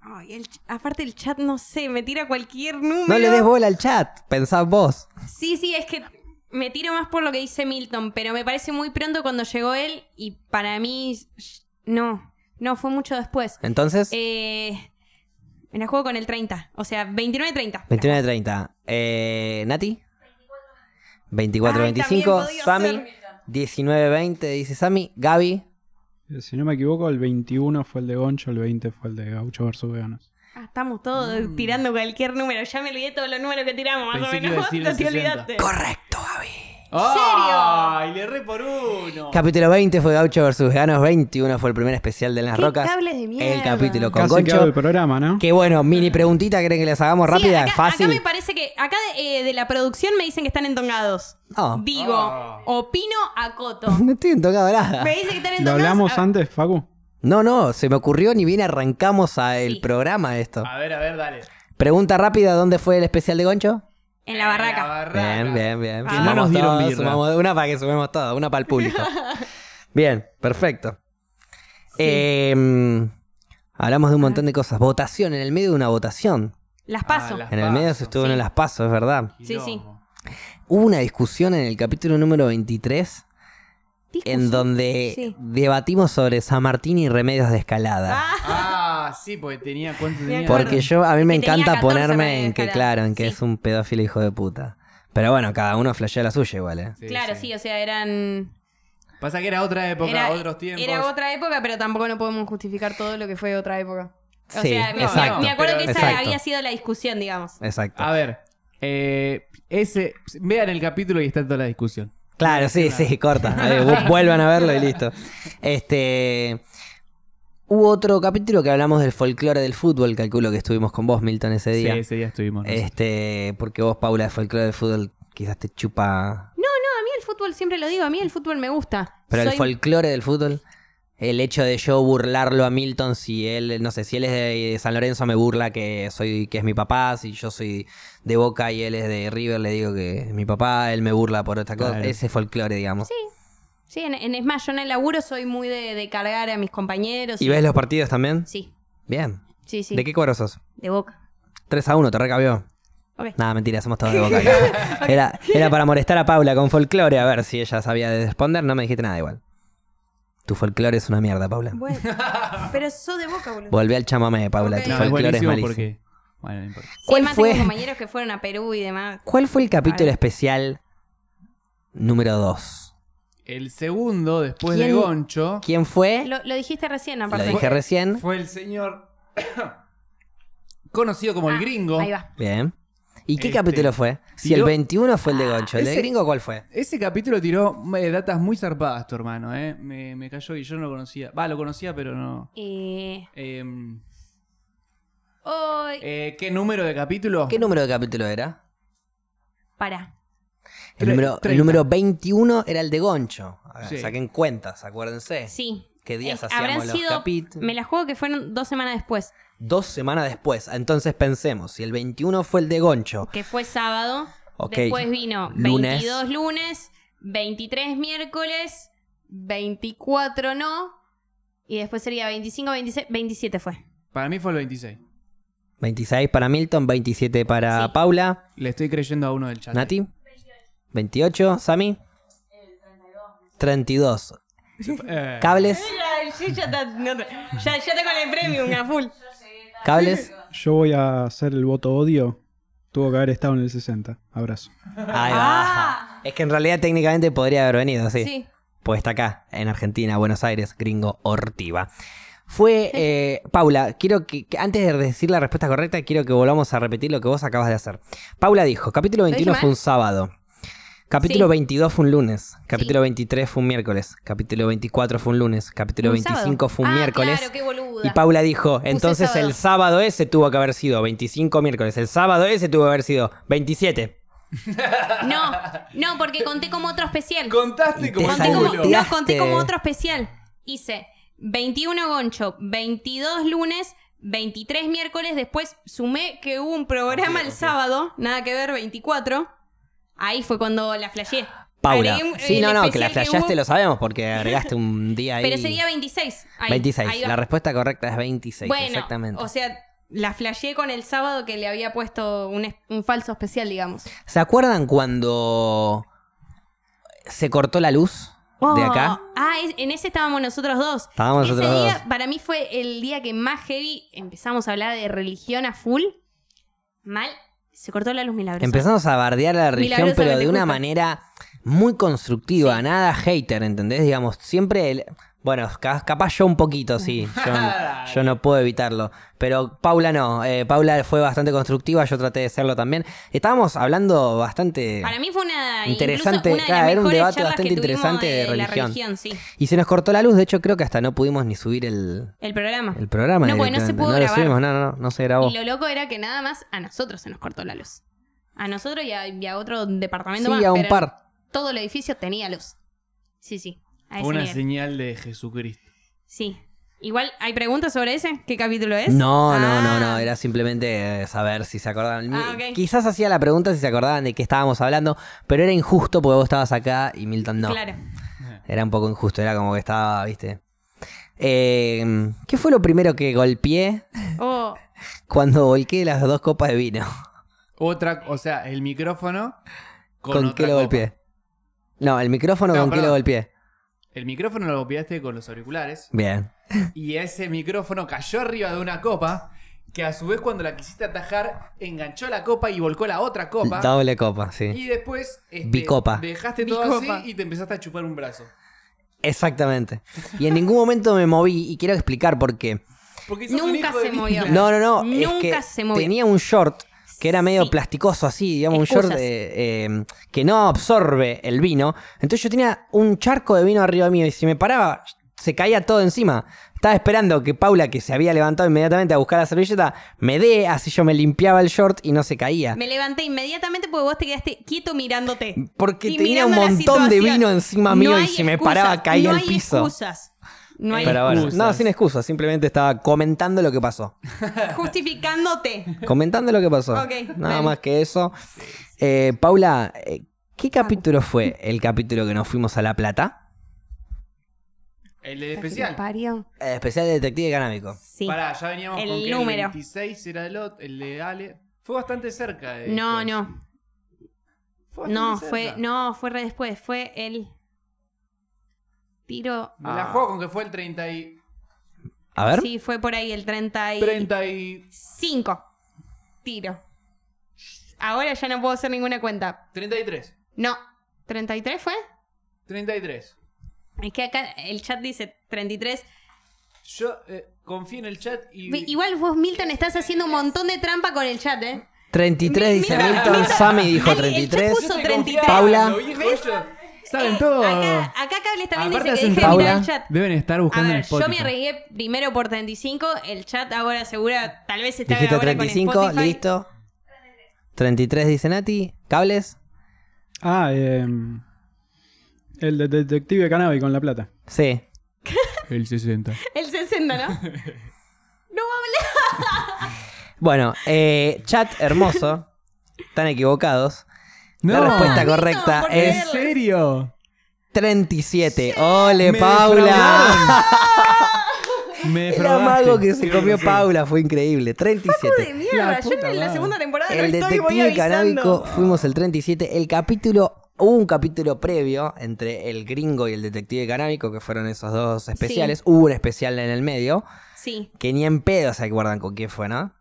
S3: Ay, el ch- aparte el chat, no sé, me tira cualquier número.
S1: no le des bola al chat. Pensad vos.
S3: Sí, sí, es que me tiro más por lo que dice Milton, pero me parece muy pronto cuando llegó él y para mí sh- no, no, fue mucho después.
S1: Entonces,
S3: Eh, me la juego con el 30, o sea, 29-30.
S1: 29-30. Eh, Nati.
S3: Ay, también
S1: 24-25.
S3: podía
S1: Sammy.
S3: ser.
S1: 19-20 dice Sammy. Gaby.
S2: Eh, Si no me equivoco, el 21 fue el de Goncho, el 20 fue el de Gaucho versus Veganos.
S3: Ah, estamos todos tirando cualquier número, ya me olvidé todos los números que tiramos, más
S4: Mm. Pensé
S3: o
S4: que
S3: menos.
S4: iba a decir el
S3: te
S4: 60.
S3: olvidaste.
S1: Correcto, Gaby.
S4: ¡Ay! Le erré por uno.
S1: Capítulo 20 fue Gaucho versus Veganos. 21 fue el primer especial de En las
S3: ¿Qué
S1: Rocas.
S3: cables de mierda?
S1: El capítulo con
S2: Casi que hago el
S1: Goncho.
S2: programa, ¿no?
S1: Qué bueno, mini preguntita. ¿Creen que las hagamos
S3: Sí,
S1: rápida?
S3: acá,
S1: Fácil.
S3: acá me parece que. Acá de, eh, de la producción me dicen que están entongados.
S1: Ah.
S3: Digo,
S4: Ah.
S3: opino a Coto.
S1: No estoy entocado nada.
S3: Me dicen que están entongados.
S2: ¿Lo hablamos
S3: a-
S2: antes, Facu?
S1: No, no, se me ocurrió ni bien arrancamos a el
S3: Sí.
S1: programa esto.
S2: Ah.
S4: A ver, a ver, dale.
S1: Pregunta rápida, ¿dónde fue el especial de Goncho?
S3: En la
S4: La
S3: barraca.
S4: barraca.
S1: Bien, bien, bien.
S4: Ah.
S1: Sumamos
S4: No nos dieron
S1: todos,
S4: birra.
S1: sumamos- una para que sumemos todo, una para el público. bien, perfecto. Eh, hablamos
S3: Ah.
S1: de un montón de cosas. Votación, en el medio de una votación.
S3: Las paso.
S4: Ah, las-
S1: En el medio
S4: Paso.
S1: se estuvo
S3: Sí.
S1: en las pasos, es verdad.
S3: Sí, sí.
S4: Quilombo.
S1: Hubo una discusión en el capítulo número 23 en
S3: Discusión.
S1: donde
S3: Sí.
S1: debatimos sobre San Martín y remedios de escalada.
S3: Ah,
S4: Ah, sí, porque tenía cuánto tenía.
S1: Porque yo, a mí me
S3: Que tenía
S1: encanta
S3: 14
S1: ponerme
S3: remedios
S1: en que,
S3: escaladas.
S1: claro, en que
S3: Sí.
S1: es un pedófilo hijo de puta. Pero bueno, cada uno flashea la suya igual, ¿eh?
S4: Este,
S3: claro, sí. o sea, eran.
S4: Pasa que era otra época,
S3: era,
S4: otros tiempos.
S3: era otra época, pero tampoco no podemos justificar todo lo que fue otra época. O
S1: Sí,
S3: sea, me,
S1: exacto.
S3: me acuerdo que esa
S1: Exacto.
S3: había sido la discusión, digamos.
S1: Exacto.
S4: A ver, eh, ese, vean el capítulo y está toda la discusión.
S1: Claro, sí, sí, corta. Eh, vu- Vuelvan a verlo y listo. Este. Hubo otro capítulo que hablamos del folclore del fútbol, calculo que estuvimos con vos, Milton, ese
S4: Sí,
S1: día.
S4: ese día estuvimos. nosotros.
S1: Este, porque vos, Paula, el folclore del fútbol quizás te chupa.
S3: A mí el fútbol, siempre lo digo, a mí el fútbol me gusta.
S1: Pero el
S3: Soy-
S1: folclore del fútbol, el hecho de yo burlarlo a Milton, si él, no sé, si él es de San Lorenzo me burla que soy, que es mi papá, si yo soy de Boca y él es de River, le digo que es mi papá, él me burla por otra cosa.
S4: Claro.
S1: Ese folclore, digamos.
S3: Sí, en, en- es más, yo en el laburo soy muy de, de cargar a mis compañeros.
S1: ¿Y ves los partidos también?
S3: Sí,
S1: Bien.
S3: sí, sí.
S1: ¿De qué cuadro sos?
S3: De boca.
S1: 3 a 1, te recabió.
S3: Ok.
S1: Nada, mentira, somos todos de boca. era, era para molestar a Paula con folclore, a ver si ella sabía de responder. No me dijiste nada igual. Tu folclore es una mierda, Paula.
S3: Bueno, pero sos de boca, boludo.
S1: Volví al chamamé, Paula.
S3: Ok.
S1: Tu
S4: No, es
S1: folclore es
S4: buenísimo
S1: malísimo.
S4: porque. Bueno, no importa.
S3: Sí,
S1: ¿Cuál
S3: además
S1: fue?
S3: tengo compañeros que fueron a Perú y demás.
S1: ¿Cuál fue el capítulo
S3: A ver.
S1: especial número 2?
S4: El segundo, después de
S1: ¿Quién-
S4: Goncho,
S1: ¿Quién fue?
S3: Lo, lo dijiste recién,
S1: Lo
S3: aparte.
S1: dije recién.
S4: fue el señor conocido como
S3: Ah,
S4: el gringo.
S3: Ahí va.
S1: Bien. ¿Y qué
S4: Este,
S1: capítulo fue? Si el
S4: tiró-
S1: 21 fue el
S3: Ah,
S1: de Goncho, ¿el de
S4: ese-
S1: Gringo cuál fue?
S4: Ese capítulo tiró eh, datas muy zarpadas, tu hermano, ¿eh? Me, me cayó y yo no lo conocía. Va, lo conocía, pero no.
S3: Eh,
S4: Em,
S3: hoy-
S4: eh, ¿Qué número de capítulo?
S1: ¿Qué número de capítulo era?
S3: Pará.
S1: El
S4: Tre-
S1: número, el
S4: treinta.
S1: número 21 era el de Goncho. A ver,
S4: Sí.
S1: Saquen cuentas, acuérdense.
S3: Sí.
S1: ¿Qué días
S3: Es-
S1: hacíamos los capítulos?
S3: Eh, Me la juego que fueron dos semanas después.
S1: Dos semanas después. Entonces pensemos, si el 21 fue el de Goncho,
S3: Que fue sábado.
S1: Ok.
S3: Después vino
S1: Lunes.
S3: 22 lunes, 23 miércoles, 24 no. Y después sería 25, 26, 27 fue.
S4: Para mí fue el 26.
S1: 26 para Milton, 27 para
S3: Sí.
S1: Paula,
S4: Le estoy creyendo a uno del chat.
S1: Nati, 28, Sami, 32.
S4: Eh,
S1: Cables,
S3: Ya, ya, está- no te- ya- ya tengo el premium a full.
S1: cables.
S2: Yo voy a hacer el voto odio. Tuvo que haber estado en el 60. Abrazo.
S1: Ahí va. Es que en realidad técnicamente podría haber venido, sí.
S3: Sí.
S1: Pues está acá, en Argentina, Buenos Aires, gringo Ortiva. Fue, eh, Paula, quiero que, que antes de decir la respuesta correcta, quiero que volvamos a repetir lo que vos acabas de hacer. Paula dijo, capítulo
S3: ¿Lo dije
S1: 21
S3: mal?
S1: fue un sábado, capítulo
S3: Sí.
S1: 22 fue un lunes, capítulo 23 fue un miércoles, capítulo 24 fue un lunes, capítulo
S3: Un
S1: 25
S3: sábado.
S1: fue un
S3: Ah,
S1: miércoles.
S3: Claro, qué boluda.
S1: Y Paula dijo, entonces
S3: sábado.
S1: el sábado ese tuvo que haber sido 25 miércoles, el sábado ese tuvo que haber sido 27.
S3: No, no, porque conté como otro especial.
S4: Contaste como
S1: Te
S4: el
S3: Conté como,
S4: culo.
S1: salteaste.
S3: no, conté como otro especial. Hice 21 goncho, 22 lunes, 23 miércoles. Después sumé que hubo un programa el sábado, nada que ver, 24. Ahí fue cuando la flasheé.
S1: Paula.
S3: Agregué un-
S1: Sí,
S3: el
S1: no, no, que
S3: especial
S1: la flasheaste
S3: hubo,
S1: lo sabemos porque agregaste un día ahí.
S3: Pero ese día 26. Ahí,
S1: 26.
S3: ahí va.
S1: la respuesta correcta es 26,
S3: bueno,
S1: exactamente.
S3: o sea, la flasheé con el sábado que le había puesto un, es- un falso especial, digamos.
S1: ¿Se acuerdan cuando se cortó la luz de
S3: Oh,
S1: acá?
S3: Ah, es- en ese estábamos nosotros dos.
S1: Estábamos
S3: ese
S1: nosotros
S3: día,
S1: dos.
S3: para mí fue el día que más heavy empezamos a hablar de religión a full. Mal, se cortó la luz milagrosa.
S1: Empezamos a bardear a la religión, pero de
S3: Milagrosamente
S1: una
S3: justo.
S1: manera muy constructiva, nada hater, ¿entendés? Digamos, siempre el... Bueno, ca- capaz yo un poquito, sí. Yo, yo no puedo evitarlo. Pero Paula no. eh, Paula fue bastante constructiva, yo traté de serlo también. Estábamos hablando bastante...
S3: Para mí fue una
S1: Interesante,
S3: incluso una de
S1: claro,
S3: las
S1: era un
S3: mejores
S1: debate
S3: charlas
S1: bastante
S3: que tuvimos
S1: interesante de
S3: la
S1: religión.
S3: religión, sí.
S1: Y se nos cortó la luz, de hecho creo que hasta no pudimos ni subir el,
S3: El programa.
S1: el programa.
S3: No, porque no se
S1: directamente.
S3: pudo
S1: no
S3: grabar.
S1: Lo subimos, no, no, no, no se grabó.
S3: Y lo loco era que nada más a nosotros se nos cortó la luz. A nosotros y a, y a otro departamento más.
S1: Sí, a un
S3: pero
S1: par.
S3: Todo el edificio tenía luz. Sí, sí. A ese
S4: Fue una
S3: nivel.
S4: señal de Jesucristo.
S3: Sí. Igual, ¿hay preguntas sobre ese? ¿Qué capítulo es?
S1: No, no, no,
S3: Ah.
S1: no, era simplemente eh, saber si se acordaban. Mi-
S3: Ah, ok.
S1: Quizás hacía la pregunta si se acordaban de qué estábamos hablando, pero era injusto porque vos estabas acá y Milton no.
S3: Claro.
S1: Era un poco injusto, era como que estaba, viste. Eh, ¿Qué fue lo primero que golpeé
S3: Oh,
S1: cuando volqué las dos copas de vino?
S4: Otra, o sea, el micrófono.
S1: ¿Con,
S4: otra
S1: qué lo
S4: copa.
S1: golpeé? No, el micrófono
S4: No,
S1: con qué lo
S4: perdón.
S1: golpeé.
S4: El micrófono lo copiaste con los auriculares.
S1: Bien.
S4: Y ese micrófono cayó arriba de una copa. Que a su vez, cuando la quisiste atajar, enganchó la copa y volcó la otra copa.
S1: Doble copa, sí.
S4: Y después este,
S1: Bicopa.
S4: dejaste todo
S3: Bicopa.
S4: así y te empezaste a chupar un brazo.
S1: Exactamente. Y en ningún momento me moví y quiero explicar por qué.
S4: Porque sos un
S3: Nunca
S4: hijo de
S3: se
S4: mil-
S3: movió.
S1: No, no, no. es
S3: Nunca
S1: que
S3: se movió.
S1: Tenía un short que era medio
S3: Sí.
S1: plasticoso así, digamos, un short
S3: Excusas.
S1: de, eh, que no absorbe el vino. Entonces yo tenía un charco de vino arriba mío y si me paraba se caía todo encima. Estaba esperando que Paula, que se había levantado inmediatamente a buscar la servilleta, me dé así yo me limpiaba el short y no se caía.
S3: me levanté inmediatamente porque vos te quedaste quieto mirándote.
S1: Porque
S3: Y
S1: tenía un
S3: mirando la
S1: montón de
S3: situación.
S1: vino encima mío
S3: No
S1: y
S3: hay
S1: si me
S3: excusas,
S1: paraba caía
S3: no
S1: al piso.
S3: Hay excusas. No hay
S1: Pero bueno,
S4: excusas.
S1: no, sin excusas, simplemente estaba comentando lo que pasó.
S3: justificándote.
S1: Comentando lo que pasó.
S3: Ok,
S1: Nada
S3: dale.
S1: más que eso. Eh, Paula, eh, ¿qué capítulo fue el capítulo que nos fuimos a La Plata?
S4: El del especial.
S3: Parió.
S1: El especial de Detective Canámico.
S3: Sí.
S4: Pará, ya veníamos
S3: El
S4: con que
S3: número.
S4: el 26 era el, ot- el de Ale. Fue bastante cerca. de-
S3: No,
S4: pues.
S3: no.
S4: Fue bastante
S3: No,
S4: cerca.
S3: fue, no, fue re después. Fue el tiro.
S4: Me
S1: Ah.
S4: la juego con que fue el 30 y...
S1: A ver.
S3: Sí, fue por ahí el 30 y
S4: 30 y...
S3: 5. Tiro. Ahora ya no puedo hacer ninguna cuenta.
S4: 33.
S3: No. ¿33 fue?
S4: 33.
S3: Es que acá el chat dice 33.
S4: Yo eh, confío en el chat y.
S3: Vi- Igual vos, Milton, estás haciendo un montón de trampa con el chat, ¿eh?
S1: 33 dice
S3: Mira,
S1: Milton,
S3: mira.
S1: Sammy dijo
S3: El- el chat
S1: 33.
S3: puso
S4: Yo te
S3: 33.
S4: confiaba,
S1: Paula.
S4: lo viejo ellos Saben
S3: Eh,
S4: todo.
S3: Acá, acá Cables también dice que
S4: Aparte hacen
S3: deje de mirar el
S1: Paula.
S3: chat.
S4: Deben estar
S3: A
S4: buscando en
S3: ver, yo
S4: Spotify.
S3: me arriesgué primero por 35, el chat ahora segura, tal vez está
S1: Dijiste
S3: ahora con
S1: 35,
S3: Spotify.
S1: listo. 33 dice Nati. ¿Cables?
S2: Ah, eh, el de- detective Canabi con la plata.
S1: Sí.
S4: El 60.
S3: El 60, ¿no? No
S1: Bueno, eh, chat hermoso. Están equivocados.
S4: No,
S1: La respuesta
S3: Milton,
S1: correcta
S3: por
S1: es
S4: ¿En serio?
S1: 37. ¡Ole,
S4: Me
S1: Paula!
S4: Me
S1: El amago
S4: defraudaste.
S1: que se comió Paula fue increíble.
S3: habla
S1: 37.
S3: de mierda.
S4: La
S3: Yo
S4: puta
S3: en la
S4: madre.
S3: segunda temporada
S1: El
S3: no estoy, voy
S1: detective
S3: avisando.
S1: canábico fuimos el 37. El capítulo. Hubo un capítulo previo entre el gringo y el detective canábico, que fueron esos dos especiales. Hubo un especial en el medio,
S3: Sí.
S1: que ni en pedo se acuerdan con quién fue, ¿no?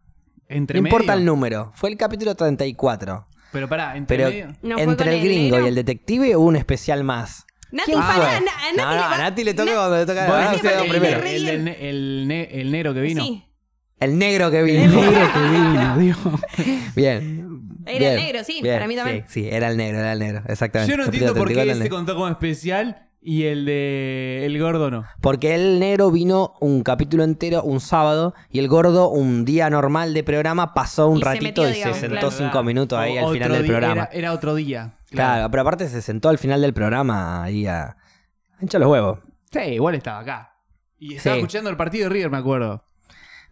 S4: Entre
S1: No importa el
S4: medio.
S1: número. Fue el capítulo 34.
S4: Pero pará, entre
S1: Pero
S4: medio.
S3: ¿No fue con
S1: entre el
S3: el
S1: gringo
S3: negro?
S1: y el detective hubo un especial más.
S3: Nati,
S1: ¿Quién
S3: pará,
S1: fue?
S3: na- a Nati
S1: no, no,
S3: le va-
S1: a Nati le toca
S3: Na-
S1: cuando le toca
S4: Vos
S1: a
S3: Nati
S1: Nati
S4: dijiste
S1: le
S3: va
S1: toca
S3: a
S4: el,
S1: primero.
S3: tener
S4: el, del ne- el ne- el negro que vino.
S3: Sí,
S1: El negro que vino.
S2: El negro que vino, Dios.
S1: Bien.
S3: Era
S1: Bien.
S3: el negro, sí,
S1: Bien.
S3: para mí también.
S1: Sí, sí, era el negro, era el negro. Exactamente.
S4: Yo no
S1: Capítulo
S4: entiendo por qué
S1: 34
S4: ese
S1: el negro.
S4: contó como especial y el de el gordo no.
S1: Porque el negro vino un capítulo entero, un sábado, y el gordo, un día normal de programa, pasó un
S3: Y se
S1: ratito
S3: metió,
S1: y
S3: digamos,
S1: se sentó
S3: claro.
S1: cinco minutos ahí
S4: O-
S1: al
S4: otro
S1: final del
S4: día-
S1: programa.
S4: Era, era otro día.
S1: Claro, pero aparte se sentó al final del programa ahí a. Hincha los huevos.
S4: Sí, igual estaba acá. Y estaba
S1: Sí.
S4: escuchando el partido de River, me acuerdo.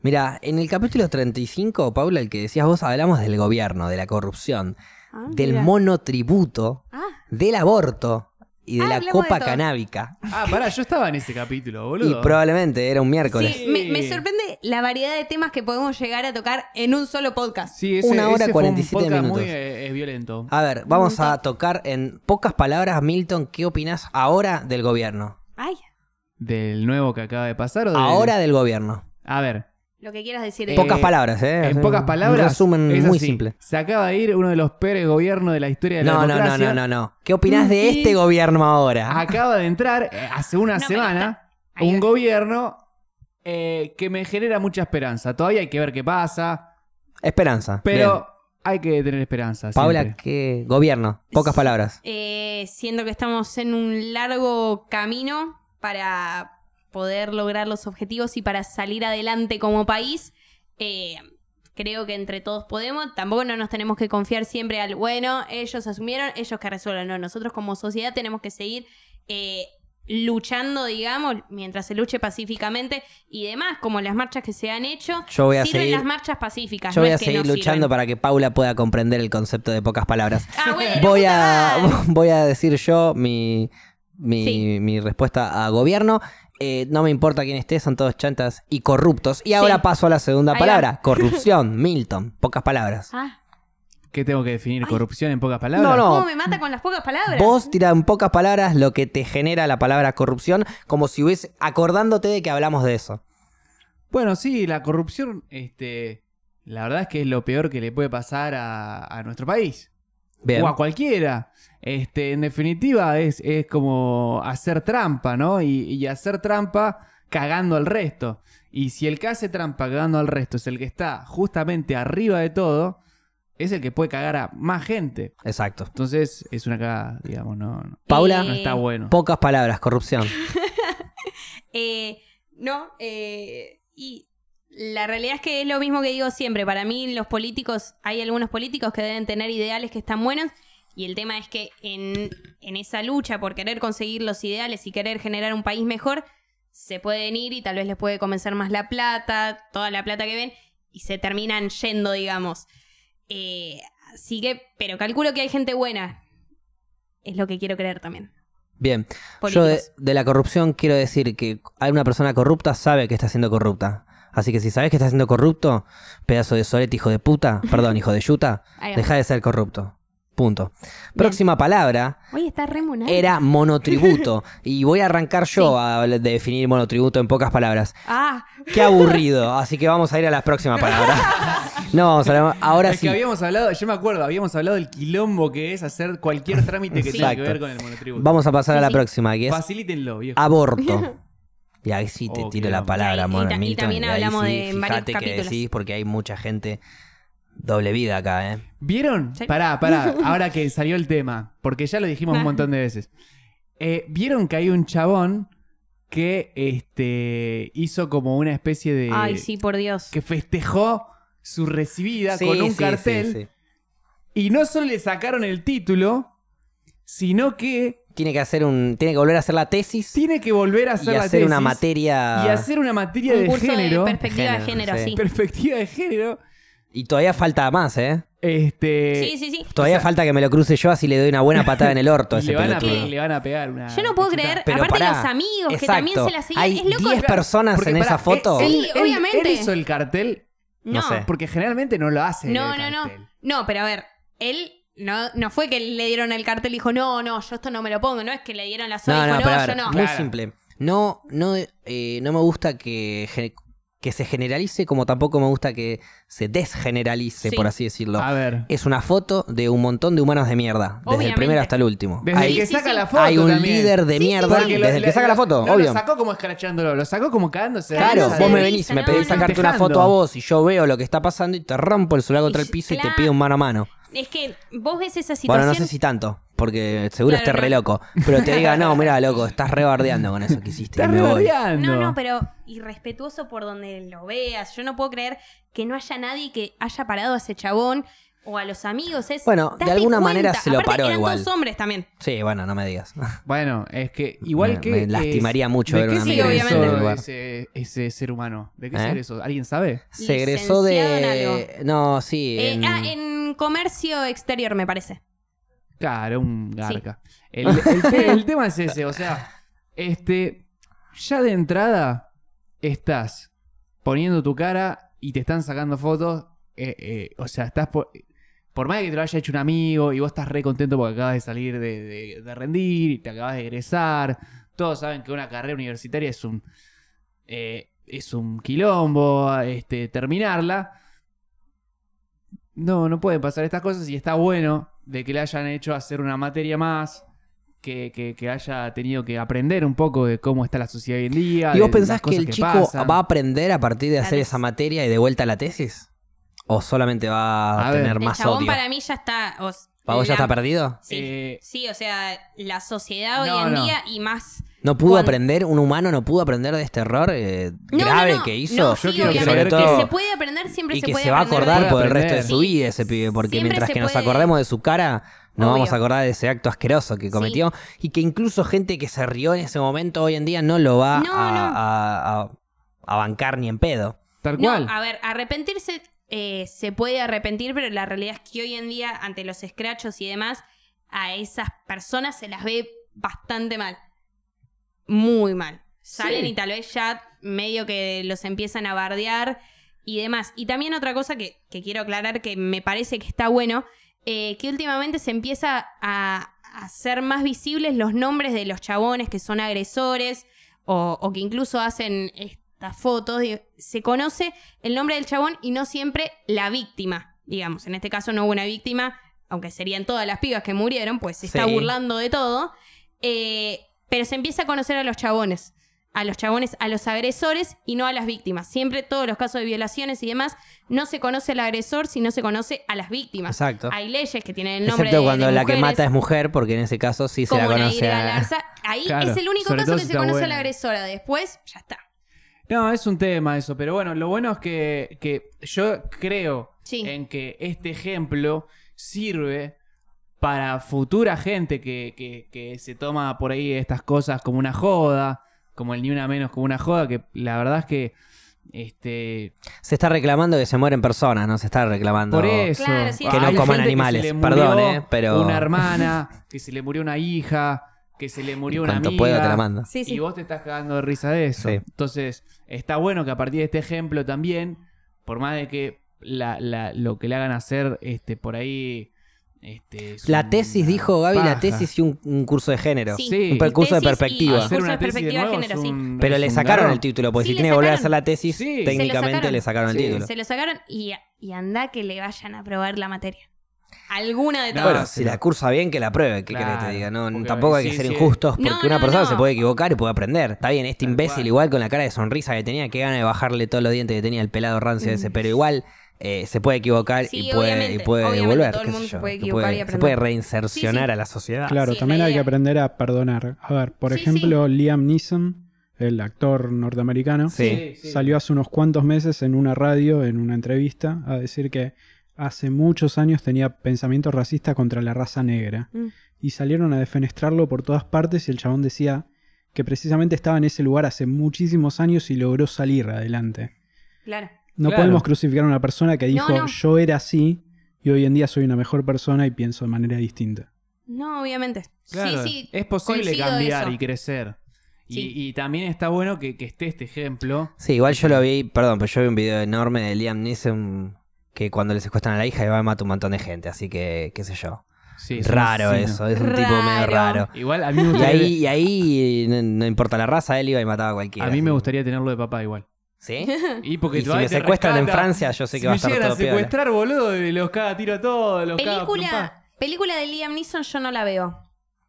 S1: Mira, en el capítulo 35, Paula, el que decías vos, hablamos del gobierno, de la corrupción,
S3: Ah,
S1: del
S3: mira.
S1: monotributo,
S3: Ah,
S1: del aborto y de
S3: Ah,
S1: la
S3: hablamos
S1: copa
S3: de todo.
S1: canábica.
S4: Ah, pará, yo estaba en ese capítulo,
S1: Y
S4: boludo.
S1: probablemente era un miércoles.
S3: sí, me, me sorprende la variedad de temas que podemos llegar a tocar en un solo podcast.
S4: Sí, ese,
S1: Una hora
S4: ese fue
S1: 47
S4: un podcast
S1: minutos.
S4: muy eh, eh, violento.
S1: A ver, vamos a tocar en pocas palabras, Milton, ¿qué opinás ahora del gobierno?
S3: Ay,
S4: ¿Del nuevo que acaba de pasar o del-
S1: Ahora del gobierno.
S4: A ver,
S3: lo que quieras decir.
S4: Eh,
S3: Diego.
S1: Pocas palabras, ¿eh?
S4: en pocas palabras.
S1: Un resumen
S4: es
S1: muy
S4: así.
S1: simple.
S4: Se acaba de ir uno de los peores gobiernos de la historia de la
S1: No, no, no,
S4: democracia.
S1: no, no, no. ¿Qué opinás de
S4: Y-
S1: este gobierno ahora?
S4: Acaba de entrar eh, hace una
S3: No, pero
S4: semana
S3: está- ahí
S4: un
S3: va.
S4: gobierno eh, que me genera mucha esperanza. Todavía hay que ver qué pasa,
S1: Esperanza.
S4: pero
S1: Bien.
S4: hay que tener esperanza.
S1: Paula,
S4: siempre.
S1: ¿qué gobierno? Pocas palabras.
S3: Eh, siento que estamos en un largo camino para poder lograr los objetivos y para salir adelante como país. Eh, creo que entre todos podemos. Tampoco no nos tenemos que confiar siempre al, bueno, ellos asumieron, ellos que resuelvan. No, nosotros como sociedad tenemos que seguir eh, luchando, digamos, mientras se luche pacíficamente y demás, como las marchas que se han hecho.
S1: Yo voy a
S3: sirven
S1: seguir-
S3: las marchas pacíficas.
S1: Yo
S3: no
S1: voy a
S3: es que
S1: seguir
S3: no
S1: luchando
S3: sirven.
S1: para que Paula pueda comprender el concepto de pocas palabras.
S3: Ah, bueno,
S1: Voy
S3: puta
S1: a,
S3: madre.
S1: voy a decir yo mi, mi,
S3: Sí.
S1: mi respuesta a gobierno. Eh, no me importa quién esté, son todos chantas y corruptos. Y ahora
S3: Sí.
S1: paso a la segunda
S3: Ahí
S1: palabra, corrupción, Milton, pocas palabras.
S3: Ah.
S4: ¿Qué tengo que definir? ¿Corrupción en pocas palabras?
S1: No, no.
S3: ¿Cómo me mata con las pocas palabras?
S1: Vos tira en pocas palabras lo que te genera la palabra corrupción, como si hubiese acordándote de que hablamos de eso.
S4: Bueno, sí, la corrupción, este, la verdad es que es lo peor que le puede pasar a, a nuestro país.
S1: Bien.
S4: O a cualquiera. Este, en definitiva, es, es como hacer trampa, ¿no? Y, y hacer trampa cagando al resto. Y si el que hace trampa cagando al resto es el que está justamente arriba de todo, es el que puede cagar a más gente.
S1: Exacto.
S4: Entonces, es una cagada, digamos, no, no,
S1: Paula,
S4: no
S3: Eh,
S4: está bueno.
S1: Pocas palabras, corrupción.
S3: Eh, no, eh, y la realidad es que es lo mismo que digo siempre. Para mí, los políticos, hay algunos políticos que deben tener ideales que están buenos. Y el tema es que en, en esa lucha por querer conseguir los ideales y querer generar un país mejor, se pueden ir y tal vez les puede comenzar más la plata, toda la plata que ven, y se terminan yendo, digamos. Eh, así que, pero calculo que hay gente buena. Es lo que quiero creer también.
S1: Bien. Yo
S3: Políticos.
S1: de, de la corrupción quiero decir que hay una persona corrupta sabe que está siendo corrupta. Así que si sabes que está siendo corrupto, pedazo de solete, hijo de puta, perdón, hijo de yuta,
S3: Ahí va.
S1: deja de ser corrupto. Punto. Próxima palabra
S3: Oye, está re monario.
S1: era monotributo. Y voy a arrancar yo a habl- de definir monotributo en pocas palabras.
S3: Ah,
S1: Qué aburrido. Así que vamos a ir a las próximas palabras. No, vamos a la- ahora
S4: es
S1: sí.
S4: que habíamos hablado, yo me acuerdo, habíamos hablado del quilombo que es hacer cualquier trámite que tenga que
S1: Exacto.
S4: ver con el monotributo.
S1: Vamos a pasar a
S3: Sí,
S1: la
S3: sí.
S1: próxima, que es
S4: Facilítenlo, viejo.
S1: aborto. Y ahí sí te
S4: Oh,
S1: tiro la
S4: quilombo.
S3: Y
S1: palabra,
S3: ahí- y
S1: amor.
S3: ta- y
S1: Milton,
S3: también
S1: ahí
S3: hablamos
S1: sí,
S3: de- en varios
S1: fíjate
S3: capítulos.
S1: que decís, porque hay mucha gente doble vida acá, ¿eh?
S4: ¿Vieron?
S3: Sí.
S4: Pará, pará, ahora que salió el tema, porque ya lo dijimos un montón de veces. Eh, ¿Vieron que hay un chabón que este, hizo como una especie de...
S3: Ay, sí, por Dios.
S4: Que festejó su recibida
S1: Sí,
S4: con un
S1: sí, sí,
S4: cartel.
S1: sí.
S4: Y no solo le sacaron el título, sino que
S1: Tiene que hacer un. Tiene que volver a hacer la tesis
S4: tiene que volver a
S1: y
S4: hacer la
S1: hacer
S4: tesis
S1: una materia.
S4: y hacer una materia
S3: Un
S4: de
S3: curso
S4: género,
S3: de perspectiva de
S1: Género,
S3: género,
S1: sí.
S3: sí.
S4: perspectiva de género,
S1: Y todavía falta más, ¿eh?
S4: este
S3: Sí, sí, sí.
S1: Todavía falta que me lo cruce yo así le doy una buena patada en el orto a
S4: y
S1: ese
S4: le van, a,
S1: pelotudo.
S4: pe- le van a pegar una
S3: Yo no puedo
S4: cachetada.
S3: creer,
S1: Pero
S3: aparte
S1: pará,
S3: los amigos que
S1: exacto.
S3: también se la seguían.
S1: Hay
S3: Es loco.
S1: 10 personas
S4: Porque
S1: en
S4: pará,
S1: esa
S4: eh,
S1: foto.
S4: Él,
S3: Sí,
S4: él-
S3: obviamente.
S4: él hizo el cartel,
S1: no
S3: No,
S1: sé.
S4: porque generalmente no lo hace.
S3: no, no, no. No, pero a ver, él no, no fue que le dieron el cartel y dijo, no, no, yo esto no me lo pongo. No es que le dieron la sola
S1: No,
S3: y
S1: no,
S3: dijo,
S1: pero a
S3: no, yo
S1: ver,
S3: no.
S1: muy
S4: Claro.
S1: simple. No, no, eh, no me gusta que, gen- que se generalice, como tampoco me gusta que se desgeneralice,
S3: Sí.
S1: por así decirlo.
S4: A ver.
S1: Es una foto de un montón de humanos de mierda, desde el
S3: Obviamente.
S1: primero hasta el último.
S4: Desde
S1: hay
S4: que
S3: sí,
S4: saca
S3: sí.
S4: la foto.
S1: hay un
S4: también.
S1: líder de
S3: Sí, sí,
S1: mierda
S4: Porque lo-
S1: desde el que
S4: le-
S1: saca la foto,
S4: no lo
S1: obvio.
S4: sacó como escrachándolo, lo sacó como cagándose. de
S1: Claro,
S4: risa eh.
S1: vos
S4: de-
S1: me
S3: Sí,
S1: venís, me
S3: no,
S1: pedís
S3: no.
S1: sacarte una
S4: Festejando.
S1: foto a vos y yo veo lo que está pasando y te rompo el celular contra
S3: Y-
S1: el piso y te
S3: claro.
S1: pido un mano a mano.
S3: Es que vos ves esa
S1: Bueno,
S3: situación.
S1: no sé si tanto, porque seguro
S3: Claro,
S1: estés re
S3: no.
S1: loco. Pero te diga, no, mira, loco, estás rebardeando con eso que hiciste.
S4: Está
S1: y me voy".
S4: rodeando.
S3: No, no, pero irrespetuoso por donde lo veas. Yo no puedo creer que no haya nadie que haya parado a ese chabón o a los amigos. Es,
S1: Bueno, de
S3: date
S1: alguna
S3: cuenta.
S1: manera se lo
S3: Aparte,
S1: paró
S3: eran
S1: igual.
S3: dos hombres también.
S1: Sí, bueno, no me digas.
S4: Bueno, es que igual
S1: Me-
S4: que.
S1: me
S4: es-
S1: lastimaría mucho
S4: ¿de
S1: ver
S4: qué
S1: una
S4: se
S3: mina en
S4: egresó
S3: ese
S1: lugar.
S4: Ese, ese ser humano. ¿De qué
S1: ¿Eh?
S4: se egresó? ¿Alguien sabe?
S1: Se egresó
S3: Licenciado
S1: de. No, sí.
S3: Eh,
S1: en-
S3: ah, en comercio exterior, me parece.
S4: Claro, un garca. El, el te- el tema es ese, o sea, este, ya de entrada estás poniendo tu cara y te están sacando fotos, eh, eh, o sea, estás por, por más que te lo haya hecho un amigo y vos estás re contento porque acabas de salir de, de- de rendir y te acabas de egresar, todos saben que una carrera universitaria es un, eh, es un quilombo, este, terminarla. No, no pueden pasar estas cosas y está bueno de que le hayan hecho hacer una materia más, que, que- que haya tenido que aprender un poco de cómo está la sociedad hoy en día.
S1: ¿Y vos
S4: de
S1: pensás
S4: las
S1: que
S4: cosas
S1: el chico
S4: pasan.
S1: va a aprender a partir de
S3: La
S1: hacer
S3: tesis.
S1: esa materia y de vuelta a la tesis? ¿O solamente va a,
S4: A ver.
S1: tener
S4: El
S1: más
S3: el chabón
S1: odio? Para,
S3: para mí ya está. o s-
S1: vos ya
S3: la-
S1: está perdido?
S3: Sí.
S4: Eh,
S3: Sí, o sea, la sociedad
S4: No,
S3: hoy en
S4: no.
S3: día y más.
S1: ¿No pudo
S3: Cuando-
S1: aprender, un humano no pudo aprender de este error eh,
S3: No,
S1: grave
S3: no, no.
S1: que
S3: No,
S1: hizo?
S3: sí,
S4: Yo quiero
S1: que
S3: obviamente.
S1: sobre
S4: todo-
S3: Que se puede aprender, siempre
S1: y
S3: se
S1: que
S3: puede
S1: se va a
S3: aprender de
S1: acordar
S3: algo.
S1: por el
S4: aprender.
S1: resto de su
S3: Sí.
S1: vida ese pibe, porque
S3: Siempre
S1: mientras
S3: se
S1: que nos
S3: puede-
S1: acordemos de su cara, nos
S3: Obvio.
S1: vamos a acordar de ese acto asqueroso que cometió y que incluso gente que se rió en ese momento hoy en día no lo va
S3: No,
S1: a,
S3: no.
S1: a- a- a bancar ni en pedo.
S4: tal
S3: No,
S4: cual.
S3: a ver, arrepentirse eh, se puede arrepentir, pero la realidad es que hoy en día, ante los escrachos y demás, a esas personas se las ve bastante mal. Muy mal. Salen y tal vez ya medio que los empiezan a bardear y demás. Y también otra cosa que, que quiero aclarar que me parece que está bueno, eh, que últimamente se empieza a a hacer más visibles los nombres de los chabones que son agresores o, o que incluso hacen estas fotos. digo, Se conoce el nombre del chabón y no siempre la víctima, digamos. En este caso no hubo una víctima, aunque serían todas las pibas que murieron, pues se está
S1: Sí.
S3: burlando de todo. Eh, pero se empieza a conocer a los chabones. A los chabones, a los agresores y no a las víctimas. Siempre todos los casos de violaciones y demás, no se conoce al agresor, sino se conoce a las víctimas.
S1: Exacto.
S3: Ah, Hay leyes que tienen el nombre
S1: Excepto
S3: de- de
S1: cuando la que
S3: mujeres,
S1: mata es ¿eh? mujer, porque en ese caso sí se
S3: como
S1: la
S3: Nair
S1: conoce a...
S3: Galarza. Ahí
S4: Claro,
S3: es el único
S4: sobre
S3: caso
S4: todo
S3: que
S4: si
S3: se
S4: está
S3: conoce a
S4: buena.
S3: la agresora. Después, ya está.
S4: No, es un tema eso, pero bueno, lo bueno es que, que yo creo
S3: Sí.
S4: en que este ejemplo sirve para futura gente que, que- que se toma por ahí estas cosas como una joda, como el ni una menos como una joda, que la verdad es que este
S1: Se está reclamando que se mueren personas, no se está reclamando...
S4: por eso
S3: Claro, sí,
S1: Que no
S4: Hay
S1: coman
S4: gente se
S1: animales,
S4: le
S1: perdón,
S4: murió
S1: eh, pero-
S4: una hermana, que se le murió una hija, que se le murió una
S1: Cuanto
S4: amiga.
S1: puedo te la mando.
S3: Sí, sí.
S4: Y vos te estás cagando de risa de eso.
S1: Sí.
S4: Entonces, está bueno que a partir de este ejemplo también, por más de que la- la- lo que le hagan hacer este, por ahí. Este, es
S1: La
S4: una
S1: tesis, dijo Gaby, la
S4: paja.
S1: tesis y un, un curso de género.
S3: Sí.
S4: Sí.
S1: Un percurso de
S3: Tesis y-
S1: perspectiva.
S3: Curso
S4: Hacer una
S3: de
S4: tesis de
S3: perspectiva
S4: nuevo
S3: de género,
S4: es un-
S1: Pero
S4: es
S1: le
S4: un
S1: sacaron
S4: garrón.
S1: el título, porque
S3: Sí,
S1: si
S3: le
S1: tiene que volver a hacer
S3: sacaron.
S1: la tesis,
S4: Sí. Se lo
S1: técnicamente le sacaron el
S4: Sí.
S1: título.
S3: Se lo sacaron y, y anda que le vayan a probar la materia. alguna de
S4: No,
S3: todas.
S1: bueno, si la cursa bien, que la pruebe. ¿Qué
S4: Claro,
S1: querés que te diga? No,
S4: porque
S1: tampoco hay que
S4: sí,
S1: ser
S4: sí.
S1: injustos porque
S3: No,
S1: una
S3: no,
S1: persona
S3: no.
S1: se puede equivocar y puede aprender. Está bien, este
S4: Tal
S1: imbécil
S4: cual.
S1: igual con la cara de sonrisa que tenía, que gana de bajarle todos los dientes que tenía el pelado rancio ese, pero igual eh, se puede equivocar
S3: Mm. Sí,
S1: y puede,
S3: obviamente,
S1: y puede
S3: obviamente,
S1: devolver.
S3: todo el
S1: qué
S3: mundo
S1: sé
S3: se
S1: yo,
S3: puede
S1: que
S3: equivocar y
S1: se
S3: aprender.
S1: puede reinsercionar
S3: Sí, sí.
S1: a la sociedad.
S2: Claro,
S3: Sí, es
S2: también
S3: la
S2: hay que
S3: idea.
S2: aprender a perdonar. A ver, por
S3: Sí,
S2: ejemplo, Liam Neeson, el actor norteamericano,
S1: Sí.
S2: salió hace unos cuantos meses en una radio, en una entrevista, a decir que hace muchos años tenía pensamientos racistas contra la raza negra.
S3: Mm.
S2: Y salieron a defenestrarlo por todas partes y el chabón decía que precisamente estaba en ese lugar hace muchísimos años y logró salir adelante.
S3: Claro.
S2: No
S4: Claro.
S2: podemos crucificar a una persona que dijo
S3: no.
S2: yo era así y hoy en día soy una mejor persona y pienso de manera distinta.
S3: No, obviamente.
S4: Claro,
S3: sí, sí.
S4: es posible
S3: coincido
S4: cambiar
S3: eso.
S4: y crecer. Y,
S3: Sí.
S4: y también está bueno que, que esté este ejemplo.
S1: Sí, igual yo lo vi, perdón, pero yo vi un video enorme de Liam Neeson que cuando le secuestran a la hija le va a matar un montón de gente, así que, qué sé yo.
S4: Sí,
S1: raro
S4: sí, no.
S1: eso, es un tipo medio
S3: Raro.
S1: raro.
S4: Igual a mí me
S1: Y
S4: gustaría,
S1: ahí, y ahí no, no importa la raza, él iba y mataba a cualquiera.
S4: a mí me
S1: así.
S4: gustaría tenerlo de papá igual.
S1: ¿Sí?
S4: Y porque
S1: Y si
S4: todavía
S1: me
S4: te
S1: secuestran en
S4: rescata.
S1: Francia, yo sé que
S4: Si
S1: va a
S4: me
S1: estar
S4: llegan
S1: todo
S4: a
S1: piola.
S4: secuestrar, boludo, y los caga a tiro a todos, los caga a trompadas.
S3: Película, película de Liam Neeson yo no la veo.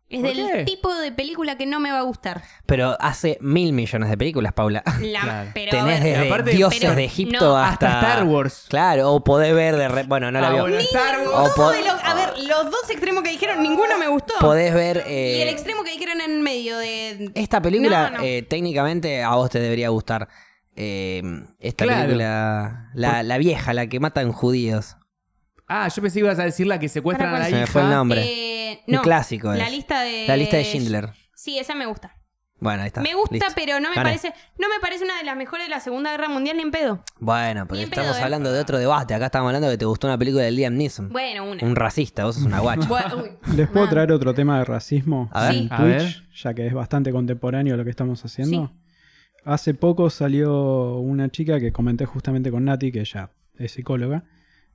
S3: Es
S4: ¿Por
S3: del
S4: qué?
S3: tipo de película que no me va a gustar.
S1: Pero hace mil millones de películas, Paula.
S3: La,
S4: Claro.
S3: pero, a
S1: Tenés
S3: ver,
S1: desde
S4: aparte-
S1: dioses
S3: pero
S1: de Egipto
S3: no,
S1: hasta...
S4: Hasta Star Wars.
S1: Claro, o podés ver de... re- Bueno, no la
S4: Ah,
S1: veo.
S4: bueno, Star
S1: O
S4: Wars.
S1: po-
S3: Todo de lo- a ver, los dos extremos que dijeron, ninguno me gustó.
S1: Podés ver... eh,
S3: y el extremo que dijeron en medio de...
S1: Esta película,
S3: No, no.
S1: eh, técnicamente, a vos te debería gustar. Eh, esta
S4: Claro.
S1: película... La, la vieja, la que matan judíos.
S4: Ah, yo pensé que ibas a decir la que secuestran a
S3: Para
S4: la
S1: Se me fue el
S4: hija.
S1: nombre.
S3: Eh,
S1: Un
S3: no,
S1: clásico
S3: la
S1: es.
S3: lista de...
S1: La lista de Schindler.
S3: Sí, esa me gusta.
S1: Bueno, ahí está.
S3: eh, me gusta,
S1: listo.
S3: pero no me
S1: Gané.
S3: parece no me parece una de las mejores de la Segunda Guerra Mundial ni en pedo.
S1: Bueno, porque
S3: Ni en pedo,
S1: estamos
S3: eh.
S1: hablando de otro debate. Acá estamos hablando de que te gustó una película de Liam Neeson.
S3: Bueno, una.
S1: Un racista, vos sos una guacha.
S3: Bueno, uy,
S2: ¿Les puedo
S3: man.
S2: traer otro tema de racismo
S1: A ver.
S2: en
S3: Sí.
S2: Twitch?
S4: A ver.
S2: Ya que es bastante contemporáneo lo que estamos haciendo. Hace poco salió una chica que comenté justamente con Nati, que ya es psicóloga.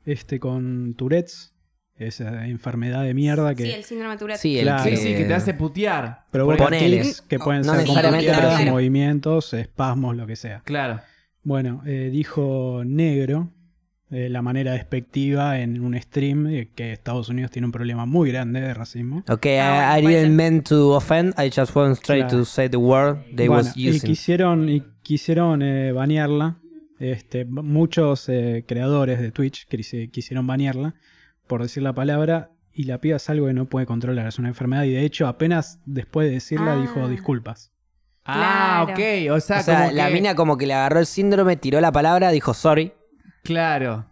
S2: Este con Tourette's, esa enfermedad de mierda que.
S3: Sí, el síndrome de Tourette.
S1: Sí, el
S2: Claro.
S1: que...
S4: Ah, Sí, sí, que te hace putear.
S2: provoca
S4: Porque-
S1: Ponele.
S2: tics que pueden
S1: No
S2: ser
S1: necesariamente,
S2: complicados,
S3: pero sí.
S2: movimientos, espasmos, lo que sea.
S4: Claro.
S2: Bueno, eh, dijo negro de la manera despectiva en un stream eh, que Estados Unidos tiene un problema muy grande de racismo.
S1: Ok, I,
S3: Ah,
S1: I
S3: bueno, puede ser.
S1: didn't mean to offend, I just went straight
S2: Claro.
S1: to say the word they
S2: Bueno,
S1: was
S2: y
S1: using.
S2: quisieron, y quisieron eh, banearla. Este, b- muchos eh, creadores de Twitch quisi- quisieron banearla por decir la palabra y la piba es algo que no puede controlar, es una enfermedad y de hecho apenas después de decirla
S3: Ah.
S2: dijo disculpas.
S4: Ah,
S3: Claro.
S4: ok. O sea,
S1: o sea,
S4: como
S1: la
S4: que-
S1: mina como que le agarró el síndrome, tiró la palabra, dijo sorry.
S4: Claro.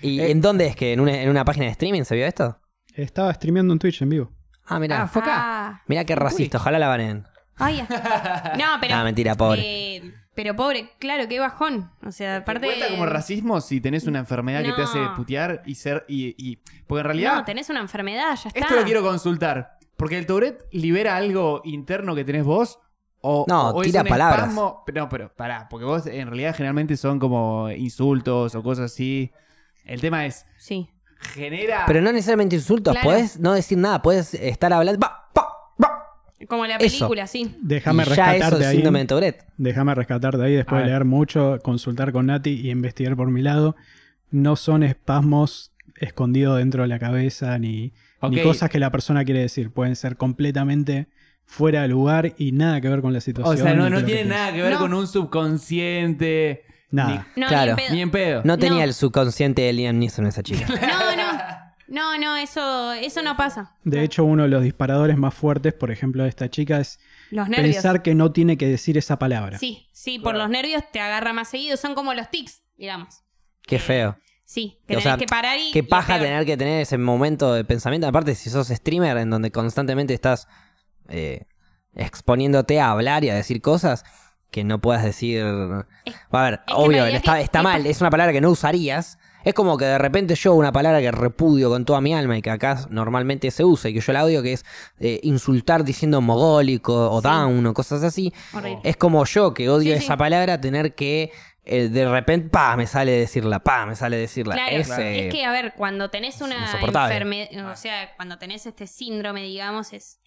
S1: ¿Y
S4: Eh.
S1: en dónde es que? ¿En una, en una página de streaming se vio esto?
S2: Estaba streameando en Twitch en vivo.
S1: Ah, mirá.
S4: Ah, fue acá.
S3: Ah,
S1: mirá qué racista, ojalá la baneen.
S3: ay, ah. No, pero...
S1: Ah, mentira, pobre.
S3: eh, pero pobre, claro, qué bajón. O sea, aparte...
S4: ¿Cuenta como racismo si tenés una enfermedad que te
S3: No.
S4: hace putear y ser. Y, y- Porque en realidad.
S3: No, tenés una enfermedad, ya está.
S4: Esto lo quiero consultar. Porque el Tourette libera algo interno que tenés vos. O,
S1: No,
S4: o
S1: tira
S4: es un
S1: palabras.
S4: espasmo- No, pero pará, porque vos en realidad generalmente son como insultos o cosas así. El tema es,
S3: Sí.
S4: genera...
S1: Pero no necesariamente insultos,
S3: Claro.
S1: podés no decir nada, podés estar hablando... ¡Pa! ¡Pa! ¡Pa!
S3: Como la
S1: Eso.
S3: película, sí.
S2: Déjame
S1: y ya eso
S2: rescatarte
S1: es
S2: ahí.
S1: síndrome de Tourette.
S2: Déjame rescatarte ahí
S4: A
S2: después de
S4: ver.
S2: leer mucho, consultar con Nati y investigar por mi lado. No son espasmos escondidos dentro de la cabeza ni, ni
S4: Ok.
S2: cosas que la persona quiere decir. Pueden ser completamente fuera de lugar y nada que ver con la situación.
S4: O sea, no,
S2: ni con
S4: no
S2: lo que
S4: tiene
S2: piensa.
S4: nada que ver
S3: No.
S4: con un subconsciente.
S2: Nada.
S3: No,
S1: Claro.
S3: ni en pedo.
S4: Ni, ni en pedo.
S1: No tenía
S3: No.
S1: el subconsciente de Liam Neeson esa chica.
S3: No, no. No, no, eso, eso no pasa.
S2: De hecho, uno de los disparadores más fuertes, por ejemplo, de esta chica es
S3: Los nervios.
S2: pensar que no tiene que decir esa palabra.
S3: Sí, sí, por los nervios te agarra más seguido. Son como los tics, digamos.
S1: Qué feo.
S3: Sí, que
S1: O
S3: tenés
S1: sea,
S3: que parar y.
S1: Qué
S3: y
S1: paja
S3: peor.
S1: tener que tener ese momento de pensamiento. Aparte, si sos streamer en donde constantemente estás eh, exponiéndote a hablar y a decir cosas que no puedas decir. A ver,
S3: que
S1: obvio,
S3: me digas
S1: está,
S3: que-
S1: está
S3: que-
S1: mal, es una palabra que no usarías. Es como que de repente yo una palabra que repudio con toda mi alma y que acá normalmente se usa y que yo la odio, que es eh, insultar diciendo mogólico o
S3: Sí.
S1: down o cosas así.
S3: Horrible.
S1: Es como yo que odio
S3: Sí, sí.
S1: esa palabra, tener que eh, de repente, pa, me sale decirla, pa, me sale decirla.
S3: Claro,
S1: Es, eh,
S3: es que, a ver, cuando tenés una
S1: insoportable.
S3: enfermedad, o sea, cuando tenés este síndrome, digamos, es.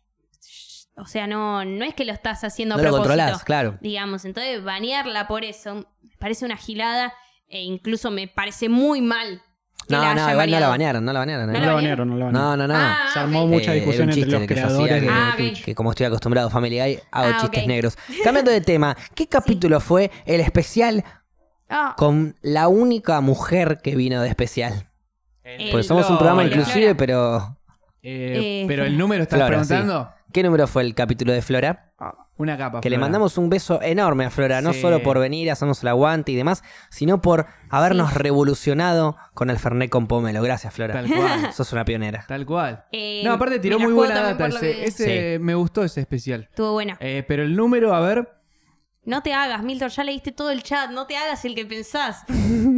S3: O sea, no, no es que lo estás haciendo
S1: no
S3: a
S1: lo
S3: propósito.
S1: controlás, claro.
S3: Digamos, entonces banearla por eso me parece una gilada e incluso me parece muy mal. que la
S1: No, no, igual
S3: haya
S1: no la
S3: variado.
S1: banearon, no la banearon.
S3: ¿No
S1: ¿eh?
S2: No la banearon, no la banearon.
S1: No, no, no.
S3: Ah,
S2: Se
S3: ok.
S2: armó mucha
S1: Eh,
S2: discusión
S1: era un
S2: entre los
S1: chiste que yo hacía
S2: creadores de
S3: Ah, ok.
S2: Twitch.
S1: Que como estoy acostumbrado a Family Guy, hago
S3: Ah,
S1: chistes
S3: ok.
S1: negros. Cambiando de tema, ¿qué capítulo fue el especial
S3: Ah,
S1: con la única mujer que vino de especial?
S3: Eh,
S1: Porque pues somos un programa
S3: Flora.
S1: inclusive, pero
S4: Eh,
S3: Eh,
S4: pero el número estás
S1: Flora,
S4: preguntando.
S1: ¿qué número fue el capítulo de Flora?
S4: Una capa.
S1: Que le
S4: Flora.
S1: mandamos un beso enorme a Flora, no
S4: Sí.
S1: solo por venir, hacernos el aguante y demás, sino por habernos revolucionado con el Fernet con pomelo. Gracias, Flora.
S4: Tal cual.
S1: Sos una pionera.
S4: Tal cual.
S3: eh,
S4: No, aparte tiró
S3: me la
S4: muy
S3: juego
S4: buena
S3: también
S4: data.
S3: por lo
S4: Ese,
S3: que-
S4: ese- me gustó ese especial.
S3: Estuvo buena.
S4: Eh, pero el número, a ver.
S3: No te hagas, Milton, ya leíste todo el chat, no te hagas el que pensás.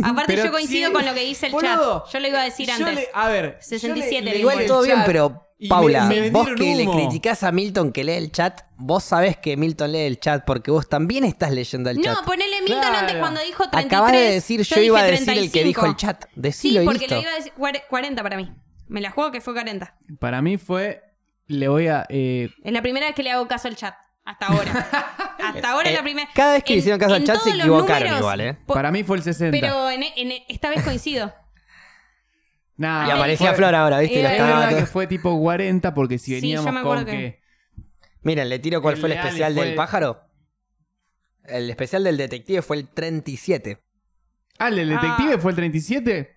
S3: Aparte
S4: Pero
S3: yo coincido
S4: sí,
S3: con lo que dice el
S4: boludo,
S3: chat. Yo lo iba a decir
S4: Yo
S3: antes.
S4: le- a ver.
S3: 67
S4: yo le-
S3: le
S4: igual
S3: dimos.
S4: todo bien, pero. y me-
S1: Paula,
S4: me vendieron
S1: vos que le
S4: humo.
S1: criticás a Milton que lee el chat, vos sabés que Milton lee el chat porque vos también estás leyendo el
S3: No,
S1: chat.
S3: ponele Milton
S4: Claro.
S3: antes cuando dijo 33.
S1: Acabas de decir, yo,
S3: dije
S1: iba a decir el que
S3: 35.
S1: dijo el chat.
S3: Sí,
S1: Decilo y
S3: porque
S1: listo.
S3: le iba a decir cuare- 40 para mí. Me la juego que fue 40.
S4: Para mí fue. Le voy a. eh,
S3: Es la primera vez que le hago caso al chat. Hasta ahora. Hasta ahora es la
S1: Eh,
S3: primera.
S1: cada vez que
S3: En-
S1: hicieron caso al
S3: en
S1: chat se
S3: todos los
S1: equivocaron igual, ¿eh?
S3: po-
S4: para mí fue el 60.
S3: Pero en, en- esta vez coincido.
S4: Nah,
S1: Y aparecía
S4: fue-
S1: Flora ahora, ¿viste?
S3: Ah, Eh,
S1: Y la
S4: Es
S1: cagaba
S4: verdad
S1: todo.
S4: que fue tipo 40 porque si
S3: Sí,
S4: veníamos
S3: yo me
S4: con
S3: acuerdo
S4: que...
S3: que-
S1: Miren, le tiro cuál
S4: El
S1: fue el
S4: real
S1: especial
S4: fue-
S1: del pájaro. El especial del detective fue el 37.
S4: Ah, ¿el del detective fue el 37?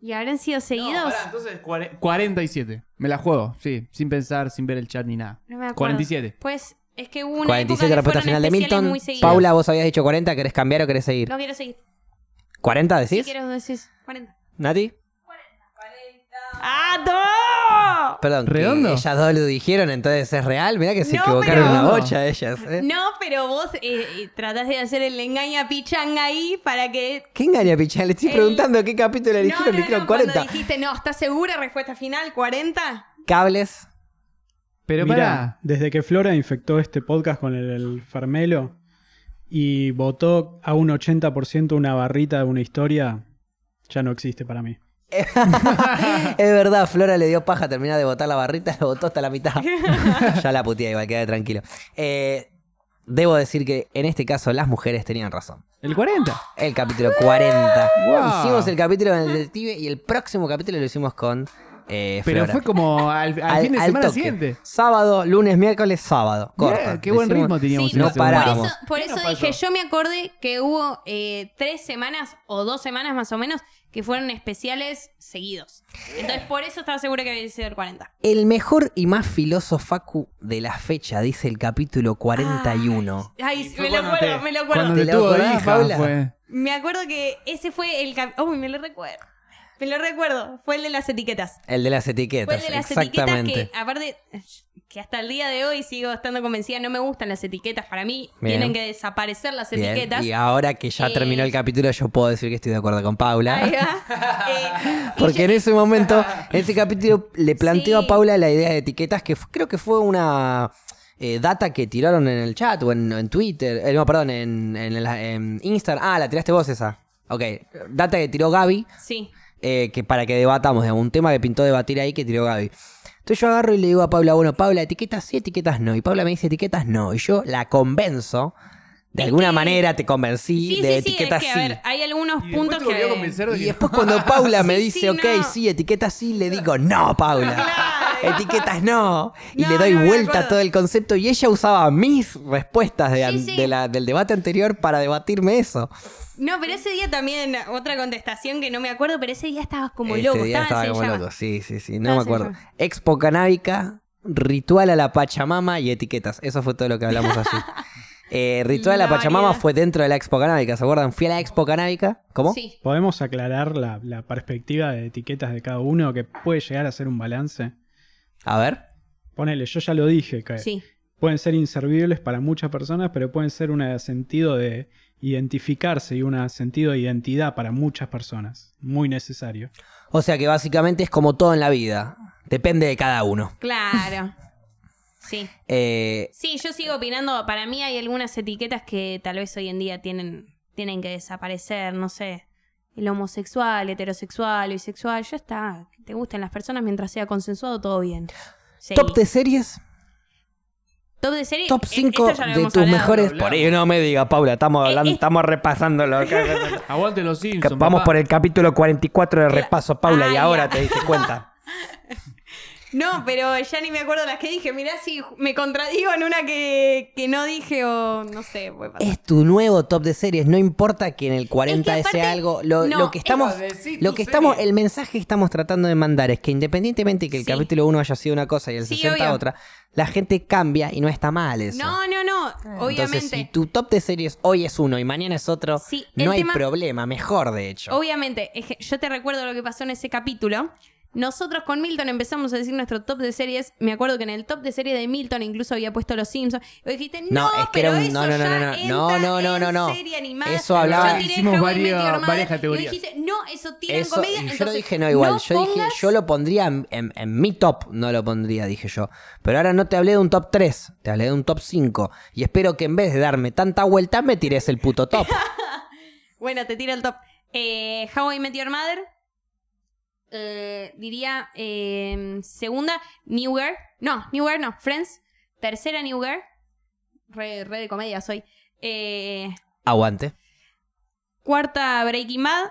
S3: ¿Y habrán sido
S4: No,
S3: seguidos? No,
S4: pará, entonces cuare- 47. Me la juego, sí, sin pensar, sin ver el chat ni nada.
S3: me acuerdo.
S4: 47.
S3: Pues es que hubo una
S1: 47
S3: época que
S1: respuesta
S3: fueron
S1: final de
S3: especiales
S1: Milton.
S3: muy seguidos.
S1: Paula, vos habías dicho 40, ¿querés cambiar o querés seguir?
S3: No quiero seguir.
S1: ¿40
S3: Si
S1: decís?
S3: quiero decir 40.
S1: ¿Nati?
S3: ¡Ah,
S1: Perdón, que
S4: ¿Redondo?
S1: ellas dos lo dijeron, entonces es real. Mirá que se
S3: No,
S1: equivocaron
S3: pero-
S1: una bocha ellas.
S3: no!
S1: ¿eh?
S3: No, pero vos eh, eh, tratás de hacer el engaña pichanga ahí para que
S1: ¿Qué engaña, pichán? Le estoy
S3: El-
S1: preguntando qué capítulo
S3: No,
S1: eligieron,
S3: no,
S1: eligieron
S3: no, cuando
S1: 40.
S3: dijiste, no, ¿estás segura? Respuesta final, 40.
S1: Cables.
S4: Pero
S2: Mirá,
S4: pará,
S2: desde que Flora infectó este podcast con el, el Farmelo y votó a un 80% una barrita de una historia, ya no existe para mí.
S1: Es verdad, Flora le dio paja terminar de botar la barrita, la botó hasta la mitad. ya la puteé igual, quedé tranquilo. Eh, debo decir que en este caso las mujeres tenían razón.
S4: el 40.
S1: El capítulo
S3: Ah,
S1: 40.
S4: Wow.
S1: Hicimos el capítulo con el detective y el próximo capítulo lo hicimos con eh,
S4: Pero
S1: Flora.
S4: fue como al, al fin de semana
S1: toque.
S4: siguiente.
S1: Sábado, lunes, miércoles, sábado. Corta.
S4: Mirá, qué
S1: Lo
S4: buen
S1: hicimos-
S4: ritmo teníamos.
S3: Sí,
S1: no
S4: esa semana.
S1: pará.
S3: Por
S1: Vamos.
S3: eso, por
S4: ¿Qué nos
S3: eso
S4: pasó?
S3: dije, yo me acordé que hubo eh, tres semanas o dos semanas más o menos que fueron especiales seguidos. Entonces, por eso estaba segura que había sido el 40.
S1: El mejor y más filoso Facu de la fecha, dice el capítulo 41.
S3: Ay,
S4: Y
S3: Ah, sí,
S4: fue
S3: me lo
S4: cuando
S3: acuerdo,
S4: te-
S3: me lo acuerdo.
S4: Cuando
S1: ¿Te
S4: te
S1: lo
S4: tuvo
S1: acordás,
S4: hija,
S1: Paula?
S4: fue.
S3: Me acuerdo que ese fue el capítulo. Uy, me lo recuerdo. Me lo recuerdo. Fue el de las etiquetas.
S1: El de las etiquetas,
S3: Fue el de las etiquetas
S1: exactamente.
S3: que, aparte, que hasta el día de hoy sigo estando convencida, no me gustan las etiquetas. Para mí,
S1: Bien.
S3: tienen que desaparecer las
S1: Bien,
S3: etiquetas.
S1: Y ahora que ya
S3: Eh,
S1: terminó el capítulo, yo puedo decir que estoy de acuerdo con Paula.
S3: Ahí va. Eh, y
S1: Porque en ese momento, en ese capítulo, le planteo
S3: Sí.
S1: a Paula la idea de etiquetas, que f- creo que fue una eh, data que tiraron en el chat o en, en Twitter. eh, no, perdón, en, en la- en Instagram. Ah, la tiraste vos esa. Ok, data que tiró Gaby,
S3: yo- sí.
S1: eh, que para que debatamos, digamos, un tema que pintó debatir ahí que tiró Gaby. Entonces yo agarro y le digo a Paula, bueno, Paula, etiquetas sí, etiquetas no. Y Paula me dice etiquetas no. Y yo la convenzo. De
S3: Es
S1: alguna
S3: que-
S1: manera te convencí
S3: Sí, sí,
S1: de
S3: sí,
S1: etiquetas
S3: es que,
S1: sí.
S3: a ver, hay algunos
S4: Y después
S3: puntos
S4: te volvió a
S3: que...
S4: convencer de
S1: Y
S4: que
S1: después cuando Paula me
S3: Sí,
S1: dice,
S3: sí,
S1: ok,
S3: no.
S1: sí, etiquetas sí, le digo, no, Paula.
S3: Claro.
S1: Etiquetas no. Y
S3: No,
S1: le doy
S3: no, me
S1: vuelta a
S3: acuerdo.
S1: todo el concepto y ella usaba mis respuestas de, an-
S3: sí.
S1: de la- del debate anterior para debatirme eso.
S3: No, pero ese día también, otra contestación que no me acuerdo, pero ese día estabas como
S1: Este
S3: loco,
S1: día
S3: estabas
S1: estaba
S3: en
S1: como
S3: llamas.
S1: loco, sí, sí, sí, no me
S3: Estabas en
S1: acuerdo.
S3: llamas.
S1: Expo canábica, ritual a la Pachamama y etiquetas. Eso fue todo lo que hablamos allí. Eh, ritual a la
S3: La
S1: Pachamama
S3: variedad.
S1: fue dentro de la Expo canábica, ¿se acuerdan? Fui a la Expo canábica, ¿cómo?
S3: Sí.
S2: ¿Podemos aclarar la, la perspectiva de etiquetas de cada uno que puede llegar a ser un balance?
S1: A ver.
S2: Ponele, yo ya lo dije, que
S3: Sí.
S2: pueden ser inservibles para muchas personas, pero pueden ser un sentido de identificarse y un sentido de identidad para muchas personas. Muy necesario.
S1: O sea que básicamente es como todo en la vida. Depende de cada uno.
S3: Claro. Sí.
S1: Eh,
S3: Sí, yo sigo opinando. Para mí hay algunas etiquetas que tal vez hoy en día tienen, tienen que desaparecer, no sé. El homosexual, heterosexual, bisexual, ya está. Que te gusten las personas mientras sea consensuado, todo bien. Sí.
S1: Top de series.
S3: Top de serie.
S1: Top
S3: eh,
S1: 5
S3: esto ya lo
S1: de
S3: hemos
S1: tus
S3: hablado.
S1: mejores.
S4: hablamos.
S1: Por ahí no me diga, Paula, estamos
S3: Eh,
S1: hablando,
S3: eh.
S1: estamos repasándolo.
S4: Aguante los Simpsons.
S1: Vamos
S4: papá.
S1: por el capítulo 44 de repaso, Paula,
S3: Ah,
S1: y
S3: ya.
S1: ahora te diste cuenta.
S3: No, pero ya ni me acuerdo las que dije. Mirá si ju- me contradigo en una que, que no dije o no sé. puede pasar.
S1: Es tu nuevo top de series, no importa que en el 40
S3: Es que
S1: sea
S3: aparte-
S1: algo. Lo,
S3: no,
S1: lo que
S3: es-
S1: estamos.
S4: Decí tu
S1: Lo que estamos,
S4: serie.
S1: el mensaje que estamos tratando de mandar es que independientemente que el
S3: Sí.
S1: capítulo 1 haya sido una cosa y el
S3: Sí,
S1: 60
S3: obvio.
S1: otra, la gente cambia y no está mal eso.
S3: No, no, no.
S1: Entonces, si
S3: Obviamente.
S1: tu top de series hoy es uno y mañana es otro,
S3: Sí, el
S1: no hay
S3: tema-
S1: problema, mejor de hecho.
S3: Obviamente. es que yo te recuerdo lo que pasó en ese capítulo. Nosotros con Milton empezamos a decir nuestro top de series. Me acuerdo que en el top de serie de Milton incluso había puesto Los Simpsons. Y vos dijiste, no,
S1: No, es que era
S3: pero
S1: un- no, no,
S3: eso
S1: no,
S3: ya
S1: no, no,
S3: entra
S1: no, no,
S3: en
S1: no, no.
S3: serie animada".
S1: Eso hablaba-
S3: Yo tiré
S4: Hicimos
S3: How I Met
S4: varias-
S3: Your Mother,
S4: varias
S3: y vos
S4: categorías.
S3: dijiste, no, eso tiene
S1: Eso,
S3: comedia.
S1: y yo lo
S3: entonces,
S1: dije no igual,
S3: no
S1: yo dije,
S3: pongas-
S1: yo lo pondría en, en- en mi top, no lo pondría, dije yo. Pero ahora no te hablé de un top 3, te hablé de un top 5. Y espero que en vez de darme tanta vuelta, me tires el puto top.
S3: Bueno, te tiro el top. Eh, How I Met Your Mother. Eh, diría eh, segunda, New Girl. No, New Girl no, Friends. Tercera, New Girl. Re, re de comedia soy. Eh,
S1: Aguante.
S3: cuarta, Breaking Bad.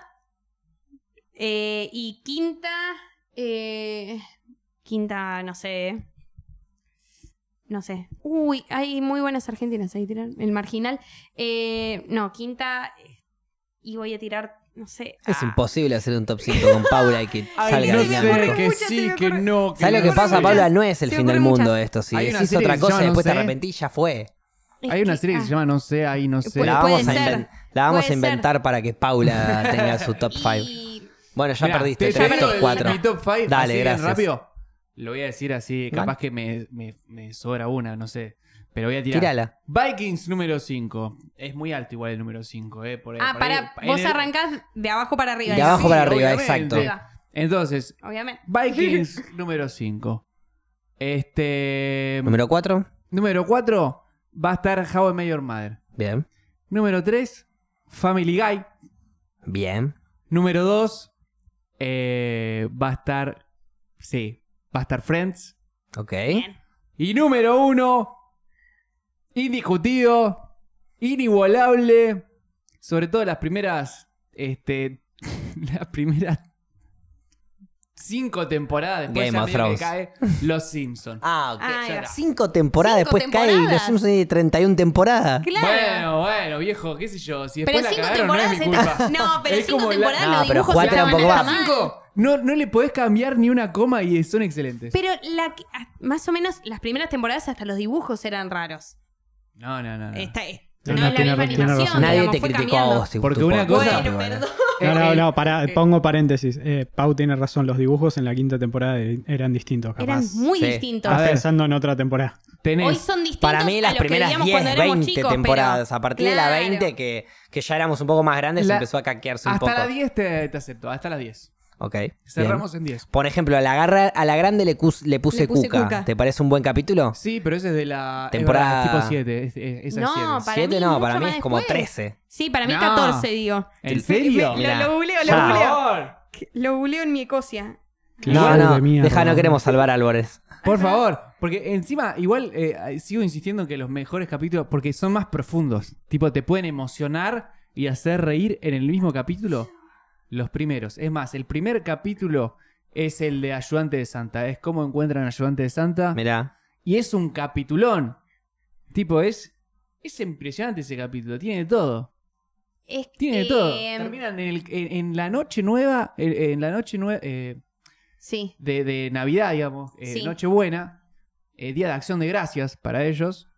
S3: Eh, y quinta, eh, quinta, no sé. No sé. Uy, hay muy buenas argentinas ahí tiran. El marginal. Eh, no, quinta. eh, Y voy a tirar, no sé.
S1: Es
S3: ah.
S1: imposible hacer un top 5 con Paula y que
S4: Ay,
S1: salga
S4: no
S1: de
S3: me
S1: mierda.
S4: sé,
S3: ocurren
S4: que
S3: muchas, se
S4: sí,
S3: me
S4: que
S3: ocurren-
S4: no. que
S1: ¿Sabes
S3: me
S1: lo que
S4: no
S3: ocurren
S1: pasa,
S4: sé.
S3: muchas.
S1: Paula? No es el
S3: Se
S1: fin del
S3: ocurren
S1: mundo
S3: muchas.
S1: esto. Si
S4: Hay una
S1: decís
S4: serie
S1: otra
S4: que se
S1: cosa y
S4: llama
S1: después
S4: No
S1: te
S4: sé.
S1: arrepentís, ya fue.
S3: Es
S4: Hay una
S3: que-
S4: serie que se
S3: ah,
S4: llama No sé, ahí no sé.
S3: Puede-
S1: la vamos, a,
S3: puede ser.
S1: inven- la vamos a
S3: Puede ser.
S1: inventar para que Paula tenga su top 5.
S3: y-
S1: Bueno, ya
S4: Mirá,
S1: perdiste.
S4: te
S1: Tres
S4: tiro
S1: top
S4: el-
S1: 4.
S4: Mi top 5.
S1: Dale,
S4: Dale,
S1: gracias.
S4: rápido. Lo voy a decir así, capaz
S1: Bueno.
S4: que me, me- me sobra una, no sé. Pero voy a tirar.
S1: Tírala.
S4: Vikings número 5. Es muy alto igual el número 5, ¿eh? Por,
S3: Ah,
S4: por ahí-
S3: para.
S4: en
S3: Vos
S4: el-
S3: arrancás de abajo para arriba.
S1: De abajo
S3: Sí,
S1: para arriba,
S4: obviamente.
S1: exacto.
S3: arriba,
S4: Entonces,
S3: Obviamente.
S4: Vikings número 5. Este.
S1: Número 4.
S4: Número 4 va a estar How I Met Your Mother.
S1: Bien.
S4: Número 3, Family Guy.
S1: Bien.
S4: Número 2, va a estar. Sí, va a estar Friends.
S1: Ok.
S4: Y número 1, indiscutido, inigualable. Sobre todo las primeras. Este. Las primeras. Cinco temporadas después
S1: Game
S4: ya
S1: of
S4: medio que
S1: Thrones.
S4: cae Los Simpsons.
S1: Ah, ok.
S3: Ah, ahí va.
S1: Cinco temporadas
S3: Cinco
S1: después cae y los
S3: temporadas.
S1: Simpsons tiene 31 temporadas.
S3: Claro.
S4: Bueno, bueno, viejo, qué sé yo. Si después
S3: pero cinco
S4: la cagaron, no es
S3: temporadas.
S4: mi culpa.
S3: no, pero
S4: Es
S3: cinco
S4: como la-
S3: temporadas.
S1: No,
S3: los
S1: pero
S3: dibujos
S1: cuatro
S3: estaban
S1: un poco
S3: hasta
S1: más.
S3: mal.
S4: Cinco. No, no le podés cambiar ni una coma y son excelentes.
S3: Pero la, que- ah, más o menos las primeras temporadas hasta los dibujos eran raros.
S4: No, no, no. no.
S3: Esta, es-
S2: No,
S3: no,
S2: no,
S3: es la
S2: tiene-
S3: misma
S2: tiene
S3: animación.
S2: razón.
S1: Nadie
S3: digamos,
S1: te
S3: fue
S1: criticó a
S3: cambiando.
S1: vos.
S4: Porque
S1: tu
S4: una
S1: podcast,
S4: cosa-
S1: pero
S3: Bueno, perdón.
S2: No, no,
S4: Eh,
S2: no, pará,
S4: eh,
S2: pongo paréntesis. Eh, Pau tiene razón, los dibujos en la quinta temporada eh, eran distintos, capaz.
S3: Eran muy
S1: Sí.
S3: distintos.
S4: A
S2: Estás
S4: ver.
S2: pensando en otra temporada.
S4: Tenés.
S3: Hoy son distintos.
S1: Para mí,
S3: a
S1: las
S3: los que
S1: primeras
S3: veíamos
S1: 10,
S3: cuando
S1: 20
S3: éramos chicos,
S1: temporadas.
S3: pero-
S1: A partir de la
S3: Claro.
S1: 20, que, que ya éramos un poco más grandes,
S4: La-
S1: empezó a caquearse un
S4: hasta
S1: poco.
S4: la 10 te, te acepto, hasta las 10.
S1: Ok. bien.
S4: Cerramos en 10.
S1: Por ejemplo, a la, garra, a la grande le, cus- le puse,
S3: Le puse
S1: cuca.
S3: Cuca.
S1: ¿Te parece un buen capítulo?
S4: Sí, pero ese es de la
S1: Temporada-
S4: es verdad, tipo 7. Es, es- esa es
S3: No,
S4: siete.
S3: para
S1: Siete
S3: mí
S1: no,
S3: mucho
S1: para mí
S3: más
S1: es como
S3: después.
S1: 13.
S3: Sí, para mí
S4: No.
S3: 14, digo.
S4: ¿En serio?
S3: Lo,
S1: Mirá.
S3: lo buleo, lo
S1: Ya.
S4: Por
S3: buleo.
S4: favor.
S3: Lo buleo en mi Ecosia.
S1: No,
S2: Hijo de
S1: no,
S2: mierda.
S1: deja, no queremos salvar a Álvarez.
S4: Por favor, porque encima igual eh, sigo insistiendo que los mejores capítulos, porque son más profundos, tipo te pueden emocionar y hacer reír en el mismo capítulo los primeros. Es más, el primer capítulo es el de ayudante de Santa, es cómo encuentran ayudante de
S3: Ah.
S4: Santa
S1: Mirá.
S4: y es un capitulón. Tipo es es impresionante ese capítulo, tiene de todo.
S3: Es que-
S4: Tiene de todo.
S3: Em,
S4: Terminan en, el- en- en la noche nueva, en, en la noche eh, nueva
S3: Sí.
S4: de, de Navidad, digamos, eh,
S3: Sí.
S4: Nochebuena, eh, Día de Acción de Gracias para ellos,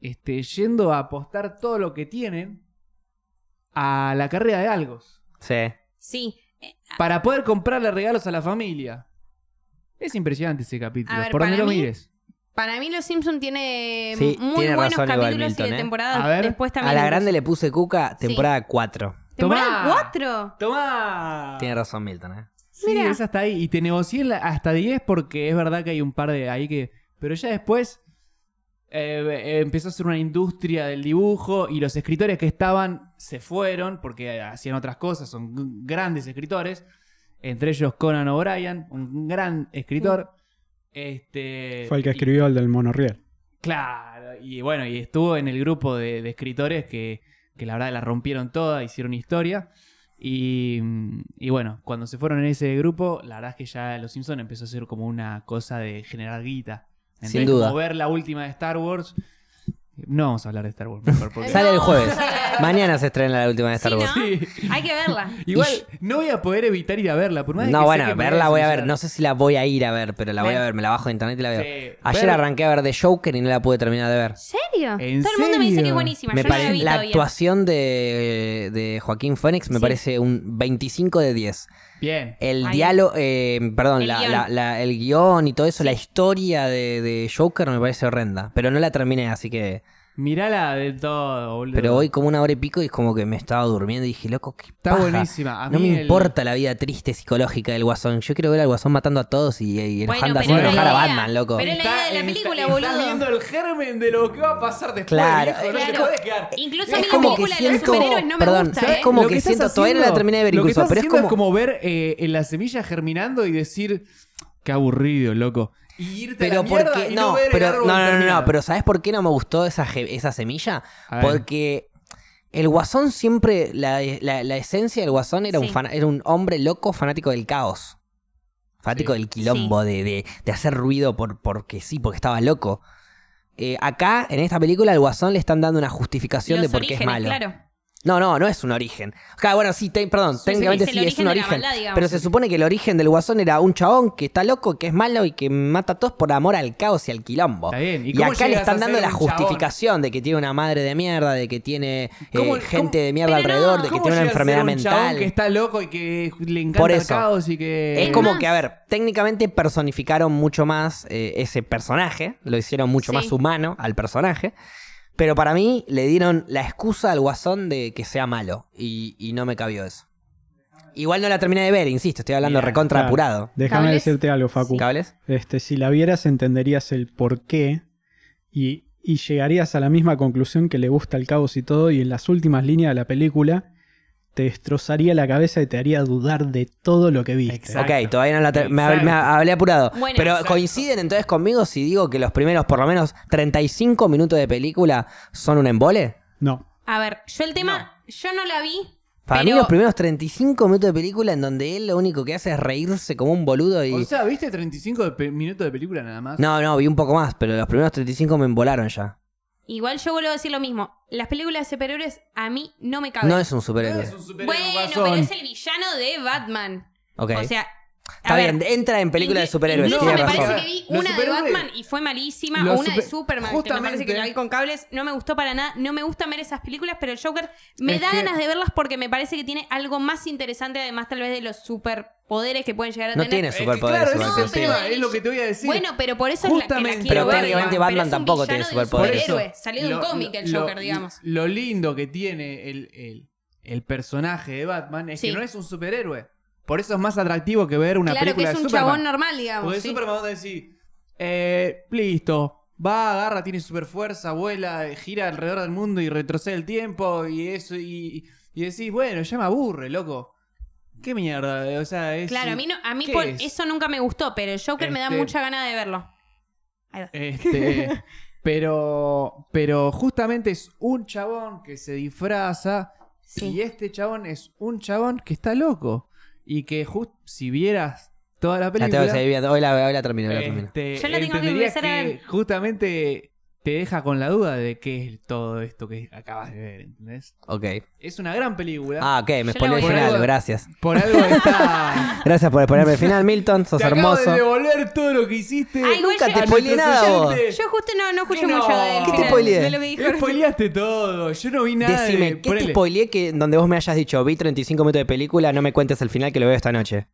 S4: este, yendo a apostar todo lo que tienen a la carrera de algos
S1: Sí.
S3: Sí. Eh,
S4: para poder comprarle regalos a la familia. Es impresionante ese capítulo,
S3: A ver,
S4: por donde
S3: para
S4: lo
S3: mí-
S4: mires.
S3: Para mí Los Simpsons tiene
S1: Sí,
S3: muy
S1: tiene
S3: buenos
S1: razón igual
S3: capítulos y
S1: Milton, ¿eh?
S3: de temporadas
S4: A ver,
S3: después
S1: A
S3: también.
S1: la grande le puse cuca,
S3: Sí.
S1: temporada 4.
S3: ¿Temporada
S4: Tomá.
S3: 4?
S4: ¡Tomá!
S1: Tiene razón Milton, ¿eh?
S4: Sí,
S3: Mirá.
S4: es hasta ahí. Y te negocié la- hasta 10 porque es verdad que hay un par de ahí que... Pero ya después eh, empezó a ser una industria del dibujo y los escritores que estaban se fueron porque hacían otras cosas, son g- grandes escritores. Entre ellos Conan O'Brien, un gran escritor. Este,
S2: Fue el que
S4: y-
S2: escribió el del monorriel.
S4: Claro, y bueno, y estuvo en el grupo de, de escritores que, que la verdad la rompieron toda, hicieron historia. Y, mm, y bueno, cuando se fueron en ese grupo, la verdad es que ya Los Simpsons empezó a ser como una cosa de generar guita. Entonces,
S1: Sin duda.
S4: Como ver la última de Star Wars. No vamos a hablar de Star Wars, mejor porque.
S1: Sale el jueves.
S3: sí.
S1: Mañana se estrena la última de Star
S3: Sí,
S1: Wars.
S3: ¿no? Hay que verla.
S4: Igual no voy a poder evitar ir a verla. Por más de
S1: No,
S4: que sé
S1: bueno,
S4: que me
S1: verla voy a ver.
S4: decepcionar.
S1: No sé si la voy a ir a ver, pero la voy a
S4: Ven.
S1: ver. Me la bajo de internet y la veo.
S4: Sí,
S1: Ayer
S4: ver-
S1: arranqué a ver The Joker y no la pude terminar de ver.
S3: ¿Serio?
S4: ¿En
S3: Todo el mundo me dice que
S4: serio?
S3: es buenísima.
S1: Me
S3: Yo no la
S1: pare-
S3: vi
S1: la
S3: todavía.
S1: actuación de, de Joaquín Phoenix me
S3: Sí.
S1: parece un 25 de 10.
S4: Bien.
S1: El
S3: Ay.
S1: diálogo, eh, perdón,
S3: El
S1: la-
S3: guión.
S1: la- la- el guión y todo eso, la historia de, de Joker me parece horrenda. Pero no la terminé, así que...
S4: Mirala del todo, boludo.
S1: Pero hoy como una hora y pico y es como que me estaba durmiendo y dije, loco, qué
S4: Está
S1: paja.
S4: buenísima. A
S1: No
S4: mí
S1: me
S4: el-
S1: importa la vida triste psicológica del Guasón. Yo quiero ver al Guasón matando a todos y, y
S3: Bueno,
S1: enojando,
S3: pero
S1: haciendo
S4: la
S1: enojar a
S3: idea-
S1: Batman, loco.
S3: pero- Era la idea de la película,
S4: Estás
S3: boludo.
S4: viendo el germen de lo que va a pasar después.
S1: Claro,
S4: viejo, no te
S3: claro.
S4: podés quedar.
S3: Incluso a
S1: Es
S3: mí la
S1: como que
S3: película de los
S1: siento-
S3: superhéroes no me
S1: perdón,
S3: gusta.
S1: ¿sabes
S3: ¿eh?
S1: cómo?
S4: Lo
S1: que
S4: estás
S1: siento, todavía no la terminé de ver
S4: lo que
S1: incluso,
S4: estás
S1: pero es
S4: haciendo
S1: como-
S4: ver eh, en la semilla germinando y decir, qué aburrido, loco. Y irte a
S1: Pero
S4: la mierda
S1: porque
S4: y no,
S1: no,
S4: ver el
S1: pero
S4: árbol
S1: no, no, no, no,
S4: terminado.
S1: pero ¿sabes por qué no me gustó esa ge- esa semilla?
S4: A ver.
S1: Porque el Guasón siempre la, la- la esencia del Guasón era un
S3: Sí.
S1: fan- era un hombre loco fanático del caos. Fanático
S4: Sí.
S1: del quilombo, de, de- de hacer ruido por porque sí, porque estaba loco. Eh, acá, en esta película, al Guasón le están dando una justificación
S3: Los
S1: de por qué
S3: orígenes,
S1: es malo.
S3: Claro.
S1: No, no, no es un origen. Acá, bueno, sí, te- perdón, técnicamente
S3: es
S1: sí
S3: el
S1: es un
S3: origen de la
S1: origen.
S3: maldad, digamos.
S1: pero se supone que el origen del guasón era un chabón que está loco, que es malo y que mata a todos por amor al caos y al quilombo.
S4: Está bien, ¿y
S1: Y,
S4: cómo
S1: acá le
S4: llegas
S1: están
S4: a
S1: dando
S4: ser
S1: la
S4: un chabón?
S1: justificación de que tiene una madre de mierda, de que tiene eh,
S4: ¿Cómo- cómo-
S1: gente de mierda
S3: Pero no,
S1: alrededor, de que
S4: ¿Cómo
S1: tiene una
S4: llega a ser
S1: enfermedad
S4: un chabón
S1: mental.
S4: que está loco y que le encanta
S1: Por
S4: el
S1: eso.
S4: caos y que...
S1: Es como
S3: más.
S1: que, a ver, técnicamente personificaron mucho más eh, ese personaje, lo hicieron mucho
S3: Sí.
S1: más humano al personaje, pero para mí le dieron la excusa al guasón de que sea malo y, y no me cabió eso. Igual no la terminé de ver, insisto, estoy hablando
S4: Mirá,
S1: recontra
S2: Claro.
S1: apurado.
S2: Déjame
S3: ¿Cables?
S2: decirte algo, Facu.
S1: ¿Cables?
S2: Este, si la vieras entenderías el por qué y, y llegarías a la misma conclusión que le gusta el caos y todo y en las últimas líneas de la película te destrozaría la cabeza y te haría dudar de todo lo que viste.
S4: Exacto.
S1: Ok, todavía no la ter- me, hab-
S4: Exacto.
S1: me hablé apurado.
S3: Bueno,
S1: pero
S3: exacto.
S1: coinciden entonces conmigo si digo que los primeros por lo menos 35 minutos de película son un embole.
S2: No,
S3: A ver, yo el tema, yo no la vi.
S1: Para
S3: pero
S1: mí los primeros 35 minutos de película en donde él lo único que hace es reírse como un boludo y...
S4: O sea, ¿viste 35 de pe- minutos de película nada más?
S1: No, no, vi un poco más, pero los primeros 35 me embolaron ya.
S3: Igual yo vuelvo a decir lo mismo. Las películas de superhéroes a mí no me caben.
S1: No es un superhéroe.
S4: Es un superhéroe
S3: bueno,
S4: guasón.
S3: pero es el villano de Batman.
S1: Ok.
S3: O sea, a
S1: Está
S3: ver,
S1: bien, entra en películas de
S3: inclu-
S1: superhéroes.
S3: Incluso
S1: tiene
S3: me
S1: razón.
S3: parece que vi
S4: Los
S3: una de
S4: superhéroes-
S3: Batman y fue malísima,
S4: Los
S3: o una de
S4: super-
S3: Superman, que me parece
S4: Justamente.
S3: que la vi con cables, no me gustó para nada, no me gusta ver esas películas, pero el Joker me
S4: Es
S3: da
S4: que-
S3: ganas de verlas porque me parece que tiene algo más interesante, además tal vez de los superpoderes que pueden llegar a
S1: No
S3: tener.
S1: tiene
S4: Es que,
S1: superpoderes.
S4: Claro, ese
S1: igual,
S4: es,
S1: sí.
S3: No,
S4: el tema,
S3: pero-
S4: es lo que te voy a decir.
S3: Bueno, pero por eso es la que la
S4: Justamente.
S3: quiero
S1: Pero
S3: ver,
S1: técnicamente
S3: digamos.
S1: Batman
S3: Pero es un
S1: tampoco
S3: villano
S1: tiene
S3: de un
S1: superpoderes.
S3: superhéroe, salió de un
S4: Lo-
S3: cómic el
S4: lo-
S3: Joker, digamos.
S4: Lo lindo que tiene el, el- el personaje de Batman es
S3: Sí.
S4: que no es un superhéroe. Por eso es más atractivo que ver una
S3: Claro que
S4: película
S3: es un
S4: de Superman.
S3: chabón normal, digamos.
S4: Porque
S3: sí.
S4: Superman va a decir, eh, listo, va, agarra, tiene superfuerza, vuela, gira alrededor del mundo y retrocede el tiempo y eso y, y decís, bueno, ya me aburre, loco. ¿Qué mierda? O sea, es
S3: Claro, a mí, no, a mí
S4: ¿Qué
S3: por
S4: es?
S3: eso nunca me gustó, pero el Joker me da
S4: Este-
S3: mucha gana de verlo. Ahí va.
S4: Este, pero, pero justamente es un chabón que se disfraza
S3: Sí.
S4: y este chabón es un chabón que está loco y que just, si vieras toda la
S1: La
S4: película,
S1: tengo que seguir viendo. Hoy la, hoy la termino, hoy la termino.
S4: este,
S3: Yo la tengo que
S4: entenderías
S3: empezar a
S4: que
S3: ver.
S4: justamente te deja con la duda de qué es todo esto que acabas de ver, ¿entendés?
S1: Ok.
S4: Es una gran película.
S1: Ah, ok,
S3: Yo
S1: me
S3: la
S1: spoilé el
S3: voy a-
S1: final, gracias.
S4: Por algo está.
S1: Gracias por ponerme el final, Milton, sos
S4: te acabo
S1: hermoso.
S4: de devolver todo lo que hiciste.
S3: Ay, güey,
S1: Nunca
S3: yo-
S1: te
S4: a
S1: spoileé
S4: nuestros
S1: nada vos.
S4: oyentes.
S3: Yo justo no, no escuché
S4: ¿Qué no?
S3: mucho del
S4: ¿Qué te
S3: final,
S1: spoileé?
S3: de lo que dijo.
S4: Spoileaste todo. Yo no vi nada.
S1: Decime,
S4: de-
S1: ¿qué te
S4: ponele.
S1: spoileé que donde vos me hayas dicho, vi 35 minutos de película, no me cuentes el final que lo veo esta noche?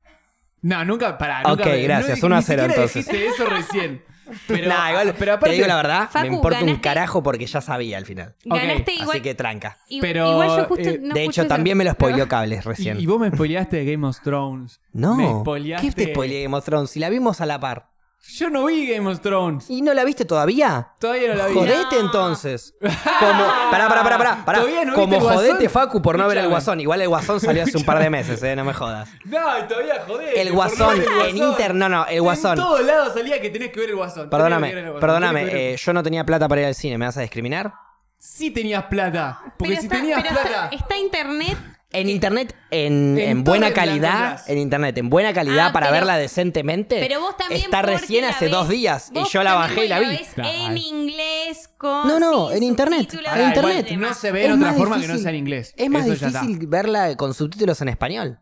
S4: No, nunca, pará.
S1: Ok,
S4: nunca me-
S1: gracias,
S4: no,
S1: 1 a
S4: ni
S1: 0
S4: siquiera
S1: entonces.
S4: dijiste eso recién. Pero, ah,
S1: Nah, igual,
S4: pero aparte,
S1: te digo la verdad,
S3: Facu,
S1: me importa un
S3: ganaste-
S1: carajo porque ya sabía al final.
S4: Ok,
S3: Ganaste igual.
S1: Así que tranca.
S3: i-
S4: pero,
S3: igual yo justo
S4: eh,
S3: no
S1: de
S3: escuché
S1: hecho,
S3: eso.
S1: también me lo spoileó Cables
S4: Y,
S1: recién.
S4: y vos me spoileaste de Game of Thrones.
S1: No.
S4: Me spoileaste.
S1: ¿Qué te spoileé Game of Thrones? Si la vimos a la par.
S4: Yo no vi Game of Thrones.
S1: ¿Y no la viste todavía?
S4: Todavía no la vi.
S3: Joder.
S1: Jodete entonces. Como, pará, pará, pará, pará. pará.
S4: Todavía no
S1: Como
S4: viste el
S1: jodete
S4: Guasón.
S1: Facu por no ver el
S4: Escuchame.
S1: guasón. Igual el guasón salió hace un par de meses, eh, no me jodas.
S4: No, y todavía joder.
S1: El guasón, en internet, no, no, el guasón.
S4: En todos lados salía que tenés que ver el guasón. tenés que ver el
S1: Perdóname,
S4: Guasón,
S1: perdóname,
S4: tenés que ver el-
S1: eh, yo no tenía plata para ir al cine, ¿me vas a discriminar?
S4: Sí tenías plata. Porque
S3: Pero
S4: si
S3: está-
S4: tenías
S3: pero
S4: plata.
S3: Está, está internet.
S1: En internet, en,
S4: En
S1: en
S4: torre
S1: buena
S4: la
S1: calidad,
S4: encontrás.
S1: en internet, en buena calidad
S3: Ah,
S1: para
S3: pero-
S1: verla decentemente,
S3: Pero vos también.
S1: está
S3: porque
S1: recién
S3: la
S1: hace
S3: ves-
S1: dos días y
S3: vos
S1: yo la
S3: también
S1: bajé y la vi.
S3: ves
S2: Claro.
S3: En inglés con.
S1: No, no,
S3: sin
S1: en internet,
S3: subtítulos,
S1: en
S4: Pará,
S3: con
S4: igual
S1: internet.
S3: demás.
S4: No se ve
S1: Es
S4: en otra
S1: más
S4: forma que
S1: difícil-
S4: no sea en inglés.
S1: Es más
S4: Eso ya está.
S1: difícil verla con subtítulos en español.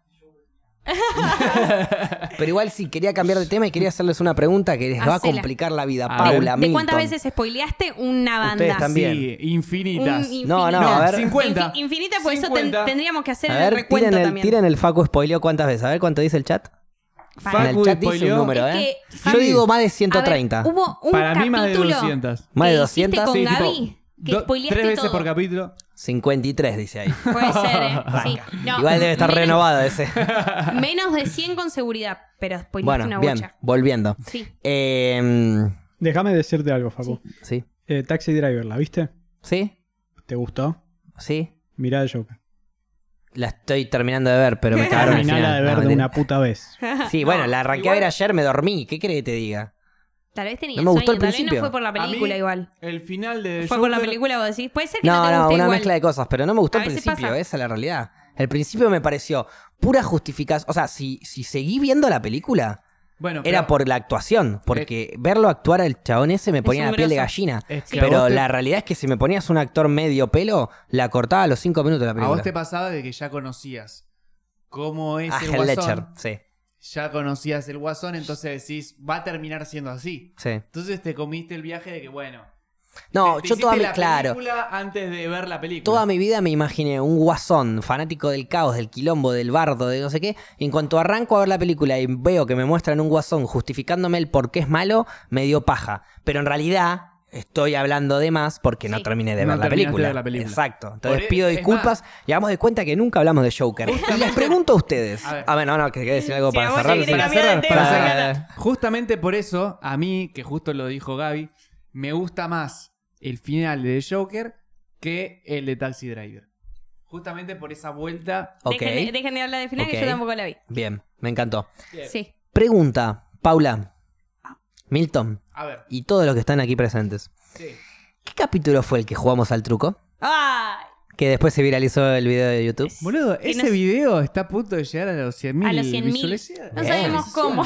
S1: Pero igual sí, quería cambiar de tema y quería hacerles una pregunta que les va a
S3: Hacela.
S1: complicar la vida.
S4: A
S1: Paula,
S3: ¿De cuántas
S1: Milton.
S3: veces spoileaste una banda?
S1: Ustedes también.
S4: Sí, infinitas.
S3: Un
S1: No, no,
S3: infinito.
S1: a ver.
S4: 50.
S3: Infi- Infinita, por eso
S4: 50.
S3: ten- tendríamos que hacer
S1: A
S3: el
S1: ver,
S3: recuento
S1: tiren el,
S3: también.
S1: tiren el Facu spoileó cuántas veces. A ver cuánto dice el chat.
S4: Facu
S1: en el chat dice
S4: spoileó-
S1: un número,
S3: Es
S1: ¿eh?
S3: que,
S1: Yo
S3: Facu-
S1: digo más de
S3: A ver,
S1: 130.
S3: hubo un
S4: Para
S3: capítulo
S4: mí más de 200.
S1: Más de
S3: que hiciste
S1: 200.
S3: con
S4: Sí, tipo,
S3: Gaby, que
S4: do-
S3: spoileaste
S4: tres veces
S3: todo.
S4: por capítulo.
S1: 53 dice ahí.
S3: Puede ser, ¿eh? Sí. No,
S1: Igual debe estar
S3: menos-
S1: renovado ese.
S3: Menos de 100 con seguridad, pero spoileaste una
S1: bueno, bien,
S3: bocha.
S1: volviendo.
S3: Sí.
S1: Eh,
S2: Déjame decirte algo, Facu.
S1: sí,
S2: Eh, Taxi Driver, ¿la viste?
S1: sí,
S2: ¿Te gustó?
S1: sí.
S2: Mirá el Joker.
S1: La estoy terminando de ver, pero me cagaron el
S2: Terminala
S1: final.
S2: de ver
S1: No,
S2: de
S1: mentira.
S2: una puta vez.
S1: Sí, bueno, la arranqué a ver ayer, me dormí. ¿Qué crees que te diga?
S3: Tal vez tenía
S1: No me gustó
S3: sueño,
S1: al
S3: tal vez
S1: principio.
S3: no fue por la
S4: A mí- eh,
S3: película igual.
S4: El final de.
S3: Fue por la
S4: Joker-
S3: película, vos decís. Puede ser que no,
S1: No,
S3: te
S1: no,
S3: guste
S1: una
S3: igual.
S1: mezcla de cosas, pero no me gustó
S3: A
S1: al
S3: veces
S1: principio,
S3: pasa.
S1: esa es la realidad. Al principio me pareció pura justificación. O sea, si, si seguí viendo la película,
S4: Bueno,
S1: era
S4: pero-
S1: por la actuación, porque verlo actuar al chabón ese me ponía
S3: un
S1: la piel de
S3: grosso.
S1: gallina.
S4: Es que a
S1: Pero
S4: vos te-
S1: la realidad es que si me ponías un actor medio pelo, la cortaba a los cinco minutos de la
S4: A
S1: película.
S4: vos te pasaba de que ya conocías cómo es
S1: A
S4: el
S1: Heath
S4: guasón.
S1: Ah, Ledger, sí,
S4: Ya conocías el guasón, entonces decís, va a terminar siendo así.
S1: sí.
S4: Entonces te comiste el viaje de que, bueno.
S1: No,
S4: te- te
S1: yo toda
S4: hiciste
S1: mi,
S4: la
S1: claro,
S4: película antes de ver la película.
S1: toda mi vida me imaginé un guasón fanático del caos, del quilombo, del bardo, de no sé qué. Y en cuanto arranco a ver la película y veo que me muestran un guasón justificándome el por qué es malo, me dio paja. Pero en realidad estoy hablando de más porque no
S3: Sí.
S1: terminé de
S4: No
S1: ver la
S4: terminaste
S1: película.
S4: de ver la película.
S1: Exacto. Entonces
S4: Por e-
S1: pido
S4: es
S1: disculpas y hagamos de cuenta que nunca hablamos de Joker. Y les pregunto a ustedes.
S4: A ver.
S1: A ver, no, no, que quería decir algo
S3: Sí,
S1: para
S3: vamos a
S1: cerrar.
S3: seguir
S1: sí.
S4: Para
S3: cambiar
S4: cerrar,
S3: de
S4: para
S3: tema.
S4: cerrar. Justamente por eso, a mí, que justo lo dijo Gaby, me gusta más el final de Joker que el de Taxi Driver. Justamente por esa vuelta.
S1: Ok,
S3: Dejen, de, dejen de hablar de final,
S1: Ok.
S3: que yo tampoco la vi.
S1: bien, me encantó.
S3: Sí.
S1: Pregunta, Paula, Milton
S4: A ver,
S1: y todos los que están aquí presentes.
S4: sí.
S1: ¿Qué capítulo fue el que jugamos al truco?
S3: ¡Ay!
S1: Que después se viralizó el video de YouTube.
S4: Boludo,
S3: Que
S4: ese
S3: nos-
S4: video está a punto de llegar a los 100.000
S3: A los 100.000.
S4: visualizaciones.
S3: No
S1: Bien.
S3: sabemos cómo.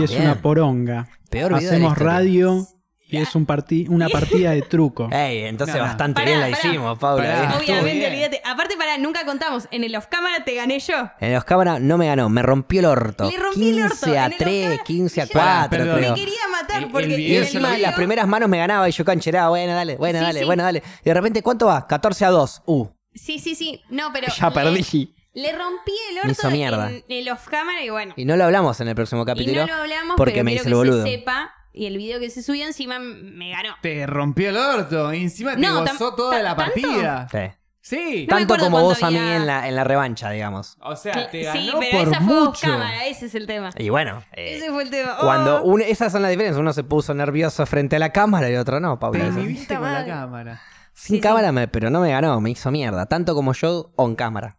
S2: Y es
S1: Ah, Bien.
S2: una poronga.
S1: Peor video de la
S2: Hacemos
S1: historia.
S2: radio y es un parti- una partida de truco.
S1: Ey, entonces
S4: No, no.
S1: bastante
S3: Pará,
S1: bien la
S3: pará.
S1: hicimos, Paula. eh.
S4: Pará.
S1: bien.
S4: Ah, estuvo
S3: Obviamente,
S4: bien.
S3: olvídate. Aparte, para, nunca contamos. En el off cámara te gané yo.
S1: En los cámaras no me ganó, me rompió el orto.
S3: Le rompí el orto,
S1: 15 a
S3: en el
S1: 3,
S3: Oscar,
S1: 15 a
S3: yo-
S1: 4,
S4: Perdón.
S1: creo.
S3: Me quería
S4: El-
S3: matar
S4: el
S3: porque.
S1: Y
S4: video
S3: en el
S1: encima
S3: video-
S1: las primeras manos me ganaba y yo cancheraba, bueno, dale, bueno,
S3: Sí,
S1: dale,
S3: sí.
S1: bueno, dale. Y de repente, ¿cuánto va? 14 a 2. Uh,
S3: Sí, sí, sí. No, pero.
S1: ya
S3: le-
S1: perdí.
S3: Le rompí el
S1: Me
S3: orto
S1: hizo mierda.
S3: en el off cámara y bueno.
S1: Y no lo hablamos en el próximo
S3: Y
S1: capítulo.
S3: no lo hablamos
S1: porque
S3: pero
S1: me
S3: quiero
S1: hice el
S3: que
S1: boludo.
S3: se sepa. Y el video que se subió encima me ganó.
S4: Te rompió el orto. y Encima te
S3: No, tam-
S4: gozó toda
S3: ta-
S4: la
S3: ¿tanto?
S4: partida.
S1: Sí.
S4: Sí.
S3: No me
S1: Tanto
S3: acuerdo
S1: como vos
S3: cuándo
S1: a mí
S3: había-
S1: en la, en la revancha, digamos.
S4: O sea, te ganó
S3: sí, pero
S4: por
S3: esa fue ¿eh? off
S4: mucho.
S3: cámara, ese es el tema.
S1: Y bueno, eh,
S3: Ese fue el tema.
S1: cuando
S3: Oh.
S1: un- esas son las diferencias. Uno se puso nervioso frente a la cámara y otro no, Paula.
S4: Te
S1: Eso.
S4: inhibiste
S3: Puta
S4: con la
S3: madre.
S4: cámara.
S1: Sin
S3: Sí,
S1: cámara, me- pero no me ganó, me hizo mierda. Tanto como yo on cámara.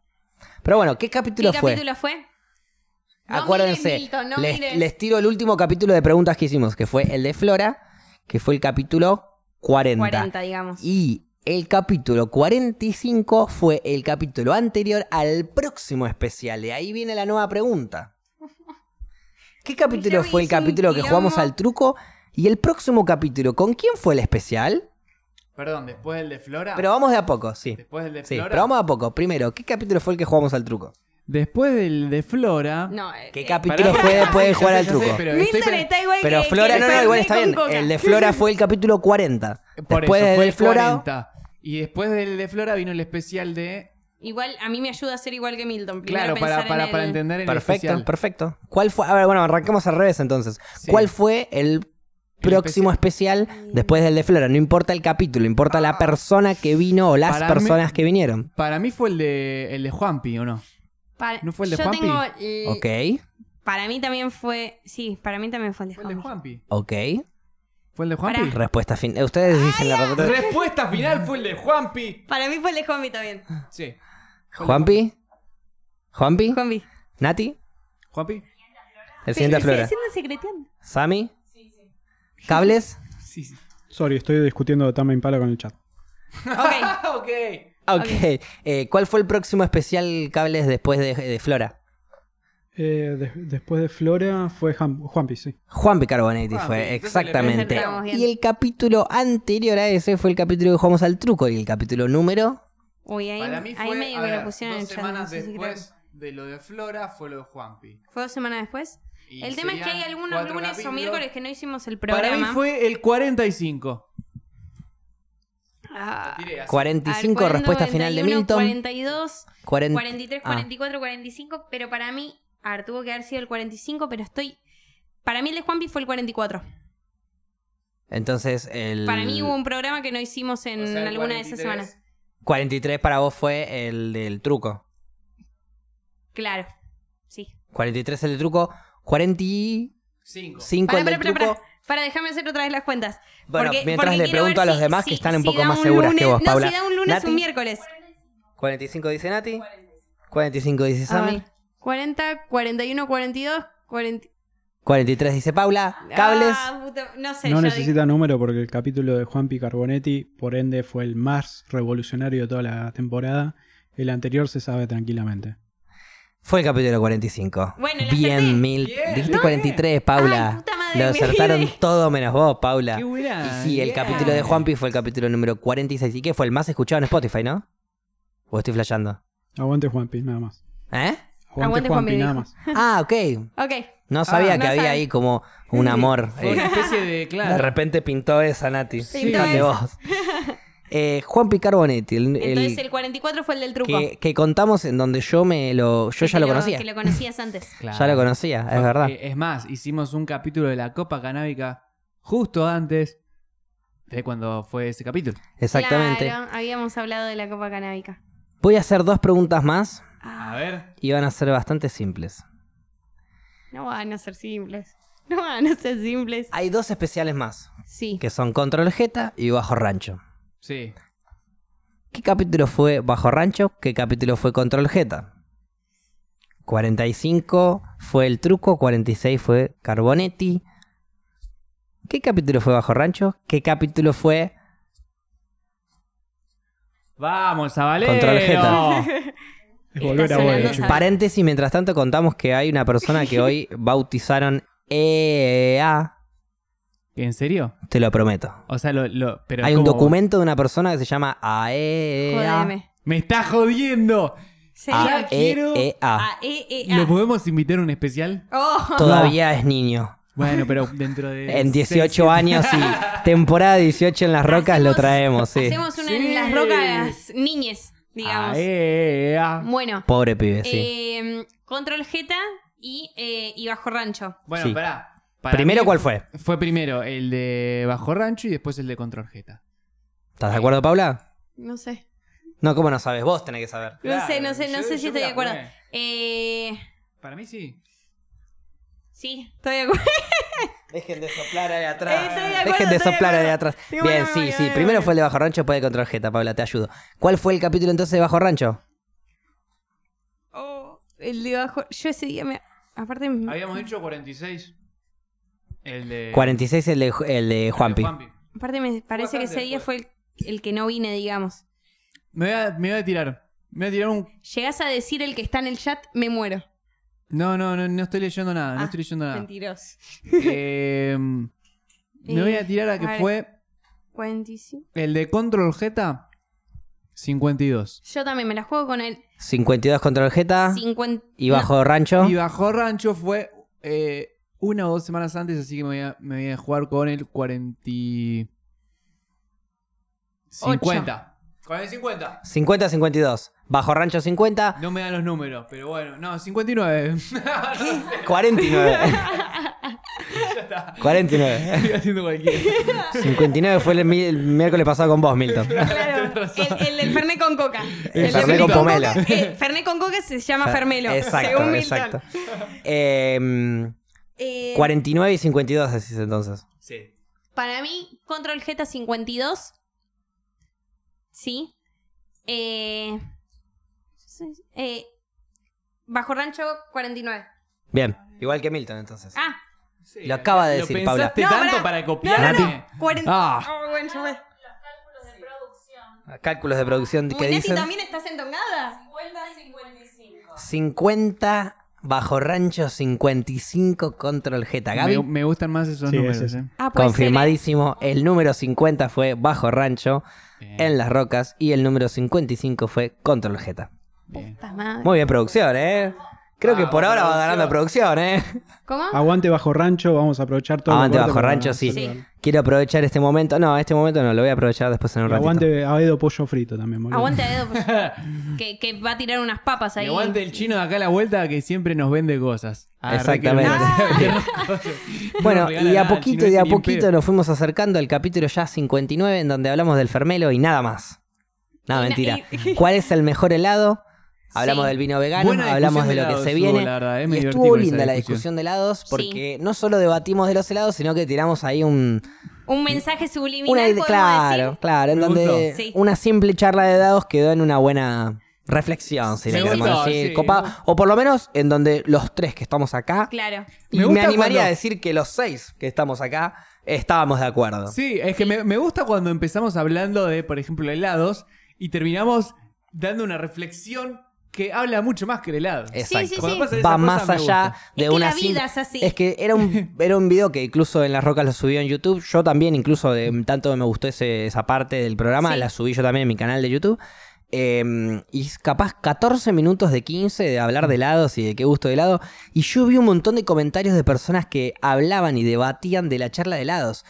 S1: Pero bueno, ¿qué
S3: ¿Qué
S1: capítulo fue?
S3: capítulo fue? No
S1: Acuérdense,
S3: mires, Milton, no
S1: les,
S3: mires.
S1: les tiro el último capítulo de preguntas que hicimos, que fue el de Flora, que fue el capítulo 40.
S3: 40, digamos.
S1: Y el capítulo 45 fue el capítulo anterior al próximo especial. Y ahí viene la nueva pregunta. ¿Qué capítulo
S3: Ella me
S1: fue el
S3: hizo un
S1: capítulo que jugamos
S3: quilombo.
S1: al truco? Y el próximo capítulo, ¿con quién fue el especial?
S4: Perdón, después del de Flora.
S1: Pero vamos de a poco, sí.
S4: Después del de
S1: Sí,
S4: Flora.
S1: pero vamos a poco. Primero, ¿qué capítulo fue el que jugamos al truco?
S4: Después del de Flora.
S3: No, eh,
S1: ¿Qué
S3: eh,
S1: capítulo
S4: Pará,
S1: fue
S4: ya
S1: después
S4: sé,
S1: de
S4: ya
S1: jugar
S4: sé,
S1: al
S4: ya
S1: truco?
S4: sé, pero estoy
S3: Milton
S4: pe-
S3: está igual
S1: Pero
S3: que-
S1: Flora,
S3: que
S1: no, no, igual está
S3: con
S1: bien.
S3: coca.
S1: El de Flora fue el capítulo 40.
S4: Por
S1: Después
S4: eso,
S1: del
S4: fue
S1: de
S4: el
S1: Flora.
S4: 40. Y después del de Flora vino el especial de.
S3: Igual a mí me ayuda a ser igual que Milton. Primero
S4: Claro, para,
S3: pensar
S4: para,
S3: en
S4: para
S3: el-
S4: entender el
S1: Perfecto,
S4: especial.
S1: perfecto. ¿Cuál fue? A ver, bueno, arranquemos al revés entonces.
S4: Sí.
S1: ¿Cuál fue el próximo especial después del de Flora? No importa el capítulo, importa la persona que vino o las
S4: Ah. Para mí-
S1: personas que vinieron.
S4: Para mí fue el de, el de Juanpi, ¿o no?
S3: para-
S4: ¿No fue el de
S3: Yo
S4: Juanpi?
S3: tengo l-
S1: Ok.
S3: Para mí también fue. Sí, para mí también fue el de
S4: Fue el de
S3: Juanpi.
S4: Juanpi.
S1: Ok.
S4: ¿Fue el de Juanpi?
S1: Respuesta final. Ustedes dicen la respuesta.
S4: Respuesta final fue el de Juanpi.
S3: Para mí fue el de Juanpi también.
S4: Sí.
S1: ¿Juanpi? ¿Juanpi?
S3: Juanpi.
S1: ¿Nati?
S4: ¿Juanpi?
S1: El siguiente a
S3: Estoy
S1: Flora.
S3: haciendo secreteando.
S1: ¿Sami? ¿Cables?
S4: Sí, sí.
S2: Sorry, estoy discutiendo de Tama Impala con el chat.
S3: Ok.
S4: Ah, ok.
S1: Ok.
S3: Ok.
S1: Eh, ¿Cuál fue el próximo especial Cables después de, de Flora?
S2: Eh, de- después de Flora fue Jam- Juanpi, sí.
S1: Juan P. Carbonetti
S4: Juanpi,
S1: fue,
S4: entonces le
S1: exactamente.
S3: presentamos bien.
S1: Y el capítulo anterior a ese fue el capítulo que jugamos al truco y el capítulo número.
S3: Uy, ahí,
S4: Para mí fue
S3: ahí medio
S4: a
S3: que
S4: ver,
S3: lo pusieron en
S4: dos
S3: el chat. no
S4: semanas
S3: sé si creo.
S4: después de lo de Flora fue lo de Juanpi.
S3: ¿Fue dos semanas después?
S4: Y
S3: el tema es que
S4: serían
S3: hay algunos
S4: cuatro
S3: lunes o
S4: capítulos.
S3: miércoles que no hicimos el programa.
S4: Para mí fue el 45.
S3: Ah,
S4: Tiré así.
S1: 45,
S3: al 40,
S1: respuesta final de
S3: 91,
S1: Milton.
S3: 42,
S1: 40
S3: 43,
S1: Ah.
S3: 44, 45. Pero para mí, a ver, tuvo que haber sido el 45, pero estoy. Para mí el de Juanpi fue el 44.
S1: Entonces, el.
S3: Para mí hubo un programa que no hicimos en
S4: O sea, el
S3: alguna de esas
S4: 43.
S3: semanas.
S1: 43 para vos fue el del truco.
S3: Claro. Sí.
S1: 43 el del truco. 45
S4: Cinco.
S3: Para,
S1: el del
S3: para, para,
S1: truco.
S3: para, para, déjame hacer otra vez las cuentas.
S1: Bueno,
S3: Porque-
S1: mientras
S3: porque
S1: le
S3: quiero
S1: pregunto
S3: ver
S1: a los
S3: si-
S1: demás
S3: si-
S1: que están un
S3: si
S1: poco
S3: da
S1: más
S3: un
S1: seguras
S3: lunes-
S1: que vos, Paula.
S3: No, si da un lunes o
S1: Nati,
S3: un miércoles.
S1: 45 dice Nati. 45 dice
S3: A
S1: Sammy.
S3: ver, 40, 41, 42, 40...
S1: 43 dice Paula. Cables.
S3: Ah, puta, no sé,
S2: No
S3: ya
S2: necesita número porque el capítulo de Juanpi Carbonetti, por ende, fue el más revolucionario de toda la temporada. El anterior se sabe tranquilamente.
S1: Fue el capítulo 45.
S3: Bueno, la acerté.
S1: bien, mil.
S4: Bien.
S1: Dijiste
S4: No,
S1: 43, Paula.
S3: Ay, puta madre,
S1: Lo
S3: me
S1: acertaron
S3: olvidé.
S1: todo menos vos, Paula.
S4: Qué buena.
S1: Y sí, el
S4: Bien.
S1: capítulo de Juanpi fue el capítulo número 46 y que fue el más escuchado en Spotify, ¿no? ¿O estoy flasheando?
S2: Aguante Juanpi, nada más.
S1: ¿Eh?
S2: Aguante, Juanpi,
S3: Aguante, Juanpi,
S2: nada
S3: dijo.
S2: más.
S1: Ah, ok.
S3: digo. Ok,
S1: No
S4: Ah.
S1: sabía
S3: no
S1: que había
S3: sabe.
S1: ahí como un amor.
S4: Fue
S1: eh,
S4: una especie de,
S1: De
S4: claro.
S1: repente pintó esa, Nati.
S4: Sí.
S1: Fíjate
S3: Pintó
S1: vos. Eh, Juan Picarbonetti, el, el
S3: entonces el 44 fue el del truco.
S1: que, que contamos en donde yo me lo. Yo
S3: Que
S1: ya
S3: te
S1: lo conocía.
S3: Que lo conocías antes.
S4: Claro.
S1: Ya lo conocía, es
S4: Fue-
S1: verdad.
S4: eh, Es más, hicimos un capítulo de la Copa Canábica justo antes de cuando fue ese capítulo.
S1: Exactamente.
S3: Claro, habíamos hablado de la Copa Canábica.
S1: Voy a hacer dos preguntas más
S3: Ah,
S4: A ver.
S1: y van a ser bastante simples.
S3: no van a ser simples. No van a ser simples.
S1: Hay dos especiales más,
S3: Sí.
S1: que son Control Jeta y Bajo Rancho.
S4: Sí.
S1: ¿Qué capítulo fue Bajo Rancho? ¿Qué capítulo fue Control Jeta? 45 fue el truco, 46 fue Carbonetti. ¿Qué capítulo fue Bajo Rancho? ¿Qué capítulo fue
S4: Vamos, a
S1: Control Jeta.
S2: Es volver a
S3: sonando
S2: volver,
S3: esa-
S2: chicos.
S1: Paréntesis, mientras tanto contamos que hay una persona que hoy bautizaron EA,
S4: ¿En serio?
S1: te lo prometo.
S4: O sea, lo. lo- pero
S1: Hay un
S4: ¿cómo?
S1: documento de una persona que se llama E AEA.
S3: Jodeme.
S4: ¡Me está jodiendo!
S1: E
S3: Sería-
S4: Ah, quiero-
S1: AEA.
S3: Ah, eh, eh,
S4: ¿Lo
S3: ah.
S4: podemos invitar a un especial?
S3: Oh,
S1: Todavía es niño.
S4: Bueno, pero dentro de.
S1: En
S4: seis,
S1: 18 años y temporada 18 en las rocas lo
S3: Hacemos-
S1: traemos, sí.
S3: Hacemos una
S4: Sí.
S3: en las rocas niñes, digamos. Mm.
S4: Ah, eh, eh, ah.
S3: Bueno,
S1: Pobre pibe, sí.
S3: eh, Control Jeta y, eh, y Bajo Rancho.
S4: Bueno,
S1: sí.
S4: pará. Para
S1: Primero,
S4: mí
S1: ¿cuál fue?
S4: Fue primero el de Bajo Rancho y después el de Control Jeta.
S1: ¿Estás
S3: Eh.
S1: de acuerdo, Paula?
S3: No sé.
S1: No, ¿cómo no sabes? Vos tenés que saber.
S3: No
S4: Claro,
S3: sé, no sé, no
S4: yo-
S3: sé si
S4: yo me
S3: estoy de
S4: la jugué.
S3: acuerdo. Eh,
S4: Para mí sí.
S3: sí, estoy de acuerdo.
S1: Dejen de soplar ahí
S3: Eh, estoy de acuerdo,
S1: Dejen de
S3: estoy de
S1: soplar ahí
S3: acuerdo.
S1: atrás.
S3: Sí,
S1: Bien,
S3: bueno,
S1: sí,
S3: bueno,
S1: sí.
S3: bueno,
S1: Primero
S3: bueno.
S1: fue el de Bajo Rancho, después de Control Jeta, Paula, te ayudo. ¿Cuál fue el capítulo entonces de Bajo Rancho?
S3: Oh, el de Bajo. Yo ese día me. Aparte. me-
S4: Habíamos dicho 46. El de.
S1: 46 el de, el de Juanpi.
S3: Aparte me parece que ese día fue el, el que no vine, digamos.
S4: Me voy, a, me voy a tirar. Me voy a tirar un.
S3: Llegás a decir el que está en el chat, me muero.
S4: No, no, no, no estoy leyendo nada. no
S3: Ah,
S4: estoy leyendo nada.
S3: Mentiroso.
S4: Eh, me voy a tirar a que
S3: a ver.
S4: fue
S3: 45.
S4: el de Control Jeta 52.
S3: Yo también me la juego con el
S1: 52 Control Jeta
S3: 50.
S1: y Bajo Rancho.
S4: Y Bajo Rancho fue eh, una o dos semanas antes, así que me voy a, me voy a jugar con el 40. y-
S3: Ocho.
S4: 50. Con el 50.
S1: 50-52. Bajo Rancho 50.
S4: No me dan los números, pero bueno. No, 59.
S1: 49.
S4: está.
S1: 49.
S4: Estoy haciendo cualquiera.
S1: 59 fue el, mi- el miércoles pasado con vos, Milton.
S3: Claro, el, el del Fernet con coca.
S1: El
S3: del
S1: Fernet con pomelo.
S3: coca, eh, Fernet con coca se llama Fermelo.
S1: Exacto,
S3: según Milton.
S1: exacto. Eh,
S3: Eh,
S1: 49 y 52 decís entonces.
S4: Sí.
S3: Para mí, Control Geta 52. Sí. Eh, eh, Bajo Rancho 49.
S1: Bien, igual que Milton entonces.
S3: Ah,
S4: Sí,
S1: Lo acaba de decir,
S4: pensaste
S1: Paula.
S3: No,
S4: tanto
S3: pará.
S4: para
S3: no, no,
S4: copiarme?
S1: Nati.
S3: no. 40.
S4: Ah.
S3: Oh, bueno, yo me-
S1: Cálculos de producción
S3: Uy,
S1: que
S3: Nati
S1: dicen
S3: también estás entongada.
S1: 50 bajo rancho 55 control Geta.
S4: Me,
S1: Gaby,
S4: me gustan más esos
S2: Sí,
S4: números.
S2: sí, sí.
S4: eh.
S3: Ah, puede
S1: confirmadísimo, el número 50 fue bajo rancho
S4: Bien,
S1: en las rocas y el número 55 fue control Geta.
S3: ser, eh.
S4: bien.
S3: Puta madre.
S1: Muy bien producción, ¿eh? Creo que
S4: Ah,
S1: por ahora va
S4: producción.
S1: ganando producción, ¿eh?
S3: ¿Cómo?
S2: Aguante bajo rancho, vamos a aprovechar todo. el
S1: Aguante
S2: corte
S1: Bajo
S2: para
S1: Rancho, sí.
S2: saludarlo.
S3: Sí.
S1: Quiero aprovechar este momento. No, este momento no, lo voy a aprovechar después en un
S2: Y
S1: ratito.
S2: Aguante Aedo pollo frito también, boludo.
S3: Aguante a dedo. pues, que, que va a tirar unas papas ahí.
S4: Y aguante el chino de acá a la vuelta que siempre nos vende cosas. Ah,
S1: Exactamente.
S4: re que no nos regala cosas. No
S1: Bueno,
S4: nos regala
S1: y a
S4: nada, el chino
S1: poquito y
S4: ese
S1: a
S4: ni en
S1: poquito
S4: pedo.
S1: nos fuimos acercando al capítulo ya 59 en donde hablamos del fermelo y nada más. No,
S3: Y na-
S1: mentira.
S3: y-
S1: ¿Cuál es el mejor helado? Hablamos
S3: Sí.
S1: del vino vegano,
S4: Buena
S1: hablamos de lo
S4: discusión
S1: que
S4: helados
S1: se
S4: hubo,
S1: viene.
S4: la verdad, eh, me
S1: Y
S4: divertí
S1: estuvo
S4: con esa
S1: linda la discusión de helados porque no solo debatimos de los helados, sino que tiramos ahí un...
S3: Un mensaje subliminal.
S1: Una,
S3: podemos
S1: claro,
S3: decir.
S1: claro, en
S4: Me
S1: donde
S3: gustó. Sí.
S1: una simple charla de helados quedó en una buena reflexión, si
S4: Me
S1: le queremos
S4: gustó,
S1: decir,
S4: sí.
S1: copa, o por lo menos en donde los tres que estamos acá
S3: Claro.
S1: Y
S4: Me
S1: me,
S4: gusta
S1: animaría
S4: cuando-
S1: a decir que los seis que estamos acá estábamos de acuerdo.
S4: Sí, es que me, me gusta cuando empezamos hablando de, por ejemplo, helados y terminamos dando una reflexión que habla mucho más que el helado.
S1: Exacto.
S3: Sí, sí,
S4: Cuando pasa
S1: Va
S4: esas
S1: más
S4: cosas, me
S1: allá
S4: gusta.
S1: de
S3: es que
S1: una
S3: la
S1: simple-
S3: vida es así.
S1: Es que era un, era un video que incluso en Las Rocas lo subió en YouTube. Yo también, incluso de tanto me gustó ese- esa parte del programa,
S3: Sí.
S1: la subí yo también en mi canal de YouTube. Eh, y capaz 14 minutos de 15 de hablar de helados y de qué gusto de helado. Y yo vi un montón de comentarios de personas que hablaban y debatían de la charla de helados.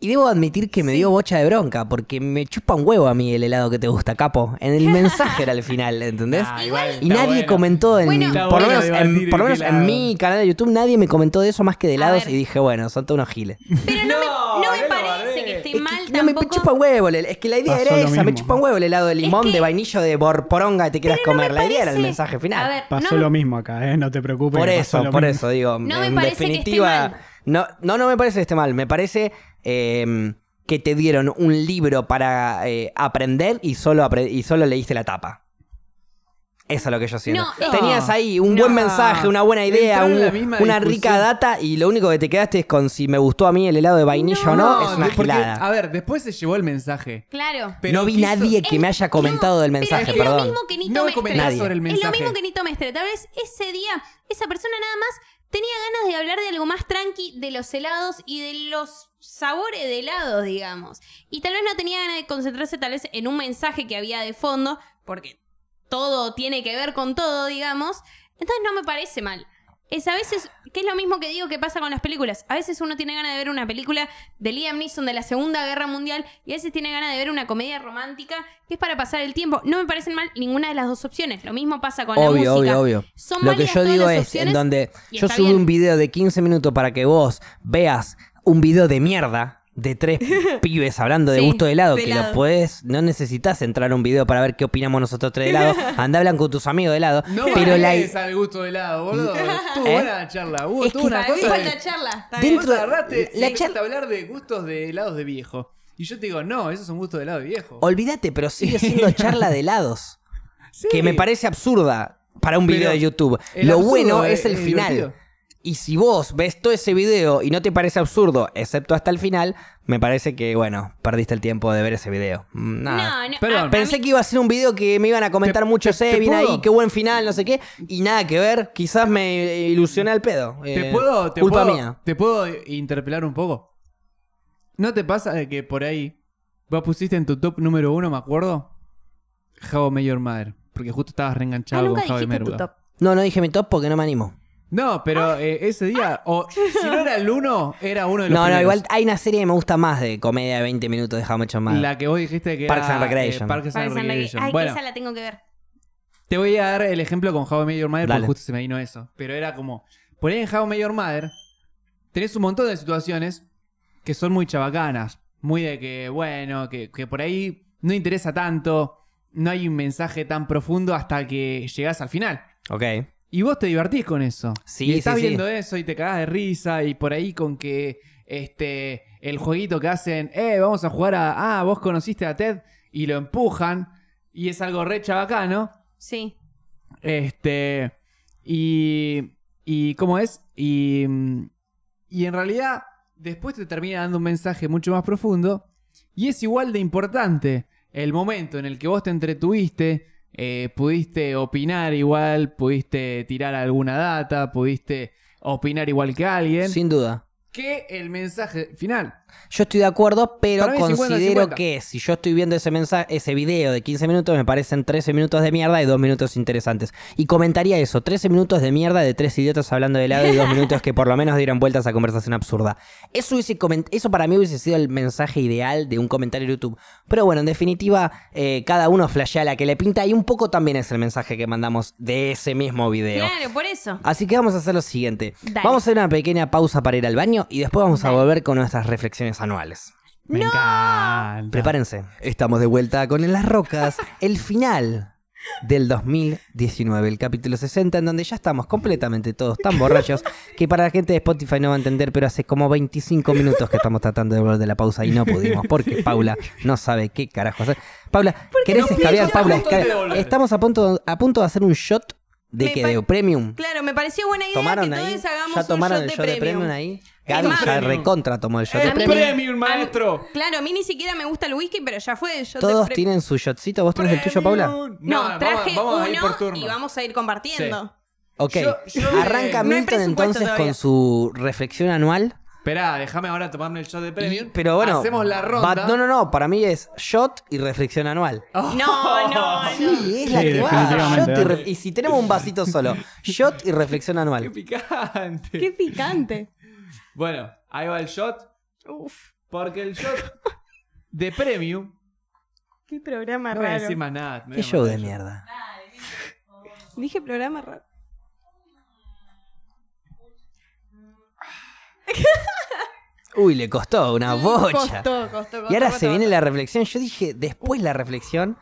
S1: Y debo admitir que me dio bocha de bronca, porque me chupa un huevo a mí el helado que te gusta, capo. En el mensaje era al final, ¿entendés?
S4: Ah,
S3: Igual-
S1: Y
S4: está
S1: nadie
S4: bueno.
S1: comentó en,
S3: Bueno.
S4: Está
S1: por lo
S4: bueno
S1: menos, en,
S4: debatir
S1: por lo
S4: el
S1: menos en
S4: helado.
S1: mi canal de YouTube nadie me comentó de eso más que de helados
S3: ver.
S1: y dije, bueno, son todos unos giles.
S3: Pero no, me, no me
S4: no lo
S3: parece
S4: bardé.
S3: que esté
S1: Es que
S3: mal
S1: no me
S3: tampoco.
S1: chupa un huevo, el- es que la idea
S2: Pasó
S1: era
S2: lo
S1: esa, me
S2: mismo.
S1: chupa un huevo el helado de limón,
S3: que-
S1: de vainillo, de borporonga que te quieras comer. la idea era el
S3: parece-
S1: mensaje final.
S3: A ver,
S2: Pasó
S3: no,
S2: lo mismo acá, ¿eh? No te preocupes.
S1: Por
S2: que pasó
S1: eso,
S2: lo
S1: por
S2: mismo.
S1: eso, digo,
S3: No me
S1: en
S3: parece que esté
S1: definitiva,
S3: mal.
S1: no, no, no me parece que esté mal, me parece eh, que te dieron un libro para eh, aprender y solo, apre- y solo leíste la tapa. Eso es lo que yo siento.
S3: No, eh,
S1: Tenías ahí un
S4: no.
S1: buen mensaje, una buena idea,
S4: Entrar en
S1: un-
S4: la misma
S1: una
S4: discusión.
S1: rica data y lo único que te quedaste es con si me gustó a mí el helado de vainilla o no, es una
S4: porque,
S1: gilada.
S4: A ver, después se llevó el mensaje.
S3: Claro.
S4: Pero
S1: no vi
S4: quiso-
S1: nadie que me
S3: Es-
S1: haya comentado
S3: Eh, no,
S1: del
S3: pero
S1: mensaje,
S3: es
S1: perdón.
S3: Lo mismo que Nito
S4: No
S3: Mestre.
S4: comentás
S1: Nadie.
S4: sobre el
S3: Es lo
S4: mensaje.
S3: mismo que Nito Mestre. Tal vez ese día, esa persona nada más tenía ganas de hablar de algo más tranqui de los helados y de los sabores de helados, digamos. Y tal vez no tenía ganas de concentrarse tal vez en un mensaje que había de fondo, porque todo tiene que ver con todo, digamos. Entonces no me parece mal. Es a veces, que es lo mismo que digo que pasa con las películas. A veces uno tiene ganas de ver una película de Liam Neeson de la Segunda Guerra Mundial y a veces tiene ganas de ver una comedia romántica que es para pasar el tiempo. No me parecen mal ninguna de las dos opciones. Lo mismo pasa con la
S1: Obvio,
S3: música.
S1: obvio, obvio.
S3: Son
S1: Lo que yo
S3: válidas todas
S1: digo
S3: las
S1: es,
S3: opciones
S1: en donde
S3: y
S1: yo
S3: está
S1: subo
S3: bien.
S1: un video de 15 minutos para que vos veas un video de mierda de tres pibes hablando de
S3: Sí,
S1: gusto de helado,
S3: de
S1: que
S3: helado.
S1: lo puedes, no necesitas entrar a un video para ver qué opinamos nosotros tres de helado, anda hablan con tus amigos de helado,
S4: No
S1: pero la
S4: es al gusto de helado, boludo. Estuvo
S1: ¿Eh?
S4: buena la charla. Hubo
S1: Es
S4: toda
S1: que
S4: una
S3: Para mí
S4: cosa de-
S3: falta charla. está bien.
S1: Dentro-
S4: Vos agarraste,
S1: la
S4: la
S1: charla-
S4: hablar de gustos de helados de viejo. Y yo te digo, no, eso es un gusto de helado de viejo.
S1: olvídate, pero sigue siendo charla de helados,
S4: Sí.
S1: que me parece absurda para un
S4: Pero
S1: video de YouTube.
S4: el
S1: Lo
S4: absurdo
S1: bueno
S4: es-
S1: es el
S4: es
S1: final.
S4: divertido.
S1: Y si vos ves todo ese video y no te parece absurdo, excepto hasta el final, me parece que, bueno, perdiste el tiempo de ver ese video. Mm, Nada.
S3: No, no.
S4: Perdón.
S3: ah, para
S1: Pensé
S3: mí-
S1: que iba a ser un video que me iban a comentar
S4: ¿Te-
S1: mucho,
S4: te-
S1: "Sé,
S4: te
S1: bien
S4: puedo?
S1: ahí, qué buen final, no sé qué, y nada que ver, quizás me ilusioné al pedo.
S4: ¿Te
S1: Eh,
S4: puedo, te
S1: culpa
S4: puedo-
S1: mía.
S4: te puedo interpelar un poco? ¿No te pasa de que por ahí vos pusiste en tu top número uno, me acuerdo? How I Met Your Mother. Porque justo estabas
S3: Ah,
S4: reenganchado
S3: nunca
S4: con How I
S3: dijiste
S4: Met
S3: tu
S4: Your Mother.
S3: top. Ah.
S1: No, no dije mi top porque no me animo.
S4: No, pero eh, ese día, o si no era el uno, era uno de los
S1: No, no,
S4: primeros.
S1: igual ah, hay una serie que me gusta más de comedia de 20 minutos de How I Met Your Mother.
S4: La que vos dijiste que
S1: Parks
S4: era...
S1: and Recreation.
S4: eh, Parks
S3: Para
S4: and
S3: esa no-
S4: Recreation.
S3: Ay, que
S4: bueno,
S3: esa la tengo que ver.
S4: Te voy a dar el ejemplo con How I Met Your Mother
S1: Dale.
S4: porque justo se me vino eso. Pero era como, por ahí en How I Met Your Mother tenés un montón de situaciones que son muy chabacanas. Muy de que, bueno, que, que por ahí no interesa tanto, no hay un mensaje tan profundo hasta que llegás al final.
S1: Ok.
S4: Y vos te divertís con eso.
S1: Sí,
S4: y estás
S1: sí, sí.
S4: viendo eso y te cagás de risa y por ahí con que este el jueguito que hacen, eh, vamos a jugar a, ah, vos conociste a Ted y lo empujan y es algo re chabacano.
S3: Sí.
S4: Este. Y. Y. ¿Cómo es? Y. mm, Y en realidad. Después te termina dando un mensaje mucho más profundo. Y es igual de importante el momento en el que vos te entretuviste. eh, pudiste opinar igual. Pudiste tirar alguna data. Pudiste opinar igual que alguien.
S1: Sin duda.
S4: Que el mensaje final.
S1: Yo estoy de acuerdo, pero
S4: Para mí es 50,
S1: considero
S4: 50.
S1: que si yo estoy viendo ese mensaje, ese video de 15 minutos, me parecen 13 minutos de mierda y 2 minutos interesantes. Y comentaría eso, 13 minutos de mierda de tres idiotas hablando de helado y 2 minutos que por lo menos dieron vueltas a conversación absurda. Eso, hubiese comen- eso para mí hubiese sido el mensaje ideal de un comentario de YouTube. Pero bueno, en definitiva, eh, cada uno flashea la que le pinta y un poco también es el mensaje que mandamos de ese mismo video.
S3: Claro, por eso.
S1: Así que vamos a hacer lo siguiente.
S3: Dale.
S1: Vamos a hacer una pequeña pausa para ir al baño y después vamos a
S3: Dale.
S1: volver con nuestras reflexiones anuales.
S4: Me encanta.
S1: Prepárense. Estamos de vuelta con En las Rocas, el final del 2019, el capítulo 60, en donde ya estamos completamente todos tan borrachos que para la gente de Spotify no va a entender, pero hace como 25 minutos que estamos tratando de volver de la pausa y no pudimos porque Paula no sabe qué carajo hacer. Paula, ¿querés
S4: no
S1: escabear,
S4: pienso?
S1: Paula?
S4: Estamos a punto de
S1: escabe-
S4: devolver.
S1: Estamos a punto, a punto de hacer un shot de
S3: Me
S1: que
S3: pa-
S1: de premium.
S3: Claro, me pareció buena idea que
S1: ¿Tomaron ahí?
S3: todos hagamos
S1: ¿Ya tomaron
S3: un
S1: el
S3: shot
S1: shot de premium
S3: premium.
S1: ahí?
S3: Es
S1: Gaby
S3: más-
S1: ya recontra tomó el shot de
S3: A
S4: ¡Es
S3: mí-
S1: premium.
S4: premium,
S3: a mí-
S4: maestro!
S3: Claro, a mí ni siquiera me gusta el whisky, pero ya fue el shot de
S1: Todos
S3: pre-
S1: tienen su shotcito. ¿Vos tenés el tuyo, Paula?
S4: Premium.
S3: No,
S4: vamos-
S3: traje
S4: vamos a ir por
S3: uno
S4: turno.
S3: y vamos a ir compartiendo.
S1: Ok.
S4: Yo- yo-
S1: Arranca
S3: No hay
S1: Milton
S3: presupuesto
S1: entonces
S3: todavía.
S1: con su reflexión anual.
S4: Esperá, déjame ahora tomarme el shot de premium.
S1: Y- pero bueno.
S4: Hacemos la ronda. Ah.
S1: va- no, no, no. Para mí es shot y reflexión anual.
S4: Oh,
S3: No, no, no.
S1: Sí, es
S2: Sí,
S1: la que va.
S2: definitivamente,
S1: Shot y,
S2: dale.
S1: re- y si tenemos un vasito solo, shot y reflexión
S4: Qué
S1: anual.
S4: picante.
S3: Qué picante.
S4: Bueno, ahí va el shot.
S3: Uf,
S4: Porque el shot de premium.
S3: qué programa
S4: No voy a
S3: raro.
S4: decir más nada. me voy
S1: Qué
S4: a
S1: show de
S4: matar yo.
S1: mierda.
S3: Dije programa raro.
S1: Uy, le costó una bocha.
S3: Costó, costó,
S1: Y ahora
S3: costó,
S1: se viene
S3: costó.
S1: la reflexión. Yo dije después la reflexión.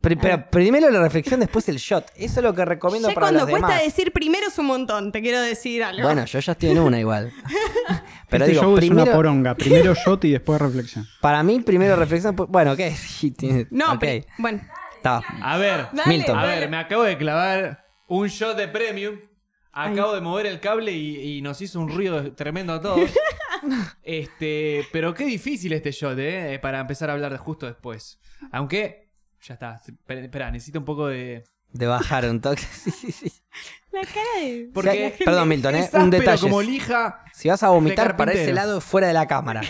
S1: Pri- pero primero la reflexión, después el shot. Eso es lo que recomiendo
S3: Ah. Ya
S1: para
S3: cuando
S1: los
S3: cuesta
S1: demás.
S3: decir primero es un montón, te quiero decir algo.
S1: Bueno, yo ya estoy en una igual. Pero
S2: este
S1: digo,
S2: show es una
S1: primero,
S2: poronga. Primero shot y después reflexión.
S1: para mí, primero reflexión. pues, Bueno, ok. sí, tiene-
S3: no,
S1: ok,
S3: pero, bueno.
S1: está.
S4: A ver,
S3: Dale,
S1: Milton.
S4: a
S3: dale.
S4: ver, me acabo de clavar un shot de premium. Acabo de mover el cable y, y nos hizo un ruido tremendo a todos. este, pero qué difícil este shot, ¿eh? Para empezar a hablar de justo después. Aunque, ya está. Espera, necesito un poco de.
S1: De bajar un toque. Sí, sí, sí.
S3: La cara de...
S4: Porque.
S1: Sí, perdón, Milton, ¿eh?
S4: es
S1: un
S4: áspero
S1: detalle.
S4: como lija.
S1: Si vas a vomitar,
S4: de
S1: para ese
S4: carpintero.
S1: lado es fuera de la cámara.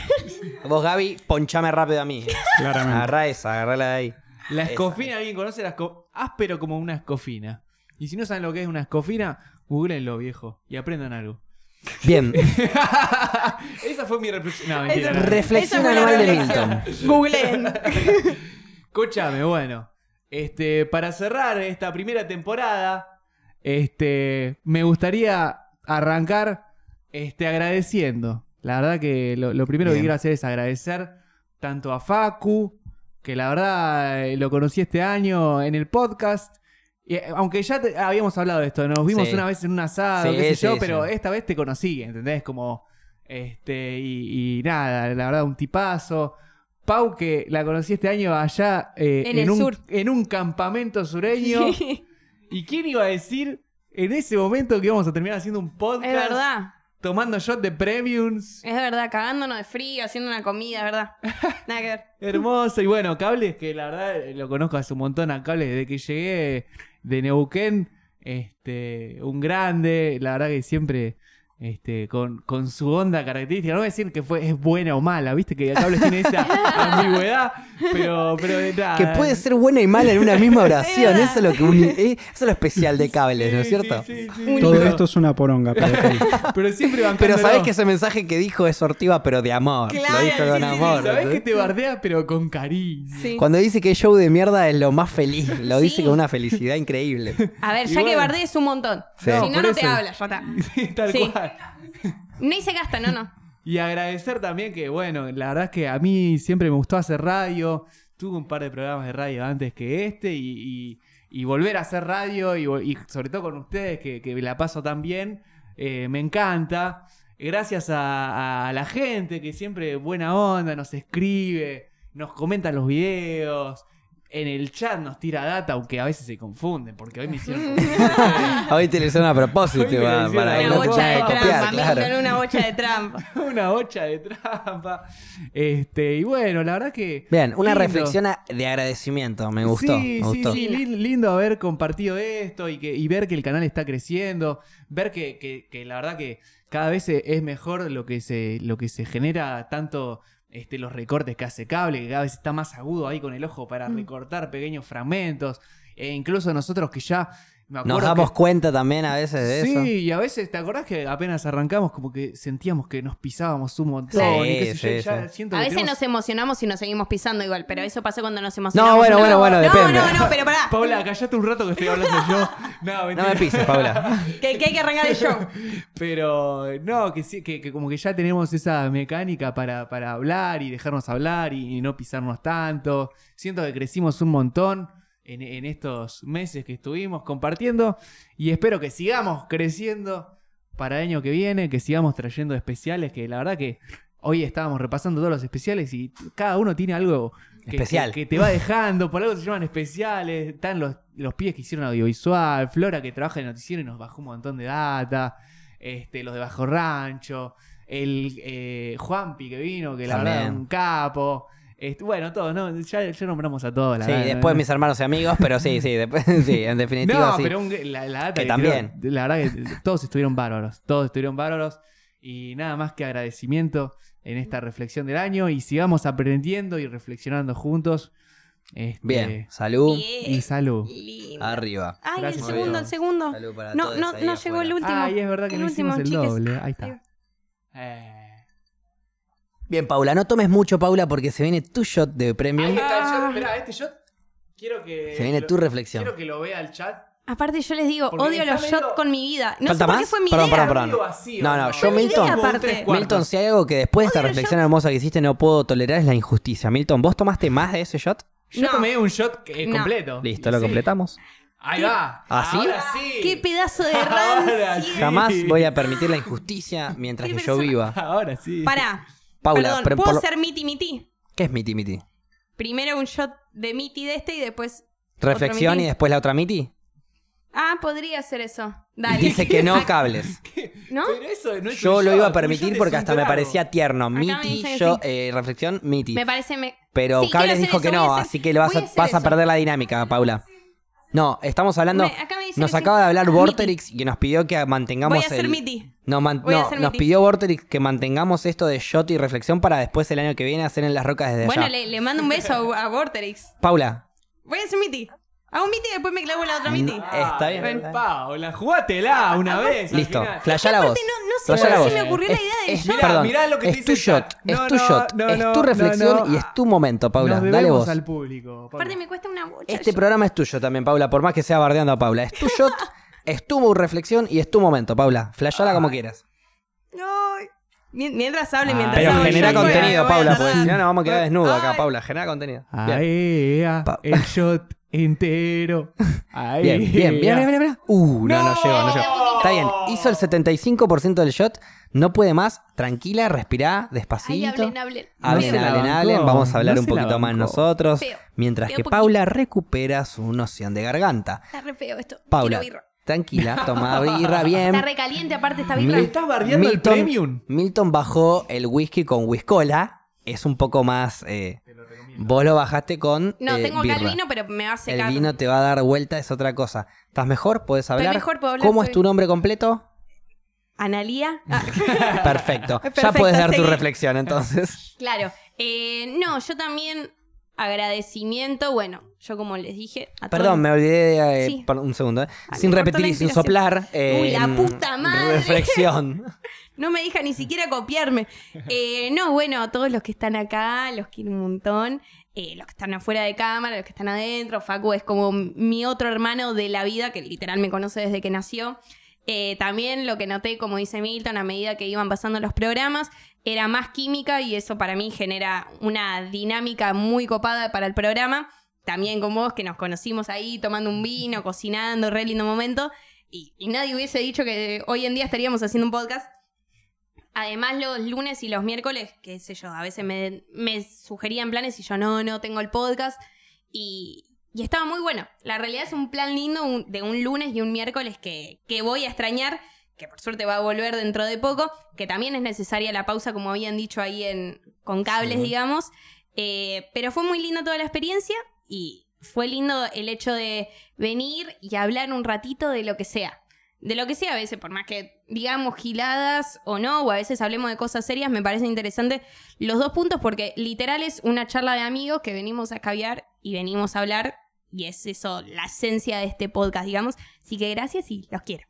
S1: Vos, Gaby, ponchame rápido a mí.
S2: Claramente.
S1: Agarrá esa, agarrala de ahí.
S4: La
S1: Esa.
S4: escofina, ¿alguien conoce la escofina? Áspero como una escofina. Y si no saben lo que es una escofina, googleenlo, viejo, y aprendan algo.
S1: Bien,
S4: Esa fue mi reflexión. No, mentira. no.
S1: reflexión
S3: Esa fue la
S1: anual de
S3: reflexión.
S1: Milton.
S3: Googleen.
S4: Escúchame, bueno. Este, para cerrar esta primera temporada, este, me gustaría arrancar este, agradeciendo. La verdad que lo, lo primero
S1: Bien.
S4: que quiero hacer es agradecer tanto a Facu, que la verdad eh, lo conocí este año en el podcast. Y, eh, aunque ya te- habíamos hablado de esto, nos vimos
S1: Sí.
S4: una vez en un asado,
S1: Sí,
S4: qué sé yo,
S1: sí,
S4: pero
S1: sí.
S4: esta vez te conocí, ¿entendés? Como, este, y, y nada, la verdad, un tipazo. Pau, que la conocí este año allá eh,
S3: En el
S4: un,
S3: sur.
S4: en un campamento sureño. ¿Y quién iba a decir en ese momento que íbamos a terminar haciendo un
S3: Es
S4: podcast?
S3: verdad.
S4: Tomando shot de premiums.
S3: Es verdad, cagándonos de frío, haciendo una comida, es ¿verdad? Nada que ver.
S4: Hermoso. Y bueno, Cables, que la verdad eh, lo conozco hace un montón a Cables desde que llegué de Neuquén. Este, un grande, la verdad que siempre este, con, con su onda característica. No voy a decir que fue, es buena o mala, viste que Cables tiene esa ambigüedad, pero, pero de nada.
S1: Que puede ser buena y mala en una misma oración.
S3: verdad.
S1: Eso es lo que uni- eh, eso es lo especial de cables, ¿no es
S4: Sí,
S1: cierto?
S4: sí, sí, sí.
S2: Todo
S4: Pero-
S2: esto es una poronga. pero ok.
S4: Pero siempre van
S1: Pero sabés que ese mensaje que dijo es sortiva, pero de amor.
S3: Claro,
S1: lo dijo
S3: sí,
S1: con
S3: sí, sí,
S1: amor.
S4: Sabés que
S1: ¿entendés?
S4: te bardea, pero con cariño.
S3: Sí.
S1: Cuando dice que show de mierda es lo más feliz, lo
S3: Sí.
S1: dice con una felicidad increíble.
S3: A ver, ya
S4: Igual.
S3: que bardees un montón.
S1: Sí.
S3: Si
S1: No,
S3: no,
S4: por
S3: no
S4: eso.
S3: te hablas, ya está.
S4: Sí, Tal
S3: Sí.
S4: cual.
S3: Ni se gasta, no, no.
S4: Y agradecer también que, bueno, la verdad es que a mí siempre me gustó hacer radio. Tuve un par de programas de radio antes que este y, y- y volver a hacer radio y, vol- y sobre todo con ustedes que, que la paso tan bien, eh, me encanta. Gracias a, a la gente que siempre buena onda, nos escribe, nos comentan los videos. En el chat nos tira data, aunque a veces se confunden, porque hoy me hicieron...
S1: Hoy te lo hicieron a propósito,
S4: Hoy me lo
S1: va,
S4: hicieron
S1: para
S4: a
S1: que
S3: Una
S1: no te
S4: propósito.
S3: bocha
S1: tengas
S3: de
S1: que copiar,
S3: trampa,
S1: claro.
S3: Milton, una bocha de trampa.
S4: una bocha de trampa. Este, y bueno, la verdad que.
S1: Bien, una
S4: lindo.
S1: reflexión a- de agradecimiento, me gustó.
S4: sí,
S1: me
S4: sí,
S1: gustó.
S4: sí, lin- lindo haber compartido esto y, que, y ver que el canal está creciendo, ver que, que- que la verdad que cada vez e- es mejor lo que se, lo que se genera, tanto este, los recortes que hace cable, que cada vez está más agudo ahí con el ojo para
S3: Mm.
S4: recortar pequeños fragmentos, e incluso nosotros que ya... me acuerdo
S1: Nos
S4: que-
S1: damos cuenta también a veces de
S4: sí,
S1: eso.
S4: y a veces, ¿te acordás que apenas arrancamos como que sentíamos que nos pisábamos un montón?
S1: Sí,
S4: y qué
S1: sí,
S4: sé yo, y ya
S1: sí.
S4: siento
S3: A
S4: que
S3: veces
S4: tenemos-
S3: nos emocionamos y nos seguimos pisando igual, pero eso pasa cuando nos emocionamos.
S1: No, bueno, bueno, bueno,
S3: no,
S1: depende.
S3: No, no, pero pará,
S4: Paula, callate un rato que estoy hablando yo. No,
S1: No
S4: mentira.
S1: me pises, Paula.
S3: que, que hay que arrancar el show.
S4: Pero no, que sí, que, que como que ya tenemos esa mecánica para, para hablar y dejarnos hablar y, y no pisarnos tanto. Siento que crecimos un montón en, en estos meses que estuvimos compartiendo y espero que sigamos creciendo para el año que viene, que sigamos trayendo especiales, que la verdad que hoy estábamos repasando todos los especiales y t- cada uno tiene algo que,
S1: Especial.
S4: que- que te va dejando, por algo se llaman especiales, están los, los pibes que hicieron audiovisual, Flora que trabaja en noticiero y nos bajó un montón de data este, los de Bajo Rancho, el eh, Juanpi que vino, que la
S1: También.
S4: verdad un capo. Este, bueno, todos, ¿no? Ya, ya nombramos a todos, la
S1: Sí,
S4: verdad,
S1: después
S4: ¿no?
S1: mis hermanos y amigos, pero sí, sí, después, sí, en definitiva
S4: No,
S1: sí.
S4: pero un- la, la data
S1: Que
S4: que
S1: también.
S4: tiró, la verdad que todos estuvieron bárbaros, todos estuvieron bárbaros. Y nada más que agradecimiento en esta reflexión del año y sigamos aprendiendo y reflexionando juntos. Este,
S3: Eh,
S1: Bien, salud,
S4: Y salud.
S3: Lindo.
S1: arriba.
S3: Ay,
S4: Gracias,
S3: el segundo,
S1: Ah, amigo.
S3: el segundo.
S1: Salud para
S3: No,
S1: todos
S3: no,
S1: ahí
S3: no
S1: afuera.
S3: llegó el último.
S4: ah, y es verdad que
S3: el
S4: no
S3: último,
S4: hicimos el
S3: chiques.
S4: doble. Ahí
S3: Ahí va.
S4: está. Eh.
S1: Bien, Paula, no tomes mucho, Paula, porque se viene tu shot de
S4: Ahí
S1: premium.
S4: está el shot.
S3: Ah.
S4: Esperá, este shot quiero que.
S1: Se viene
S4: lo-
S1: tu reflexión.
S4: Quiero que lo vea el chat.
S3: Aparte yo les digo,
S4: Porque
S3: odio
S4: está
S3: los
S4: medio-
S3: shots con mi vida. No
S1: ¿Falta
S3: sé por qué
S1: más?
S3: fue mi
S1: Perdón,
S3: idea.
S1: perdón, perdón.
S4: Medio vacío,
S1: No, no, yo,
S4: Fue mi
S1: Milton-
S4: idea,
S3: Milton,
S4: un tres cuartos.
S1: Milton, si hay algo que después de esta
S3: Odio
S1: reflexión
S3: shots.
S1: hermosa que hiciste no puedo tolerar es la injusticia. Milton, ¿vos tomaste más de ese shot?
S4: Yo
S3: No.
S4: tomé un shot que-
S3: No.
S4: completo.
S1: Listo, lo ¿Ah,
S4: Sí.
S1: completamos.
S4: Ahí va.
S1: ¿Así?
S4: Ahora sí.
S3: Qué pedazo de
S4: Ahora
S3: rancio.
S4: sí.
S1: Jamás voy a permitir la injusticia mientras
S3: Qué
S1: que yo
S3: persona-
S1: viva.
S4: Ahora sí.
S3: Pará.
S1: Paula,
S3: perdón,
S1: pero
S3: ¿puedo
S1: por-
S3: hacer miti miti?
S1: ¿Qué es miti miti?
S3: Primero un shot de miti de este y después...
S1: ¿Reflexión
S3: miti?
S1: y después la otra miti?
S3: Ah, podría hacer eso. Dale.
S1: Dice que no
S3: Ac-
S1: cables.
S3: ¿no?
S4: Pero eso no es
S1: Yo
S4: un
S1: lo
S4: shot,
S1: iba a
S4: un shot
S1: permitir
S4: es
S1: porque
S4: un
S1: hasta me
S4: trago.
S1: parecía tierno.
S3: me
S1: Miti,
S3: dicen que
S1: yo,
S3: sí.
S1: eh, reflexión, miti.
S3: Me parece... Me...
S1: Pero
S3: Sí, quiero
S1: Cables
S3: hacer
S1: dijo
S3: eso,
S1: que
S3: voy
S1: no,
S3: a hacer-
S1: así que le vas,
S3: voy
S1: a,
S3: a hacer
S1: vas a
S3: eso.
S1: perder la dinámica, Paula. No, estamos hablando.
S3: Me- acá me dicen
S1: Nos
S3: que sí.
S1: acaba de hablar
S3: Miti.
S1: Vorterix y que nos pidió que mantengamos
S3: Voy a hacer
S1: el-
S3: miti.
S1: No, man-
S3: Voy a
S1: no,
S3: hacer
S1: nos
S3: miti.
S1: pidió Vorterix que mantengamos esto de shot y reflexión para después el año que viene hacer en las rocas desde
S3: Bueno,
S1: allá.
S3: le, le mando un beso a, a Vorterix.
S1: Paula,
S3: Voy a hacer miti. Hago un miti y después me clavo en la otra miti.
S1: Ah, Está bien,
S4: Ven,
S1: está bien.
S4: Paula, jugátela una vez. al
S1: listo.
S4: final.
S1: Flashá la voz.
S3: no- no sé
S1: Flashá
S4: por
S1: la
S4: qué
S1: voz.
S4: se me
S3: ocurrió la idea del shot.
S4: Mirá,
S1: Perdón,
S4: mirá lo que te
S1: es tu
S4: dice el
S1: shot,
S4: chat.
S1: es
S4: No,
S1: tu
S4: no,
S1: shot,
S4: no,
S1: es
S4: no,
S1: tu
S4: no,
S1: reflexión
S4: no.
S1: y es tu momento, Paula.
S4: Nos
S1: Dale
S4: debemos
S1: vos.
S4: al público. Paula.
S3: Aparte me cuesta una bocha.
S1: Este
S3: yo-
S1: programa es tuyo también, Paula, por más que sea bardeando a Paula. Es tu shot, es tu reflexión y es tu momento, Paula. Flashala
S3: Ah.
S1: como quieras.
S3: Ay. Mien- Mientras hable,
S4: Ah,
S3: mientras
S1: Pero
S3: hable.
S1: genera
S3: yo voy a-
S1: contenido,
S3: voy a
S1: Paula, pues.
S3: tardar.
S1: porque si no nos vamos a quedar desnudos acá,
S3: Ay.
S1: Paula. Genera contenido. Ah, Bien,
S4: Aea,
S1: Pa-
S4: el shot entero. Aea.
S1: bien, bien, bien, bien, bien, bien. Uh, no, no
S4: No.
S1: llegó, no llegó. Está bien, hizo el 75% del shot, no puede más. Tranquila, respirá,
S3: Ay,
S1: despacito.
S3: hablen, hablen.
S1: Hablen,
S4: No se la
S1: hablen,
S4: bancó,
S1: hablen. Vamos a hablar
S4: no
S1: un
S4: se la
S1: poquito más
S4: bancó.
S1: nosotros.
S3: Feo.
S1: Mientras
S3: Feo
S1: que
S3: poquito.
S1: Paula recupera su noción de garganta.
S3: Está re feo esto.
S1: Paula, Em,
S3: Quiero birra.
S1: tranquila, toma birra bien.
S3: Está recaliente aparte esta birra.
S1: Mil-
S4: ¿Estás bardeando el premium?
S1: Milton bajó el whisky con whiskola. Es un poco más. eh, vos lo bajaste con.
S3: No,
S1: eh,
S3: tengo acá el
S1: birra.
S3: vino, pero me va a
S1: El
S3: secar.
S1: vino te va a dar vuelta, es otra cosa. ¿Estás mejor? ¿Puedes hablar?
S3: mejor, puedo hablar,
S1: ¿Cómo es
S3: estoy-
S1: tu nombre completo?
S3: Analía. Ah,
S1: Perfecto. ya
S3: Perfecto,
S1: puedes dar tu
S3: seguí.
S1: reflexión entonces.
S3: claro. Eh, no, yo también agradecimiento. Bueno, yo como les dije. a todos-
S1: Perdón, me olvidé de. eh,
S3: Sí.
S1: por un segundo. eh.
S3: Ah,
S1: Sin
S3: me cortó
S1: repetir
S3: la
S1: y sin
S3: inspiración.
S1: soplar.
S3: Uy, la
S1: em,
S3: puta madre.
S1: Reflexión.
S3: No me deja ni siquiera copiarme. Eh, no, bueno, a todos los que están acá, los quiero un montón. Eh, los que están afuera de cámara, los que están adentro. Facu es como mi otro hermano de la vida, que literal me conoce desde que nació. Eh, también lo que noté, como dice Milton, a medida que iban pasando los programas, era más química y eso para mí genera una dinámica muy copada para el programa. También con vos, que nos conocimos ahí tomando un vino, cocinando, re lindo momento. Y, y nadie hubiese dicho que hoy en día estaríamos haciendo un podcast. Además, los lunes y los miércoles, qué sé yo, a veces me, me sugerían planes y yo no, no tengo el podcast. Y, y estaba muy bueno. La realidad es un plan lindo un- de un lunes y un miércoles que, que voy a extrañar, que por suerte va a volver dentro de poco, que también es necesaria la pausa, como habían dicho ahí en, con cables,
S1: Sí.
S3: digamos. Eh, pero fue muy linda toda la experiencia y fue lindo el hecho de venir y hablar un ratito de lo que sea. De lo que sea a veces, por más que digamos giladas o no, o a veces hablemos de cosas serias, me parece interesante los dos puntos porque literal es una charla de amigos que venimos a caviar y venimos a hablar y es eso la esencia de este podcast, digamos. Así que gracias y los quiero.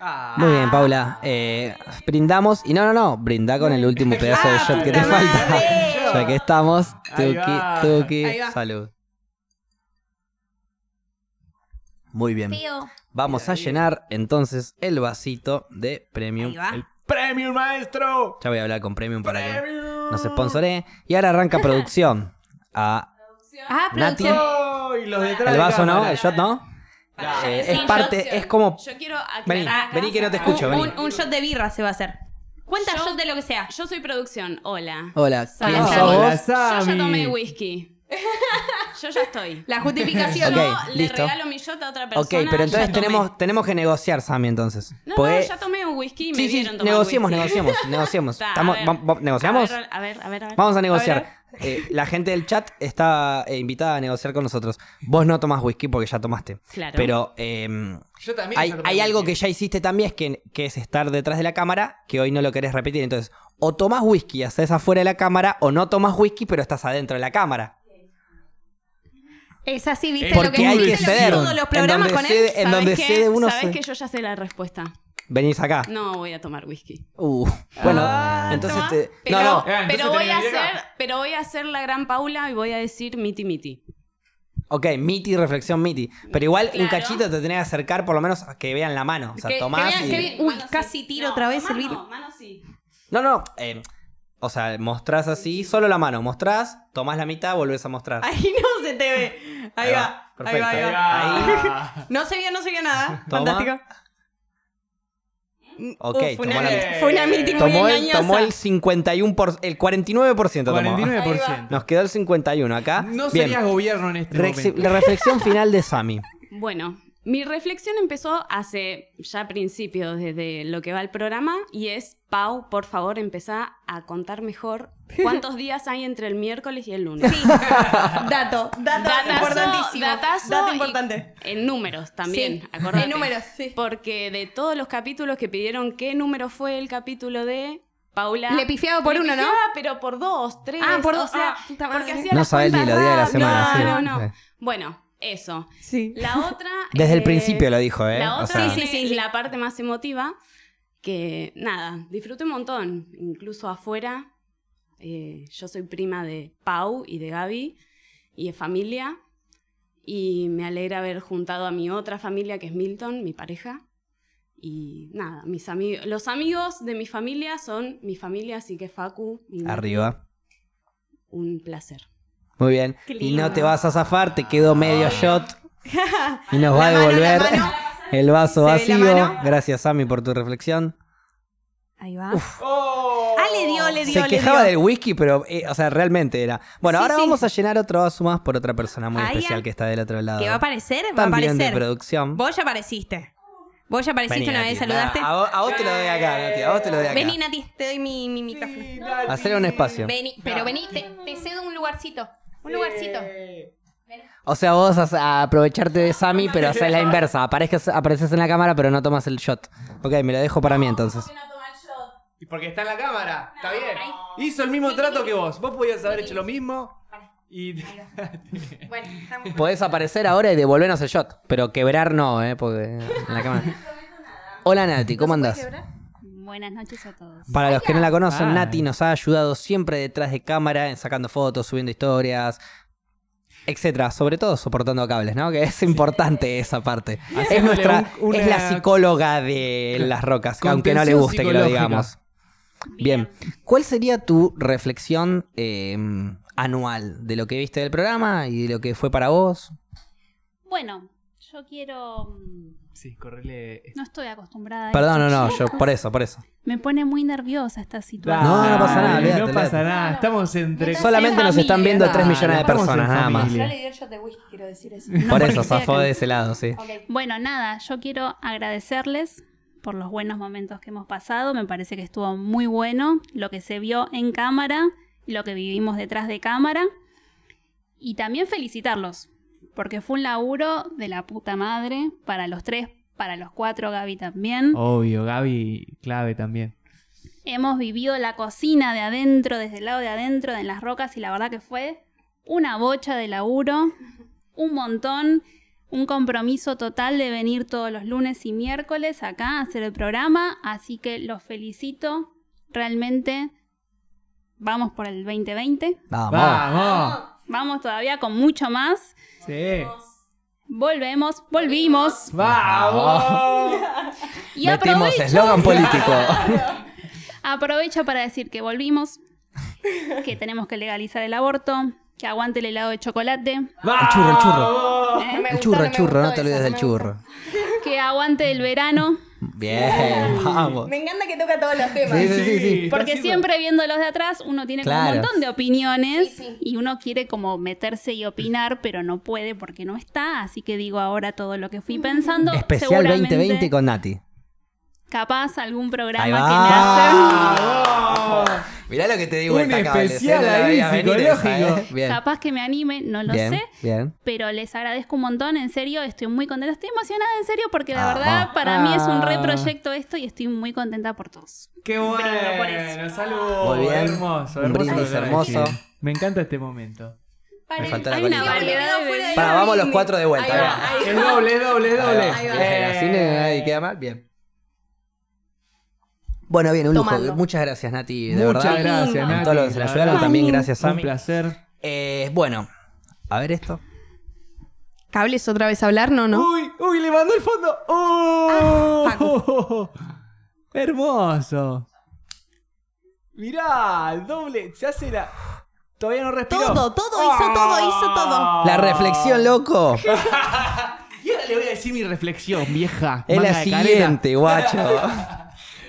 S4: Ah.
S1: Muy bien, Paula. Eh, brindamos. Y no, no, no. Brinda con el último pedazo de
S3: Ah,
S1: shot que te
S3: puta
S1: falta.
S3: madre.
S1: Ya que estamos.
S4: Ahí
S1: Tuki,
S4: va.
S1: tuki.
S3: Ahí va.
S1: Salud. Muy bien.
S3: Teo.
S1: Vamos a llenar entonces el vasito de premium.
S3: Ahí va.
S1: El-
S4: ¡Premium, maestro!
S1: Ya voy a hablar con premium para que
S4: ¡Premium!
S1: nos sponsoré. Y ahora arranca producción. Ah,
S3: Ah,
S1: Nati.
S3: producción.
S4: ¡Oh! Y los detrás
S1: el
S4: de
S1: vaso no,
S4: cámara.
S1: el shot no.
S3: Para,
S1: Eh,
S3: sí,
S1: es
S3: shot.
S1: parte, es como.
S5: Yo quiero aclarar
S1: Vení,
S5: acá.
S1: vení que no te escucho,
S3: un,
S1: vení.
S3: un- un shot de birra se va a hacer. Cuenta
S5: Yo-
S3: shot de lo que sea.
S5: Ah, Yo soy producción, hola.
S1: Hola,
S5: Soy
S1: ¿quién
S5: Sami.
S1: sos vos?
S4: Hola, Sami.
S5: Yo ya tomé whisky. Yo ya estoy.
S3: La justificación.
S1: Ok.
S5: Yo le
S1: listo.
S5: regalo mi shot a otra persona.
S1: Ok, pero
S5: ya
S1: entonces
S5: tomé.
S1: tenemos, tenemos que negociar, Sammy, entonces. Pues,
S5: No,
S1: Porque-
S5: no, ya tomé un whisky y me
S1: sí, sí,
S5: vieron tomar
S1: negociemos,
S5: whisky.
S1: negociemos, negociemos.
S5: Ta, a
S1: Estamos-
S5: ver.
S1: va- va- ¿Negociamos?
S5: A ver, a ver, a ver. a ver.
S1: Vamos a negociar.
S5: ver.
S1: Eh, la gente del chat está eh, invitada a negociar con nosotros. Vos no tomás whisky porque ya tomaste.
S5: Claro.
S1: Pero em,
S4: Yo también.
S1: hay, hay algo que ya hiciste también, es que, que es estar detrás de la cámara, que hoy no lo querés repetir. Entonces, o tomás whisky y haces afuera de la cámara, o no tomás whisky pero estás adentro de la cámara.
S3: Es así, viste lo
S1: Porque
S3: que
S1: hay que
S3: dicen los-
S1: ceder.
S3: todos los
S1: en
S3: programas
S1: donde
S3: con él.
S1: cede, en donde
S5: ¿Sabés qué?
S1: cede uno
S5: Sabés
S1: se-
S5: que yo ya sé la respuesta.
S1: Venís acá.
S5: No voy a tomar whisky.
S1: Uh, bueno,
S5: Ah,
S1: entonces
S5: toma.
S1: Ah, te...
S5: Pero,
S1: no, no.
S4: Eh, entonces
S5: pero voy
S4: tenés
S5: a
S4: que llegar.
S5: hacer, pero voy a hacer la gran Paula y voy a decir miti miti.
S1: Ok, miti, reflexión miti. Pero igual un
S5: Claro.
S1: cachito te tenés que acercar por lo menos a que vean la mano. O sea,
S3: Que-
S1: tomás
S3: que vean-
S1: y...
S3: que vean- Uy, casi tiro otra vez el
S5: mano,
S3: vidrio.
S5: mano sí.
S1: No, no. eh, o sea, mostrás así, solo la mano. Mostrás, tomás la mitad, volvés a mostrar.
S3: Ahí no se te ve. Ahí,
S1: Ahí va.
S3: va. Ahí
S1: Perfecto.
S3: va, ahí va.
S4: Ah.
S3: No se vio, no se vio nada.
S1: Toma.
S3: Fantástico.
S1: Ok,
S3: Uf, fue,
S1: tomó
S3: una,
S1: la-
S3: fue una meeting
S1: Tomó
S3: muy
S1: el,
S3: engañosa.
S1: tomó el 51%, por- el 49% tomó.
S4: 49%.
S1: Nos quedó el 51 acá.
S4: No
S1: Bien.
S4: serías gobierno en este
S1: Rex-
S4: momento.
S1: La reflexión final de Sami.
S5: Bueno, mi reflexión empezó hace ya a principios desde lo que va el programa y es Pau, por favor, empezá a contar mejor cuántos días hay entre el miércoles y el lunes.
S3: Sí. Dato, dato
S5: Datazo,
S3: importantísimo.
S5: datazo
S3: dato
S5: y-
S3: importante.
S5: En números también,
S3: Sí,
S5: acordate.
S3: en números, sí.
S5: Porque de todos los capítulos que pidieron qué número fue el capítulo de Paula.
S3: Le pifiaba por uno, ¿no?
S5: pifiaba, pero por dos, tres.
S3: Ah, por
S5: o
S3: dos,
S5: sea,
S3: ah, puta madre.
S5: porque hacía
S1: No
S5: las
S1: sabés ni
S5: cuentas
S1: los días de la
S5: rápido.
S1: semana, sí.
S5: Ah, No, no, no.
S1: Sí.
S5: Bueno, eso.
S3: Sí.
S5: La otra.
S1: Desde el
S5: eh,
S1: principio lo dijo, ¿eh?
S5: La
S1: O
S5: otra
S1: sea,
S5: tiene
S3: Sí, sí, sí.
S5: la parte más emotiva, que nada, disfruté un montón, incluso afuera. Eh, yo soy prima de Pau y de Gaby, y de familia, y me alegra haber juntado a mi otra familia, que es Milton, mi pareja. Y nada, mis amigos, los amigos de mi familia son mi familia, así que Facu, y Nati,
S1: arriba.
S5: un placer.
S1: Muy bien.
S3: Qué
S1: Y
S3: lindo.
S1: no te vas a zafar, te quedó medio shot. Y nos va a
S3: La mano, la
S1: devolver
S3: mano.
S1: el vaso
S3: Se ve la
S1: vacío.
S3: mano.
S1: Gracias, Sami, por tu reflexión.
S3: Ahí va.
S4: Oh.
S3: Ah, le dio, le dio,
S1: Se
S3: le
S1: quejaba
S3: dio.
S1: del whisky, pero, eh, o sea, realmente era. Bueno,
S3: Sí,
S1: ahora
S3: sí.
S1: vamos a llenar otro vaso más por otra persona muy
S3: Ah, ya.
S1: especial que está del otro lado.
S3: ¿Que va a aparecer? Va a
S1: También de
S3: aparecer.
S1: producción.
S3: Vos ya apareciste. Vos ya apareciste
S1: Vení,
S3: una
S1: Nati,
S3: vez, saludaste.
S1: A, a vos, a vos te lo doy acá, Nati, a vos te lo doy acá.
S3: Vení, Nati, te doy mi, mi micrófono.
S1: Hacer un espacio.
S3: Vení, pero vení, te, te cedo un lugarcito. Un lugarcito.
S1: O sea, vos as- a aprovecharte de Sami, pero haces la inversa. Apareces, apareces en la cámara, pero no tomas el shot. Ok, me lo dejo para mí entonces.
S4: Y porque está en la cámara, está bien. Hizo el mismo trato que vos. Vos podías haber hecho lo mismo. Y.
S3: Bueno, estamos.
S1: Podés aparecer ahora y devolvernos el shot. Pero quebrar no, ¿eh? Porque en la cámara. Hola Nati, ¿cómo andás?
S6: Buenas noches a todos.
S1: Para los que no la conocen,
S4: Ah.
S1: Nati nos ha ayudado siempre detrás de cámara, en sacando fotos, subiendo historias. etcétera. Sobre todo soportando cables, ¿no? Que es importante esa parte.
S4: Haciéndole
S1: Es nuestra,
S4: un- una-
S1: es la psicóloga de las rocas, que aunque no le
S4: Contención
S1: guste que lo
S4: psicológica.
S1: digamos. Bien, ¿cuál sería tu reflexión eh, anual de lo que viste del programa y de lo que fue para vos?
S6: Bueno, yo quiero. mm,
S4: Sí, correle.
S6: No estoy acostumbrada a
S1: Perdón, no,
S6: esto,
S1: no, yo
S6: chicos.
S1: por eso, por eso.
S6: Me pone muy nerviosa esta situación.
S1: No, no pasa nada,
S4: Dale,
S1: olvídate,
S4: No pasa
S1: olvídate.
S4: nada. Estamos entre.
S6: Estás
S1: Solamente
S6: en
S1: nos están
S6: familia.
S1: viendo 3 millones de
S4: Estamos en
S1: personas, nada más.
S4: familia.
S6: Yo le di el shot de whisky, quiero decir eso.
S1: Por
S6: porque
S1: eso,
S6: estoy
S1: zafó
S6: acá.
S1: de ese lado, sí.
S6: Bueno, nada, yo quiero agradecerles por los buenos momentos que hemos pasado. Me parece que estuvo muy bueno lo que se vio en cámara, lo que vivimos detrás de cámara. Y también felicitarlos, porque fue un laburo de la puta madre para los tres, para los cuatro, Gaby también.
S4: Obvio, Gaby, clave también.
S6: Hemos vivido la cocina de adentro, desde el lado de adentro, en las rocas, y la verdad que fue una bocha de laburo, un montón, un compromiso total de venir todos los lunes y miércoles acá a hacer el programa, así que los felicito, realmente vamos por el 2020,
S1: Vamos.
S4: ¡Vamos!
S6: vamos todavía con mucho más,
S4: Sí.
S6: volvemos, volvimos,
S4: ¡Vamos!
S6: y
S1: Metimos
S6: aprovecho-
S1: eslogan político.
S6: Aprovecho para decir que volvimos, que tenemos que legalizar el aborto, que aguante el helado de chocolate,
S1: El churro, el churro.
S6: Eh,
S3: No me
S1: El
S3: gustó,
S1: churro,
S3: no
S1: el
S3: me
S1: churro,
S3: gustó
S1: no te
S3: esa,
S1: olvides del
S3: me
S1: churro.
S6: que aguante el verano,
S1: Bien,
S3: gustó.
S1: vamos.
S3: Me encanta que toca todos los temas.
S1: Sí, sí, sí, sí.
S6: porque siempre viéndolos de atrás uno tiene como
S1: Claro.
S6: un montón de opiniones
S3: Sí, sí.
S6: y uno quiere como meterse y opinar, pero no puede porque no está, así que digo ahora todo lo que fui pensando.
S1: Especial
S6: seguramente
S1: 2020 con Nati.
S6: Capaz algún
S1: Ahí
S6: programa que me hace...
S1: va. Mirá lo que te digo,
S4: Un
S1: esta cables,
S4: especial
S1: ¿eh? No la
S4: ahí
S1: veías venir esa,
S4: psicológico.
S1: ¿eh? Bien,
S6: Capaz que me anime, no lo
S1: bien,
S6: sé,
S1: bien.
S6: pero les agradezco un montón, en serio, estoy muy contenta, estoy emocionada en serio porque la
S1: Ah,
S6: verdad
S1: vamos.
S6: para mí es un
S4: Ah.
S6: reproyecto esto y estoy muy contenta por todos.
S4: ¡Qué
S6: brindo por eso.
S4: bueno! ¡Saludos!
S1: Muy bien.
S4: Hermoso,
S1: Un
S4: hermoso.
S1: brindis
S4: lo que
S1: hermoso.
S4: decís. Me encanta este momento.
S1: Me faltó la
S6: Hay una
S1: colita.
S6: variedad de
S3: Fuera de-
S1: Para, vamos los cuatro de vuelta.
S3: Ahí va,
S1: ahí va.
S3: ahí
S4: Es doble, es doble, es doble.
S1: Ahí va.
S4: Eh.
S1: Bien, así no- nadie queda mal. Bien. Bueno, bien, un lujo.
S3: Tomando.
S1: Muchas gracias, Nati. De
S4: Muchas
S1: verdad.
S4: gracias,
S1: A
S4: Nati.
S1: todos los que se la ayudaron,
S4: verdad,
S1: también gracias,
S4: Un
S1: Sami.
S4: placer.
S1: Eh, bueno, a ver esto.
S3: ¿Cables otra vez a hablar? No, no. Ah,
S4: ¡Uy! ¡Uy! ¡Le mandó el fondo! ¡Oh! ¡Hermoso! Mirá, el doble. Se hace la. Todavía no respiró.
S3: Todo, todo, hizo todo, hizo todo.
S1: La reflexión,
S4: Ah.
S1: loco,
S4: Y ahora le voy a decir mi reflexión, vieja.
S1: es la
S4: manga de careta.
S1: siguiente, guacho.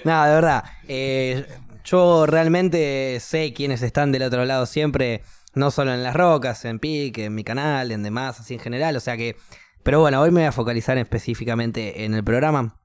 S1: Nada, de verdad. eh, yo realmente sé quiénes están del otro lado siempre, no solo en Las Rocas, en PIC, en mi canal, en demás, así en general. O sea que. Pero bueno, hoy me voy a focalizar específicamente en el programa.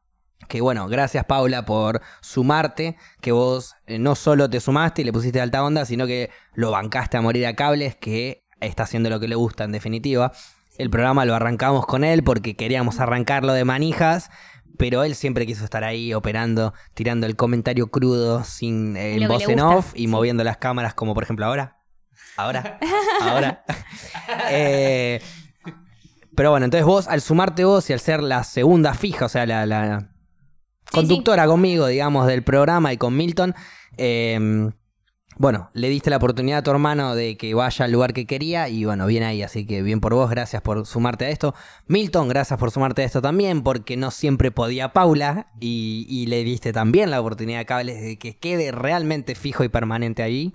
S1: Que bueno, gracias Paula por sumarte, que vos eh, no solo te sumaste y le pusiste alta onda, sino que lo bancaste a morir a cables, que está haciendo lo que le gusta en definitiva. El programa lo arrancamos con él porque queríamos arrancarlo de manijas, pero él siempre quiso estar ahí operando, tirando el comentario crudo, sin eh,
S6: Lo que
S1: voz
S6: le
S1: en
S6: gusta,
S1: off y
S6: sí.
S1: moviendo las cámaras, como por ejemplo ahora. Ahora, ahora. Eh, pero bueno, entonces vos, al sumarte vos y al ser la segunda fija, o sea, la, la conductora conmigo, digamos, del programa y con Milton, eh, bueno, le diste la oportunidad a tu hermano de que vaya al lugar que quería y bueno, bien ahí, así que bien por vos, gracias por sumarte a esto. Milton, gracias por sumarte a esto también, porque no siempre podía Paula y, y le diste también la oportunidad a Cables de que quede realmente fijo y permanente ahí.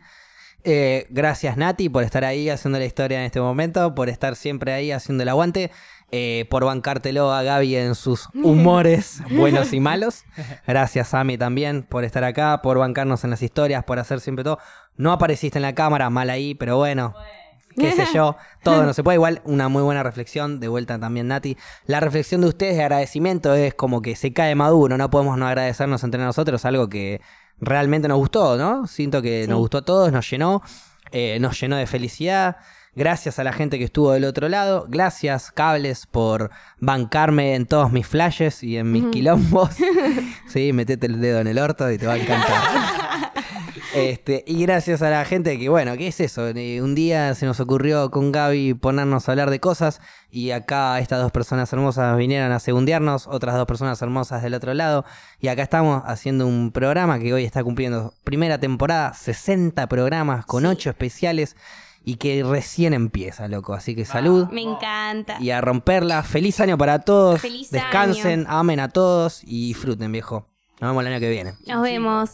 S1: Eh, gracias Nati por estar ahí haciendo la historia en este momento, por estar siempre ahí haciendo el aguante, eh, por bancártelo a Gaby en sus humores buenos y malos. Gracias Sami también por estar acá, por bancarnos en las historias, por hacer siempre todo. No apareciste en la cámara, mal ahí, pero bueno. Qué sé yo, todo no se puede. Igual, una muy buena reflexión, de vuelta también, Nati. La reflexión de ustedes de agradecimiento es como que se cae maduro, no podemos no agradecernos entre nosotros, algo que realmente nos gustó, ¿no? Siento que nos gustó a todos, nos llenó, eh, nos llenó de felicidad. Gracias a la gente que estuvo del otro lado. Gracias, cables, por bancarme en todos mis flashes y en mis quilombos. sí, metete el dedo en el orto y te va a encantar. Este, y gracias a la gente que, bueno, ¿qué es eso? Eh, Un día se nos ocurrió con Gaby ponernos a hablar de cosas y acá estas dos personas hermosas vinieron a segundearnos, otras dos personas hermosas del otro lado y acá estamos haciendo un programa que hoy está cumpliendo primera temporada, 60 programas con 8 especiales y que recién empieza, loco. Así que salud
S3: Me encanta.
S1: y a romperla. Feliz año para todos.
S3: Feliz
S1: Descansen, amen a todos y disfruten, viejo. Nos vemos el año que viene.
S3: Nos vemos.